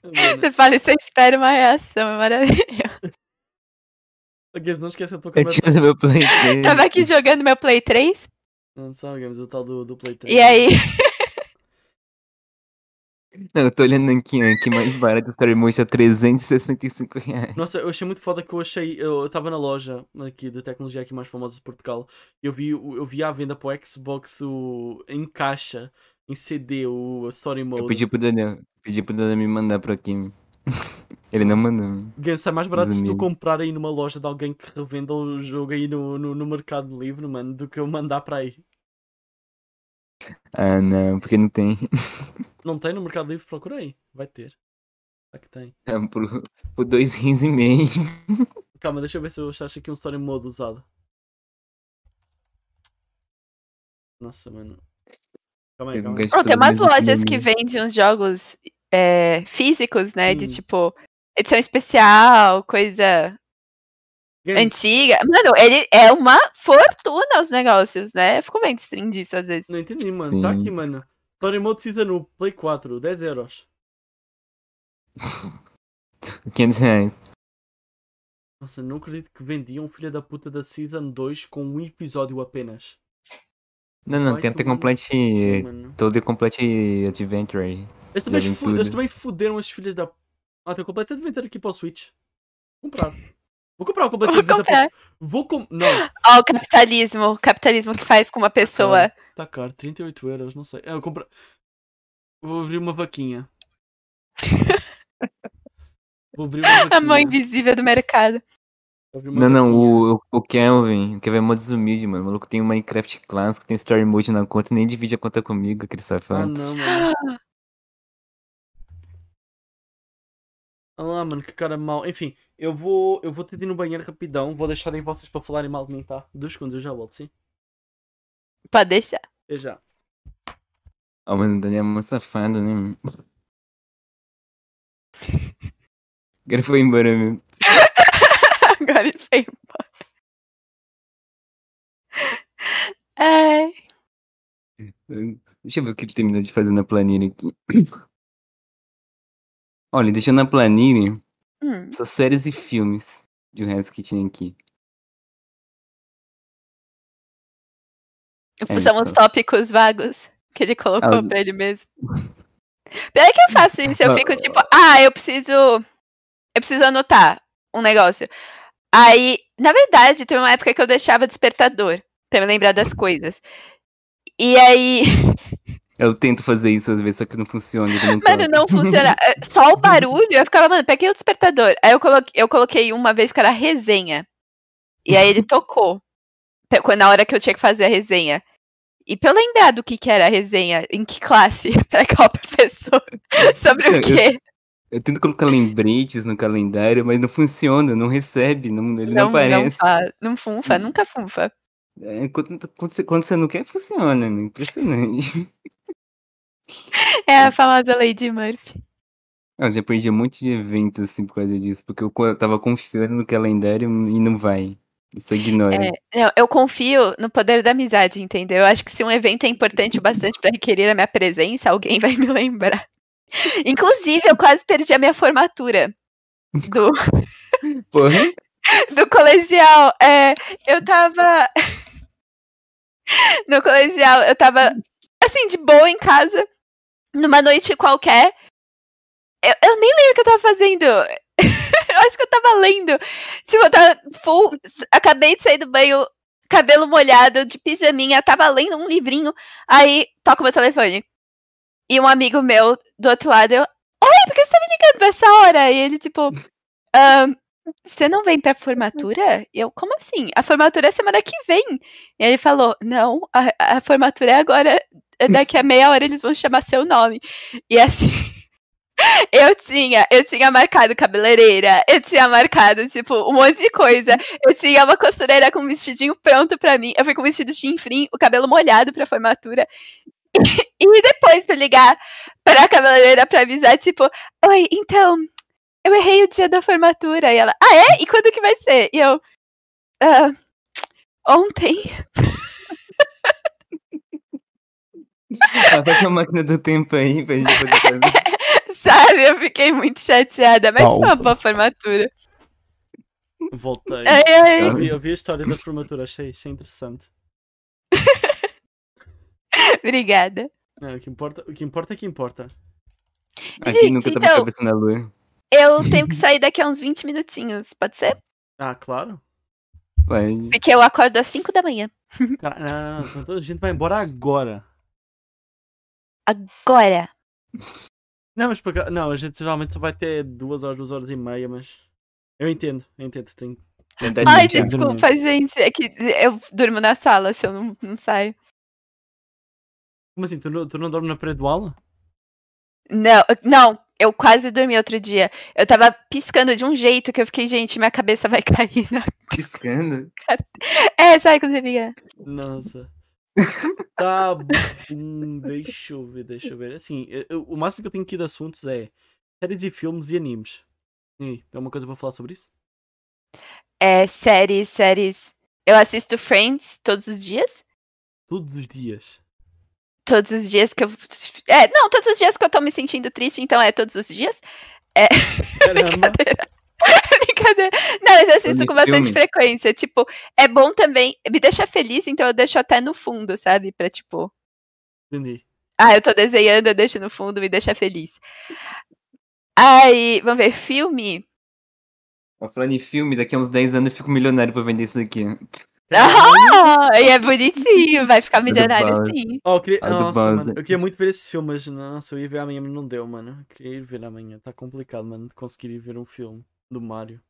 [SPEAKER 1] Mano, né?
[SPEAKER 2] Você fala e você espera uma reação, é maravilhoso.
[SPEAKER 1] Games, não esqueça a tua
[SPEAKER 3] Eu
[SPEAKER 1] câmera.
[SPEAKER 3] tinha no meu Play 3.
[SPEAKER 2] Tava aqui jogando meu Play 3,
[SPEAKER 1] Não, sabe, Games, o tal do, do Play 3.
[SPEAKER 2] e aí...
[SPEAKER 3] Não, eu tô olhando aqui, né? Que mais barato o Story Mode tá 365 reais.
[SPEAKER 1] Nossa, eu achei muito foda que eu achei. Eu estava na loja aqui de tecnologia aqui mais famosa de Portugal. e Eu vi, o- eu vi à venda para o Xbox o, em caixa, em CD, o Story
[SPEAKER 3] Eu
[SPEAKER 1] Mode.
[SPEAKER 3] pedi pro Daniel. Pedi pro Daniel me mandar pro aqui. Ele não mandou.
[SPEAKER 1] Ganha, sai mais barato se tu
[SPEAKER 3] Resumindo.
[SPEAKER 1] comprar aí numa loja de alguém que revenda o jogo aí no, no, no Mercado Livre, mano, do que eu mandar para aí.
[SPEAKER 3] Ah, não, porque não tem.
[SPEAKER 1] Não tem no Mercado Livre? Procura aí. Vai ter. Aqui tem.
[SPEAKER 3] É, Por, por dois rins e meio.
[SPEAKER 1] Calma, deixa eu ver se eu acho aqui um Story Mode usado. Nossa, mano. Calma aí,
[SPEAKER 3] Eu
[SPEAKER 1] calma aí.
[SPEAKER 3] gasto
[SPEAKER 2] Bom, tem
[SPEAKER 3] todos
[SPEAKER 2] umas
[SPEAKER 3] meus rins e
[SPEAKER 2] lojas que
[SPEAKER 3] meio.
[SPEAKER 2] vendem uns jogos é, físicos, né? De
[SPEAKER 1] Hum.
[SPEAKER 2] tipo, edição especial, coisa
[SPEAKER 1] Games,
[SPEAKER 2] antiga. Mano, ele é uma fortuna os negócios, né? Eu fico vendo stream disso às vezes.
[SPEAKER 1] Não entendi, mano. Tá
[SPEAKER 3] Sim.
[SPEAKER 1] aqui, mano. Story Mode Season 1, Play 4, 10 euros.
[SPEAKER 3] 500 reais.
[SPEAKER 1] Nossa, não acredito que vendiam filha da puta da Season 2 com um episódio apenas.
[SPEAKER 3] Não, não,
[SPEAKER 1] Vai
[SPEAKER 3] quero ter
[SPEAKER 1] tomar no
[SPEAKER 3] complete.
[SPEAKER 1] Mano.
[SPEAKER 3] Todo complete adventure.
[SPEAKER 1] Eles também,
[SPEAKER 3] Já vem
[SPEAKER 1] fu-
[SPEAKER 3] tudo.
[SPEAKER 1] eles também fuderam as filhas da. Ah, tem o completo de vender aqui para o Switch. Comprar. Vou comprar o completo de
[SPEAKER 2] Vou
[SPEAKER 1] venda.
[SPEAKER 2] comprar.
[SPEAKER 1] Vou com... Não,
[SPEAKER 2] Ó, o capitalismo. O capitalismo que faz com uma pessoa.
[SPEAKER 1] tá caro, 38 euros, não sei. Ah, Eu compro... Vou abrir uma vaquinha. Vou abrir uma vaquinha.
[SPEAKER 2] A mão invisível do mercado.
[SPEAKER 1] Vou abrir uma
[SPEAKER 3] Não, não,
[SPEAKER 1] vaquinha.
[SPEAKER 3] o, o Kelvin. O Kelvin é mó desumilde, mano. O maluco tem um Minecraft clássico, tem Story Mode na conta e nem divide a conta comigo, aquele
[SPEAKER 1] Ah,
[SPEAKER 3] safado.
[SPEAKER 1] não, mano. Olha lá, Ah, mano, que cara mau. Enfim, eu vou, eu vou ter de ir no banheiro rapidão. Vou deixarem vocês para falarem mal de mim, tá? Dois segundos, eu já volto, sim?
[SPEAKER 2] Pode deixar.
[SPEAKER 1] Eu já.
[SPEAKER 3] Ah, mano, o Daniel é mó safado, né? mano? Agora foi embora mesmo.
[SPEAKER 2] Agora ele foi embora. Ai.
[SPEAKER 3] Deixa eu ver o que ele terminou de fazer na planilha aqui. Olha, deixou na planilha
[SPEAKER 2] Hum.
[SPEAKER 3] só séries e filmes de o resto que tinha aqui. É
[SPEAKER 2] São
[SPEAKER 3] isso.
[SPEAKER 2] os tópicos vagos que ele colocou
[SPEAKER 3] Ah, o-
[SPEAKER 2] pra ele mesmo. Pior que eu faço isso, eu
[SPEAKER 3] Ah,
[SPEAKER 2] fico tipo, ah, eu preciso. Eu preciso anotar um negócio. Aí, na verdade, teve uma época que eu deixava despertador pra me lembrar das coisas. E aí,
[SPEAKER 3] Eu tento fazer isso às vezes, só que não funciona. eu não
[SPEAKER 2] mano,
[SPEAKER 3] toco.
[SPEAKER 2] não funciona. É, Só o barulho, eu ficava, mano, peguei o despertador. Aí eu coloquei, eu coloquei uma vez que era resenha. E aí ele tocou. Pe- quando- Na hora que eu tinha que fazer a resenha. E pra eu lembrar do que, que era a resenha, em que classe, pra qual professor, sobre
[SPEAKER 3] Eu-
[SPEAKER 2] o quê.
[SPEAKER 3] Eu tento colocar lembretes no calendário, mas não funciona, não recebe, não, ele não, aparece.
[SPEAKER 2] fa- não funfa, nunca funfa.
[SPEAKER 3] É, quando, quando você, quando você não quer, funciona. né? Impressionante.
[SPEAKER 2] É a famosa Lady Murphy.
[SPEAKER 3] Eu já perdi um monte de eventos assim por causa disso, porque eu co- eu tava confiando no calendário e não vai. Isso ignora.
[SPEAKER 2] É, não, eu confio no poder da amizade, entendeu? Eu acho que se um evento é importante o bastante para requerer a minha presença, alguém vai me lembrar. Inclusive, eu quase perdi a minha formatura do, É.
[SPEAKER 3] Porra,
[SPEAKER 2] do colegial. É, eu tava. No colegial, eu tava assim, de boa em casa. numa noite qualquer. Eu, eu nem lembro o que eu tava fazendo. eu acho que eu tava lendo. Tipo, eu tava full. Acabei de sair do banho, cabelo molhado, de pijaminha, tava lendo um livrinho. Aí toca meu telefone. E um amigo meu do outro lado, eu. Oi, por que você tá me ligando pra essa hora? E ele, tipo. "Ahn, você não vem pra formatura? E Eu, como assim? A formatura é semana que vem. E ele falou, não, a, a formatura é agora, é daqui a meia hora eles vão chamar seu nome. E assim, eu tinha, eu tinha marcado cabeleireira, eu tinha marcado, tipo, um monte de coisa. Eu tinha uma costureira com um vestidinho pronto pra mim. Eu fui com um vestido chinfrim, o cabelo molhado pra formatura. E depois pra ligar pra cabeleireira pra avisar, tipo, oi, então, eu errei o dia da formatura. E ela, ah, é? E quando que vai ser? E eu, "Ah, ontem.
[SPEAKER 3] Até a tá máquina do tempo aí pra gente poder fazer.
[SPEAKER 2] Sabe, eu fiquei muito chateada, mas foi uma
[SPEAKER 4] Paulo.
[SPEAKER 2] boa formatura.
[SPEAKER 1] Voltei.
[SPEAKER 2] Ai, ai.
[SPEAKER 1] Eu vi, eu vi a história da formatura, achei, achei interessante.
[SPEAKER 2] Obrigada.
[SPEAKER 1] É, o, que importa, o que importa é que importa.
[SPEAKER 3] Aqui nunca
[SPEAKER 2] Gente,
[SPEAKER 3] tava
[SPEAKER 2] então-
[SPEAKER 3] cabeça na lua.
[SPEAKER 2] Eu tenho que sair daqui a uns 20 minutinhos, pode ser?
[SPEAKER 1] Ah, claro.
[SPEAKER 3] Vai.
[SPEAKER 2] Porque eu acordo às 5 da manhã.
[SPEAKER 1] Cara, não, não, não, então a gente vai embora agora.
[SPEAKER 2] Agora.
[SPEAKER 1] Não, mas porque, não, a gente geralmente só vai ter duas horas, duas horas e meia, mas. Eu entendo, eu entendo. Tem...
[SPEAKER 3] Tadinho,
[SPEAKER 2] Ai,
[SPEAKER 3] Thiago.
[SPEAKER 2] desculpa, gente. É que eu durmo na sala se eu não, não saio.
[SPEAKER 1] Como assim? Tu não, tu não dorme na parede do aula?
[SPEAKER 2] Não, não, eu quase dormi outro dia. Eu tava piscando de um jeito que eu fiquei, gente, minha cabeça vai cair. na-
[SPEAKER 3] Piscando.
[SPEAKER 2] É, sabe quando você fica?
[SPEAKER 1] Nossa. Tá bom, deixa eu ver, deixa eu ver. Assim, eu- eu- o máximo que eu tenho aqui de assuntos é séries e filmes e animes. E aí, tem alguma coisa para falar sobre isso?
[SPEAKER 2] É, séries, séries. Eu assisto Friends todos os dias.
[SPEAKER 1] Todos os dias.
[SPEAKER 2] Todos os dias que eu. É, não, todos os dias que eu tô me sentindo triste, então é todos os dias.
[SPEAKER 1] Caramba,
[SPEAKER 2] Brincadeira. Não, mas eu assisto
[SPEAKER 3] Filme,
[SPEAKER 2] com bastante
[SPEAKER 3] filme.
[SPEAKER 2] frequência. Tipo, é bom também. Me deixa feliz, então eu deixo até no fundo, sabe? Pra tipo.
[SPEAKER 1] entendi.
[SPEAKER 2] Ah, eu tô desenhando, eu deixo no fundo, me deixa feliz. Aí, vamos ver, filme.
[SPEAKER 3] Ó, Tá Falando em filme, daqui a uns 10 anos eu fico milionário pra vender isso daqui.
[SPEAKER 2] Ah, e é bonitinho, vai ficar
[SPEAKER 3] Tudo
[SPEAKER 2] milionário
[SPEAKER 3] é bom.
[SPEAKER 2] sim.
[SPEAKER 1] Oh, eu queria...
[SPEAKER 3] Ah, do
[SPEAKER 1] Nossa,
[SPEAKER 3] Buzz,
[SPEAKER 1] mano,
[SPEAKER 3] né?
[SPEAKER 1] eu queria muito ver esses filmes, nossa, eu ia ver amanhã, mas não deu, mano. Eu queria ir ver amanhã, tá complicado, mano, de conseguir ir ver um filme do Mario.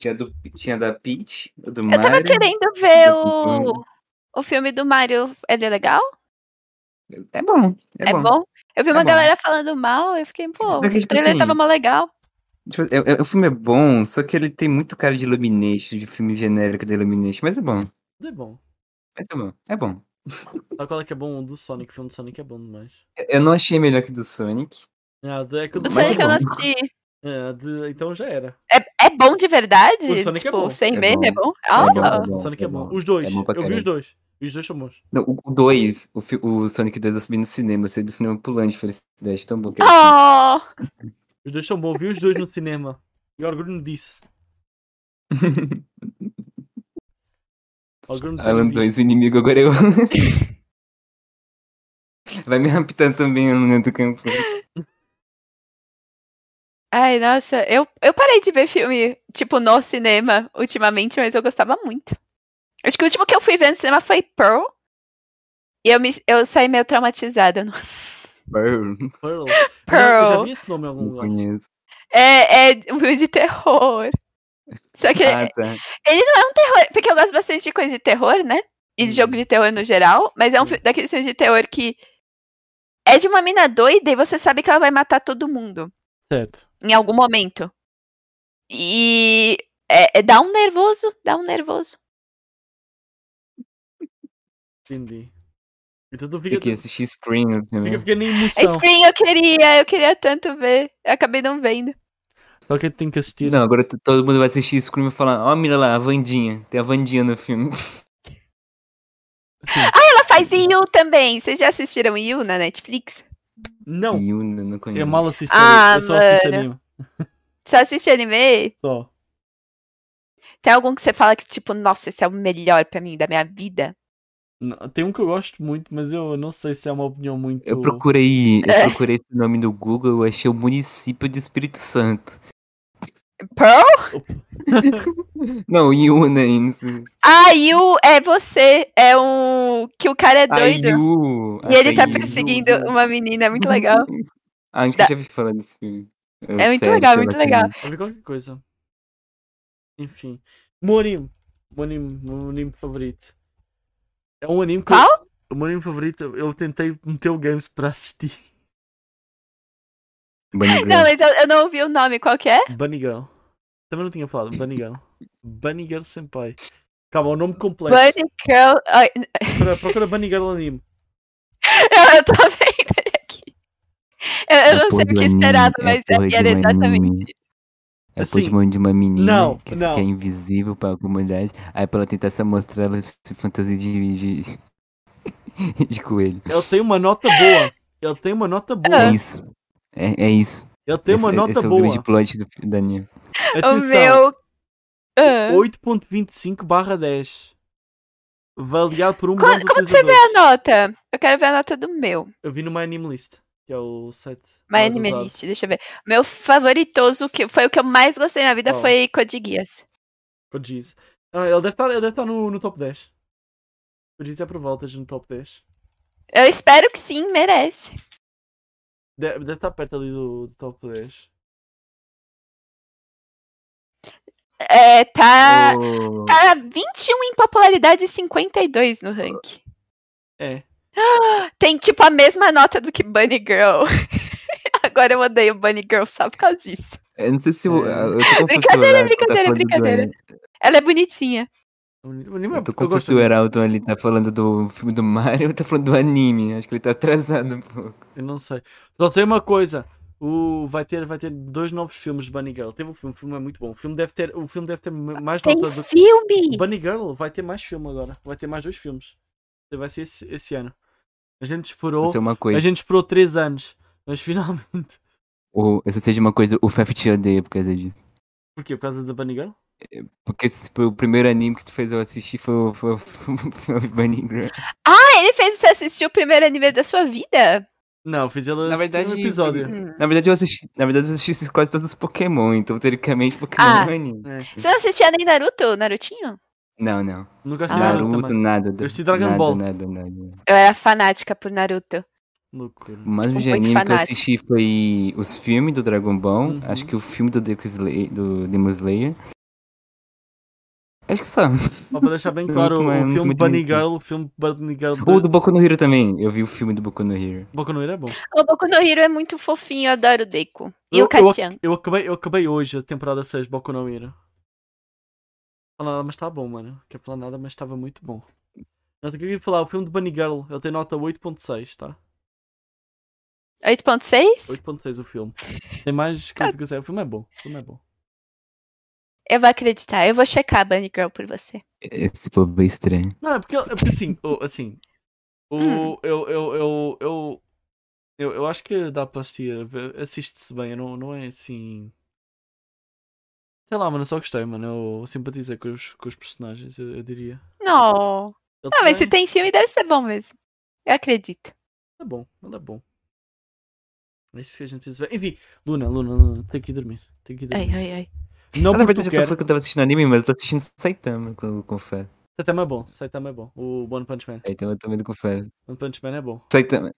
[SPEAKER 3] Tinha, do, tinha da Peach, a do
[SPEAKER 2] Eu
[SPEAKER 3] Mario.
[SPEAKER 2] tava querendo ver
[SPEAKER 3] Tudo
[SPEAKER 2] o,
[SPEAKER 3] bom.
[SPEAKER 2] o filme do Mario. Ele é legal?
[SPEAKER 3] É bom, é,
[SPEAKER 2] É, bom. Eu vi uma
[SPEAKER 3] bom.
[SPEAKER 2] galera falando mal, eu fiquei, pô,
[SPEAKER 3] Porque,
[SPEAKER 2] o
[SPEAKER 3] tipo
[SPEAKER 2] trailer
[SPEAKER 3] assim,
[SPEAKER 2] tava mó legal.
[SPEAKER 3] Tipo, é- é- o filme é bom, só que ele tem muito cara de Illumination, de filme genérico da Illumination, mas é bom.
[SPEAKER 1] Tudo é bom.
[SPEAKER 3] Mas é bom, é bom.
[SPEAKER 1] Sabe qual é que é bom? O do Sonic, o filme do Sonic é bom demais.
[SPEAKER 3] Eu não achei melhor que o do Sonic.
[SPEAKER 1] Ah, o do- é que o do
[SPEAKER 2] O
[SPEAKER 3] Mas é
[SPEAKER 2] Sonic eu não
[SPEAKER 1] Mario-
[SPEAKER 3] bom.
[SPEAKER 2] assisti.
[SPEAKER 1] É, de- Então já era.
[SPEAKER 2] assim, É, é bom de verdade?
[SPEAKER 1] O Sonic é
[SPEAKER 2] tipo,
[SPEAKER 1] bom.
[SPEAKER 2] sem
[SPEAKER 3] É
[SPEAKER 2] meme, é bom? Ah,
[SPEAKER 3] É bom,
[SPEAKER 2] ó.
[SPEAKER 3] é bom.
[SPEAKER 1] o Sonic é, bom.
[SPEAKER 3] bom.
[SPEAKER 1] Os dois.
[SPEAKER 3] É bom pra
[SPEAKER 1] eu vi os
[SPEAKER 3] caralho.
[SPEAKER 1] dois. E os dois são bons.
[SPEAKER 3] Não, o 2, o, fi- o Sonic 2 eu subi no cinema, eu saí do cinema pulando assim, de felicidade, é tão bom que era.
[SPEAKER 2] Oh,
[SPEAKER 1] Os dois são bons. Eu vi os dois no cinema. E o Orgulho me disse. O Orgulho me
[SPEAKER 3] Alan 2, o inimigo agora eu. Vai me raptar também no do campo.
[SPEAKER 2] Ai, nossa, eu, eu parei de ver filme, tipo, no cinema ultimamente, mas eu gostava muito. Acho que o último que eu fui ver no cinema foi Pearl. E eu, me, eu saí meio traumatizada. não-
[SPEAKER 3] Burr,
[SPEAKER 1] Pearl. Eu já- Eu já
[SPEAKER 2] Pearl.
[SPEAKER 1] vi esse nome em algum
[SPEAKER 3] Não
[SPEAKER 1] lugar.
[SPEAKER 3] conheço.
[SPEAKER 2] É, é um filme de terror. Só que
[SPEAKER 3] Ah, tá.
[SPEAKER 2] terror- É, porque eu gosto bastante de coisa de terror, né? E de jogo de terror no geral, mas é um
[SPEAKER 1] Hum.
[SPEAKER 2] fi- daqueles filmes de terror que é de uma mina doida e você sabe que ela vai matar todo mundo
[SPEAKER 1] Certo.
[SPEAKER 2] em algum momento. E é- é- dá um nervoso, dá um nervoso.
[SPEAKER 1] Entendi. Então tu
[SPEAKER 3] Tem
[SPEAKER 1] fica,
[SPEAKER 3] que
[SPEAKER 1] fica,
[SPEAKER 3] assistir Scream
[SPEAKER 1] fica,
[SPEAKER 3] também.
[SPEAKER 1] na
[SPEAKER 2] É
[SPEAKER 1] emoção.
[SPEAKER 2] Scream eu queria, eu queria tanto ver. Eu acabei não vendo. é-
[SPEAKER 1] Só que tem que assistir.
[SPEAKER 3] Não, agora t- todo mundo vai assistir Scream e falar, ó, mira lá, a Vandinha. Tem a Vandinha no filme.
[SPEAKER 1] Sim.
[SPEAKER 2] Ela faz You também. Vocês já assistiram You na Netflix?
[SPEAKER 1] Não.
[SPEAKER 3] Yuna, não conheço.
[SPEAKER 1] Eu mal assisto.
[SPEAKER 2] Ah,
[SPEAKER 1] eu só assisto
[SPEAKER 2] mano.
[SPEAKER 1] anime.
[SPEAKER 2] Só assiste anime?
[SPEAKER 1] Só.
[SPEAKER 2] Tem algum que você fala que, tipo, nossa, esse é o melhor pra mim da minha vida?
[SPEAKER 1] Não, Tem um que eu gosto muito, mas eu não sei se é uma opinião muito.
[SPEAKER 3] Eu procurei, eu
[SPEAKER 2] É.
[SPEAKER 3] procurei esse nome no Google, eu achei o município de Espírito Santo.
[SPEAKER 2] Pearl?
[SPEAKER 3] Não, Iuna, hein?
[SPEAKER 2] Ah, Yu é você. É um. Que o cara é
[SPEAKER 3] Ah,
[SPEAKER 2] doido.
[SPEAKER 3] Ayu.
[SPEAKER 2] e ele tá perseguindo uma menina. É muito legal.
[SPEAKER 3] Ah, acho que
[SPEAKER 2] Da-
[SPEAKER 3] eu já vi falar desse filme.
[SPEAKER 2] É muito legal, muito legal.
[SPEAKER 1] Eu vi qualquer é coisa. Enfim. Meu anime. Meu anime, meu anime favorito. É um anime que. eu-
[SPEAKER 2] Qual?
[SPEAKER 1] O meu anime favorito, eu tentei meter o Games pra assistir.
[SPEAKER 2] Não, mas eu, eu não ouvi o nome. Qual que é?
[SPEAKER 1] Bunny Girl. Também não tinha falado, Bunny Girl. Bunny Girl Senpai. Calma, o nome completo.
[SPEAKER 2] Bunny Girl. Ai,
[SPEAKER 1] Procura, procura Bunny Girl anime.
[SPEAKER 2] eu, eu tô vendo ele aqui. Eu,
[SPEAKER 1] É
[SPEAKER 2] eu não sei o que esperava, mas era exatamente.
[SPEAKER 3] É
[SPEAKER 1] Assim,
[SPEAKER 3] assim, Pokémon de uma menina
[SPEAKER 1] não,
[SPEAKER 3] que,
[SPEAKER 1] não.
[SPEAKER 3] que é invisível pra comunidade. Aí pra ela tentar se mostrar, ela se fantasia de, de, de coelho.
[SPEAKER 1] Ele tem uma nota boa. Ele tem uma nota
[SPEAKER 3] É
[SPEAKER 2] Ah.
[SPEAKER 1] boa.
[SPEAKER 3] isso. É, é isso.
[SPEAKER 1] Ele tem
[SPEAKER 3] esse,
[SPEAKER 1] uma nota
[SPEAKER 3] esse é o
[SPEAKER 1] boa.
[SPEAKER 3] grande plot do Daniel.
[SPEAKER 2] O
[SPEAKER 1] é Atenção.
[SPEAKER 2] meu. Ah.
[SPEAKER 1] 8.25 barra 10. Avaliado por um
[SPEAKER 2] Quando-
[SPEAKER 1] milhão de
[SPEAKER 2] como que você vê
[SPEAKER 1] utilizadores.
[SPEAKER 2] a nota? Eu quero ver a nota do meu.
[SPEAKER 1] Eu vi no My Anime List, que é o site.
[SPEAKER 2] My
[SPEAKER 1] mais
[SPEAKER 2] Anime
[SPEAKER 1] usado.
[SPEAKER 2] List, deixa eu ver. Meu favoritoso, que foi o que eu mais gostei na vida,
[SPEAKER 1] Qual?
[SPEAKER 2] foi Code Geass.
[SPEAKER 1] Oh, jeez. Ah, ele deve estar, ele deve estar no, no top 10. Por isso é por voltas no top 10.
[SPEAKER 2] Eu espero que sim, merece.
[SPEAKER 1] De- Deve, estar perto ali do, do top 10.
[SPEAKER 2] É, tá,
[SPEAKER 3] O-
[SPEAKER 2] tá 21 em popularidade e 52 no ranking.
[SPEAKER 1] É.
[SPEAKER 2] Tem, tipo, a mesma nota do que Bunny Girl. Agora eu odeio Bunny Girl só por causa disso.
[SPEAKER 3] Eu não sei se o.
[SPEAKER 1] É.
[SPEAKER 3] Eu tô confuso, o
[SPEAKER 2] Brincadeira,
[SPEAKER 3] Heraldo tá
[SPEAKER 2] brincadeira,
[SPEAKER 3] falando do-
[SPEAKER 2] brincadeira. Ela é bonitinha.
[SPEAKER 1] O anime é
[SPEAKER 3] Eu tô
[SPEAKER 1] eu
[SPEAKER 3] confuso
[SPEAKER 1] gosto
[SPEAKER 3] se o Heraldo ali tá falando do filme do Mario ou tá falando do anime. Acho que ele tá atrasado um pouco.
[SPEAKER 1] Eu não sei. Só sei uma coisa. O, vai, ter, vai ter dois novos filmes de Bunny Girl. Teve um filme, o filme é muito bom. O filme deve ter, o filme deve ter mais
[SPEAKER 2] Tem
[SPEAKER 1] nota do que.
[SPEAKER 2] filme!
[SPEAKER 1] Bunny Girl vai ter mais filme agora. Vai ter mais dois filmes. Vai ser esse, esse ano. A gente esperou.
[SPEAKER 3] Isso é uma
[SPEAKER 1] A
[SPEAKER 3] coisa.
[SPEAKER 1] gente esperou 3 anos. Mas finalmente.
[SPEAKER 3] Ou, se seja uma coisa, o Fef te odeia por causa disso.
[SPEAKER 1] Porquê? Por causa da Bunny Girl?
[SPEAKER 3] Porque esse foi o primeiro anime que tu fez eu assistir foi o, foi, o- foi o Bunny Girl.
[SPEAKER 2] Ah, ele fez você assistir o primeiro anime da sua vida?
[SPEAKER 1] Não, fiz ela
[SPEAKER 3] Na
[SPEAKER 1] assistir
[SPEAKER 3] verdade,
[SPEAKER 1] um episódio.
[SPEAKER 2] Hum.
[SPEAKER 3] Na verdade, eu assisti, na verdade, eu assisti quase todos os Pokémon, então teoricamente Pokémon
[SPEAKER 2] Ah.
[SPEAKER 3] é um anime.
[SPEAKER 2] Você não assistia nem Naruto, Narutinho?
[SPEAKER 3] Não, não.
[SPEAKER 2] Ah,
[SPEAKER 1] Nunca assisti nada
[SPEAKER 3] Naruto,
[SPEAKER 1] também.
[SPEAKER 3] nada.
[SPEAKER 1] Ah, tá Eu assisti Dragon
[SPEAKER 3] nada,
[SPEAKER 1] Ball.
[SPEAKER 3] Nada, nada.
[SPEAKER 2] Eu era fanática por Naruto.
[SPEAKER 1] Loucura.
[SPEAKER 3] O mais
[SPEAKER 2] Tipo,
[SPEAKER 3] de
[SPEAKER 2] muito
[SPEAKER 3] anime que eu
[SPEAKER 2] fanático.
[SPEAKER 3] assisti foi os filmes do Dragon Ball.
[SPEAKER 1] Uhum.
[SPEAKER 3] Acho que o filme do, Deku Slayer, do Demon Slayer. Acho que só.
[SPEAKER 1] Ó, pra deixar bem
[SPEAKER 3] Muito
[SPEAKER 1] claro,
[SPEAKER 3] mais-
[SPEAKER 1] o
[SPEAKER 3] muito
[SPEAKER 1] filme
[SPEAKER 3] mais
[SPEAKER 1] Bunny
[SPEAKER 3] bonito.
[SPEAKER 1] Girl, o filme Bunny Girl
[SPEAKER 3] Ou
[SPEAKER 1] do...
[SPEAKER 3] do Boku no Hero também. Eu vi o filme do Boku no Hero.
[SPEAKER 1] Boku no Hero é bom.
[SPEAKER 2] O Boku no Hero é muito fofinho, eu adoro o Deiko. E
[SPEAKER 1] eu,
[SPEAKER 2] o
[SPEAKER 1] eu,
[SPEAKER 2] Katian.
[SPEAKER 1] ac- eu, acabei, eu acabei hoje a temporada 6 de Boku no Hero. Fala nada, mas tá bom, mano. Quer falar nada, mas estava muito bom. Mas o que eu queria falar, o filme de Bunny Girl, ele tem nota 8.6, tá?
[SPEAKER 2] 8.6?
[SPEAKER 1] 8.6 o filme. Tem mais coisa que eu sei. O filme é bom. O filme é bom.
[SPEAKER 2] Eu vou acreditar. Eu vou checar a Bunny Girl por você.
[SPEAKER 3] Esse povo é estranho.
[SPEAKER 1] Não, é porque, é porque assim, o- assim, o,
[SPEAKER 2] Hum.
[SPEAKER 1] eu, eu, eu, eu, eu, eu acho que dá para assistir, assiste-se bem, eu não, não é assim... Sei lá, mano, eu só gostei, mano, eu simpatizei com os, com os personagens, eu, eu diria.
[SPEAKER 2] Não.
[SPEAKER 1] Ele
[SPEAKER 2] Não, Ah, mas se
[SPEAKER 1] tem-
[SPEAKER 2] tem filme, deve ser bom mesmo. Eu acredito.
[SPEAKER 1] É bom, ele é bom. É isso que a gente precisa ver. Enfim, Luna, Luna, Luna, tem que ir dormir, tem que ir
[SPEAKER 2] Ai,
[SPEAKER 1] dormir.
[SPEAKER 2] ai, ai.
[SPEAKER 1] Não porque
[SPEAKER 3] Ah, na verdade,
[SPEAKER 1] tu
[SPEAKER 3] eu tô
[SPEAKER 1] quer,
[SPEAKER 3] falando que eu tava assistindo anime, mas eu tô assistindo Saitama com, com fé.
[SPEAKER 1] Saitama é bom, Saitama é bom, o One Punch Man,
[SPEAKER 3] Saitama também do com fé.
[SPEAKER 1] One Punch Man é bom.
[SPEAKER 3] Saitama.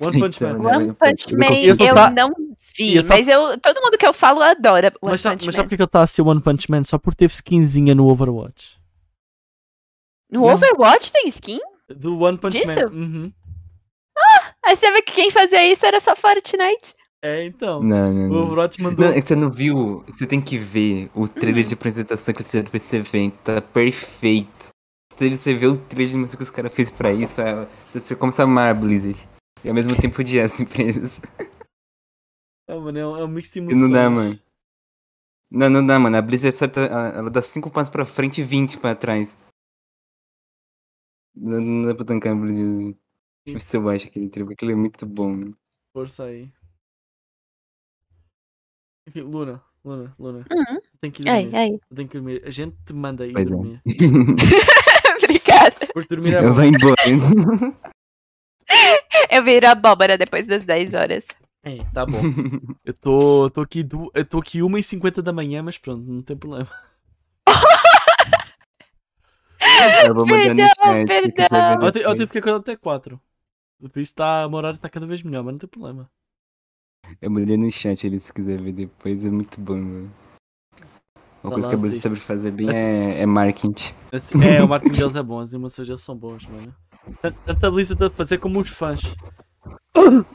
[SPEAKER 1] One Punch Man.
[SPEAKER 3] Saitama, né?
[SPEAKER 2] One Punch Man
[SPEAKER 1] Eu
[SPEAKER 2] eu,
[SPEAKER 1] só tá-
[SPEAKER 2] não vi,
[SPEAKER 1] eu só-
[SPEAKER 2] mas eu, todo mundo que eu falo adora One
[SPEAKER 1] mas sabe,
[SPEAKER 2] Punch
[SPEAKER 1] mas
[SPEAKER 2] Man.
[SPEAKER 1] sabe porque é que ele está a assistir One Punch Man? Só por ter skinzinha no Overwatch.
[SPEAKER 2] No Overwatch tem skin?
[SPEAKER 1] Do One Punch
[SPEAKER 2] Disso?
[SPEAKER 1] Man. Uhum.
[SPEAKER 2] Aí você vê que quem fazia isso era só Fortnite.
[SPEAKER 1] É, então.
[SPEAKER 3] Não, não,
[SPEAKER 1] O
[SPEAKER 3] não.
[SPEAKER 1] Overwatch mandou.
[SPEAKER 3] Não, é que você não viu. Você tem que ver o trailer de apresentação que eles fizeram pra esse evento. Tá perfeito. Se você ver o trailer de música que os caras fez pra isso, é- você, você começa a amar a Blizzard. E ao mesmo tempo odiar essa empresa.
[SPEAKER 1] É, mano, é um, é um mix de
[SPEAKER 3] dá,
[SPEAKER 1] emoções.
[SPEAKER 3] mano. Não, não dá, mano. A Blizzard só tá, a- ela dá 5 passos pra frente e 20 pra trás. Não, não dá pra tancar a Blizzard. Deixa eu ver se eu acho aquele trailer, porque ele é muito bom. Né?
[SPEAKER 1] Força aí. Enfim, Luna, Luna, Luna.
[SPEAKER 2] Uhum.
[SPEAKER 1] Tem que ir
[SPEAKER 2] Ai,
[SPEAKER 1] dormir.
[SPEAKER 2] ai.
[SPEAKER 1] Tem que ir dormir. A gente te manda ir
[SPEAKER 3] Pois é.
[SPEAKER 1] dormir.
[SPEAKER 2] Obrigada. obrigada.
[SPEAKER 1] Porque dormir é
[SPEAKER 3] Ela
[SPEAKER 1] bom.
[SPEAKER 3] vai embora.
[SPEAKER 2] Eu viro abóbora depois das 10 horas.
[SPEAKER 1] É, tá bom. Eu tô, tô aqui du... eu tô aqui 1h50 da manhã, mas pronto, não tem problema.
[SPEAKER 3] Eu vou mandar no
[SPEAKER 2] Perdão,
[SPEAKER 3] chat. se quiser
[SPEAKER 2] perdão.
[SPEAKER 3] ver
[SPEAKER 1] Ontem, ontem
[SPEAKER 3] depois.
[SPEAKER 1] fiquei acordado até 4. Por isso tá, o meu horário tá cada vez melhor, mas não tem problema.
[SPEAKER 3] Eu mandei no chat ele se quiser ver depois, é muito bom, velho.
[SPEAKER 1] Vai
[SPEAKER 3] Uma coisa
[SPEAKER 1] lá,
[SPEAKER 3] que a Brasil
[SPEAKER 1] assiste.
[SPEAKER 3] sabe fazer bem
[SPEAKER 1] Assi-
[SPEAKER 3] é, é marketing.
[SPEAKER 1] Assim, é, o marketing deles é bom, as animações deles são boas, mano. Tanto- Tanto a Blizzard a fazer como os fãs.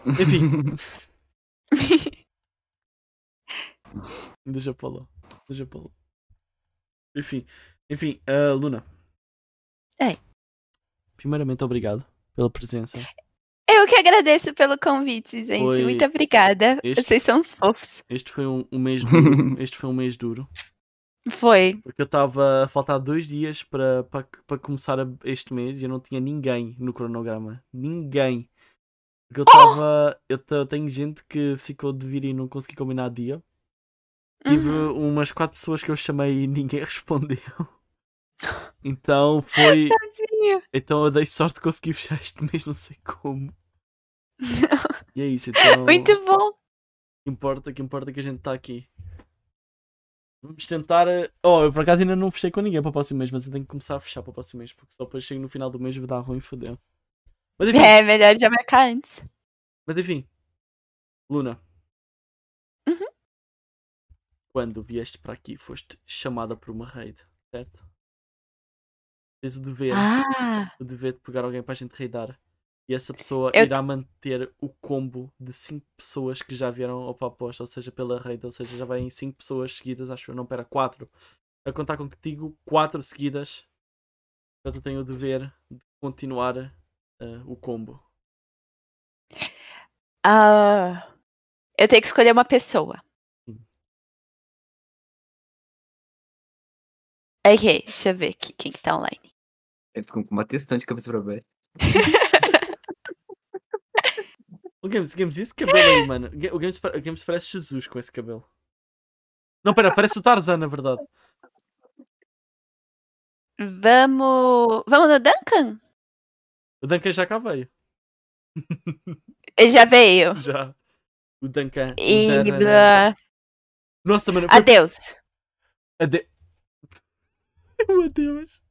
[SPEAKER 1] Enfim. Deixa pra lá. Deixa pra lá. Enfim, enfim, ah, Luna.
[SPEAKER 2] Ei.
[SPEAKER 1] Primeiramente, obrigado pela presença.
[SPEAKER 2] Eu que agradeço pelo convite, gente.
[SPEAKER 1] Foi
[SPEAKER 2] Muito obrigada.
[SPEAKER 1] este-
[SPEAKER 2] Vocês são uns fofos.
[SPEAKER 1] Este foi um, um mês duro. Este foi um mês duro.
[SPEAKER 2] Foi.
[SPEAKER 1] Porque eu estava a faltar dois dias para para- para começar a- este mês e eu não tinha ninguém no cronograma. Ninguém. Porque eu estava. Eu, te- eu tenho gente que ficou de vir e não consegui combinar dia. Tive
[SPEAKER 2] Uhum.
[SPEAKER 1] umas quatro pessoas que eu chamei e ninguém respondeu. Então foi.
[SPEAKER 2] Tadinho.
[SPEAKER 1] Então eu dei sorte de conseguir fechar este mês, não sei como. E é isso, então.
[SPEAKER 2] Muito bom.
[SPEAKER 1] que importa, que importa que a gente está aqui. Vamos tentar. eh, Oh, eu por acaso ainda não fechei com ninguém para o próximo mês, mas eu tenho que começar a fechar para o próximo mês, porque só depois chego no final do mês e vai dar ruim e fodeu. Mas enfim,
[SPEAKER 2] É, melhor já marcar antes.
[SPEAKER 1] mas enfim. Luna.
[SPEAKER 2] Uhum.
[SPEAKER 1] Quando vieste para aqui, foste chamada por uma raid, certo? Tens o dever,
[SPEAKER 2] Ah,
[SPEAKER 1] o dever de pegar alguém para a gente raidar. E essa pessoa
[SPEAKER 2] Eu-
[SPEAKER 1] irá manter o combo de 5 pessoas que já vieram ao Papos, ou seja, pela raid, ou seja, já vai em 5 pessoas seguidas, acho eu, não, pera, 4. A contar contigo, 4 seguidas. Portanto, eu tenho o dever de continuar eh, o combo.
[SPEAKER 2] ah. Eu tenho que escolher uma pessoa.
[SPEAKER 1] Sim.
[SPEAKER 2] Ok, deixa eu ver aqui quem que tá online.
[SPEAKER 3] Eu fico É, com uma testão de cabeça pra baixo.
[SPEAKER 1] O Games, Games, e esse cabelo aí, mano? Ga- O Games, pa- o Games parece Jesus com esse cabelo. Não, pera, parece o Tarzan, na verdade.
[SPEAKER 2] Vamos. Vamos no Duncan?
[SPEAKER 1] O Duncan já cá veio.
[SPEAKER 2] Ele já veio.
[SPEAKER 1] Já. O Duncan. o
[SPEAKER 2] E.
[SPEAKER 1] Duncan.
[SPEAKER 2] blá.
[SPEAKER 1] Nossa, mano, foi
[SPEAKER 2] Adeus.
[SPEAKER 1] Ade... Meu Deus.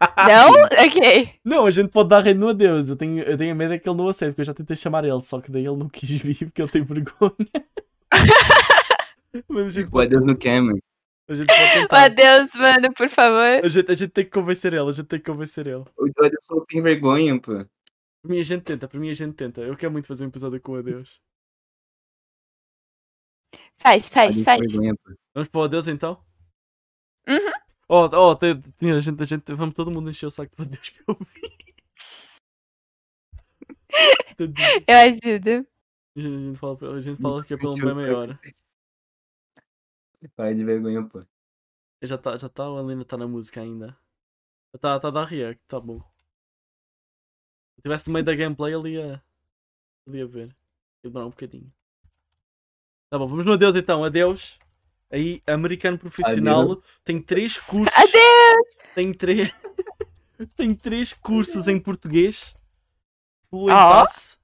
[SPEAKER 2] Não? Ok.
[SPEAKER 1] Não, a gente pode dar rei no adeus. Eu tenho, eu tenho medo é que ele não aceite, porque eu já tentei chamar ele, só que daí ele não quis vir porque ele tem vergonha. Mas a gente,
[SPEAKER 3] O adeus no Cameron.
[SPEAKER 1] a gente pode tentar.
[SPEAKER 2] Adeus, mano, por favor.
[SPEAKER 1] A gente, a gente tem que convencer ele, a gente tem que convencer ele.
[SPEAKER 3] O o adeus falou que tem vergonha, pô.
[SPEAKER 1] Por mim a gente tenta, por mim a gente tenta. Eu quero muito fazer um episódio com o adeus.
[SPEAKER 2] Faz, faz,
[SPEAKER 3] Adeus
[SPEAKER 2] faz.
[SPEAKER 3] com vergonha, pô.
[SPEAKER 1] Vamos para o adeus então?
[SPEAKER 2] Uhum.
[SPEAKER 1] Oh, oh, tem- tem- a gente, a gente, vamos todo mundo encher o saco do adeus para eu ouvir. Tadinho.
[SPEAKER 2] Eu ajudo.
[SPEAKER 1] A gente fala, a gente fala que é pelo
[SPEAKER 3] Encher o
[SPEAKER 1] bem maior.
[SPEAKER 3] Para de vergonha, pô.
[SPEAKER 1] Já tá, já tá, a Lena tá na música ainda. Já Tá, tá da React, tá bom. Se tivesse no meio da gameplay, ele ia. Ele ia ver. Ia demorar um bocadinho. Tá bom, vamos no adeus então, adeus. Aí, americano profissional, tem três cursos.
[SPEAKER 2] Adeus!
[SPEAKER 1] Tem três. tem três cursos em português.
[SPEAKER 2] Ah.
[SPEAKER 1] Fluentasse.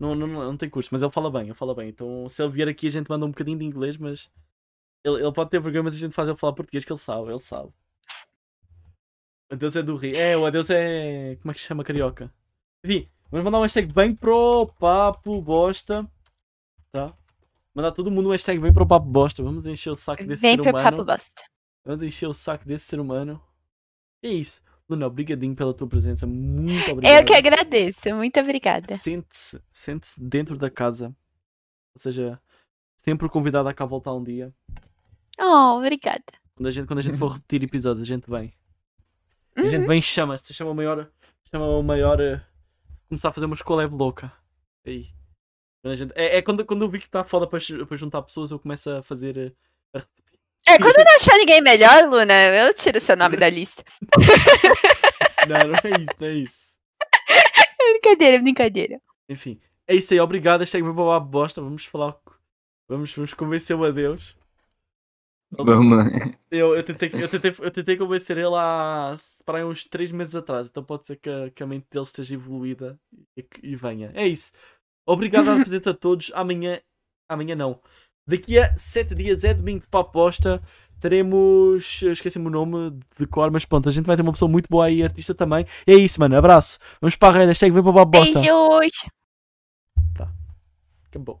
[SPEAKER 1] Não, não, não, não tem curso, mas ele fala bem, ele fala bem. Então, se ele vier aqui, a gente manda um bocadinho de inglês, mas. Ele, ele pode ter vergonha, mas a gente faz ele falar português, que ele sabe, ele sabe. Adeus é do Rio. É, o adeus é. Como é que se chama carioca? Enfim, vamos mandar um hashtag bem pro papo bosta. Tá? Mandar todo mundo um hashtag bem pro papo bosta. Vamos encher o saco desse
[SPEAKER 2] Vem
[SPEAKER 1] ser
[SPEAKER 2] pro
[SPEAKER 1] humano.
[SPEAKER 2] Papo Bosta.
[SPEAKER 1] Vamos encher o saco desse ser humano. E é isso. Luna, obrigadinho pela tua presença. Muito obrigado.
[SPEAKER 2] Eu que agradeço. Muito obrigada.
[SPEAKER 1] Sente-se sente -se dentro da casa. Ou seja, sempre convidada a cá voltar um dia.
[SPEAKER 2] Oh, obrigada.
[SPEAKER 1] Quando a gente, quando a gente for repetir episódios, a gente vem. A
[SPEAKER 2] Uhum.
[SPEAKER 1] gente vem e chama. Se chama o maior. Chama o maior. eh, começar a fazer umas collab louca. Aí. Quando a gente- é é quando, quando eu vi que está foda para para juntar pessoas, eu começo a fazer. eh,
[SPEAKER 2] É, quando eu não achar ninguém melhor, Luna, eu tiro seu nome da lista.
[SPEAKER 1] Não, não é isso, não é isso.
[SPEAKER 2] Brincadeira, brincadeira.
[SPEAKER 1] Enfim, é isso aí. Obrigado. Hashtag meu babá bosta. Vamos falar. Vamos, vamos convencer o adeus.
[SPEAKER 3] Vamos lá.
[SPEAKER 1] Eu, eu, tentei, eu, tentei, eu tentei convencer ele há para aí uns 3 meses atrás, então pode ser que, a- que a mente dele esteja evoluída e, que- e venha. É isso. Obrigado à presença de todos. Amanhã. Amanhã não. Daqui a 7 dias é domingo para a aposta. Teremos. eu Esqueci-me o nome de cor, mas pronto, a gente vai ter uma pessoa muito boa aí, artista também. E é isso, mano. Abraço. Vamos para a rede. Hashtag vem para a bosta.
[SPEAKER 2] Beijos!
[SPEAKER 1] Acabou.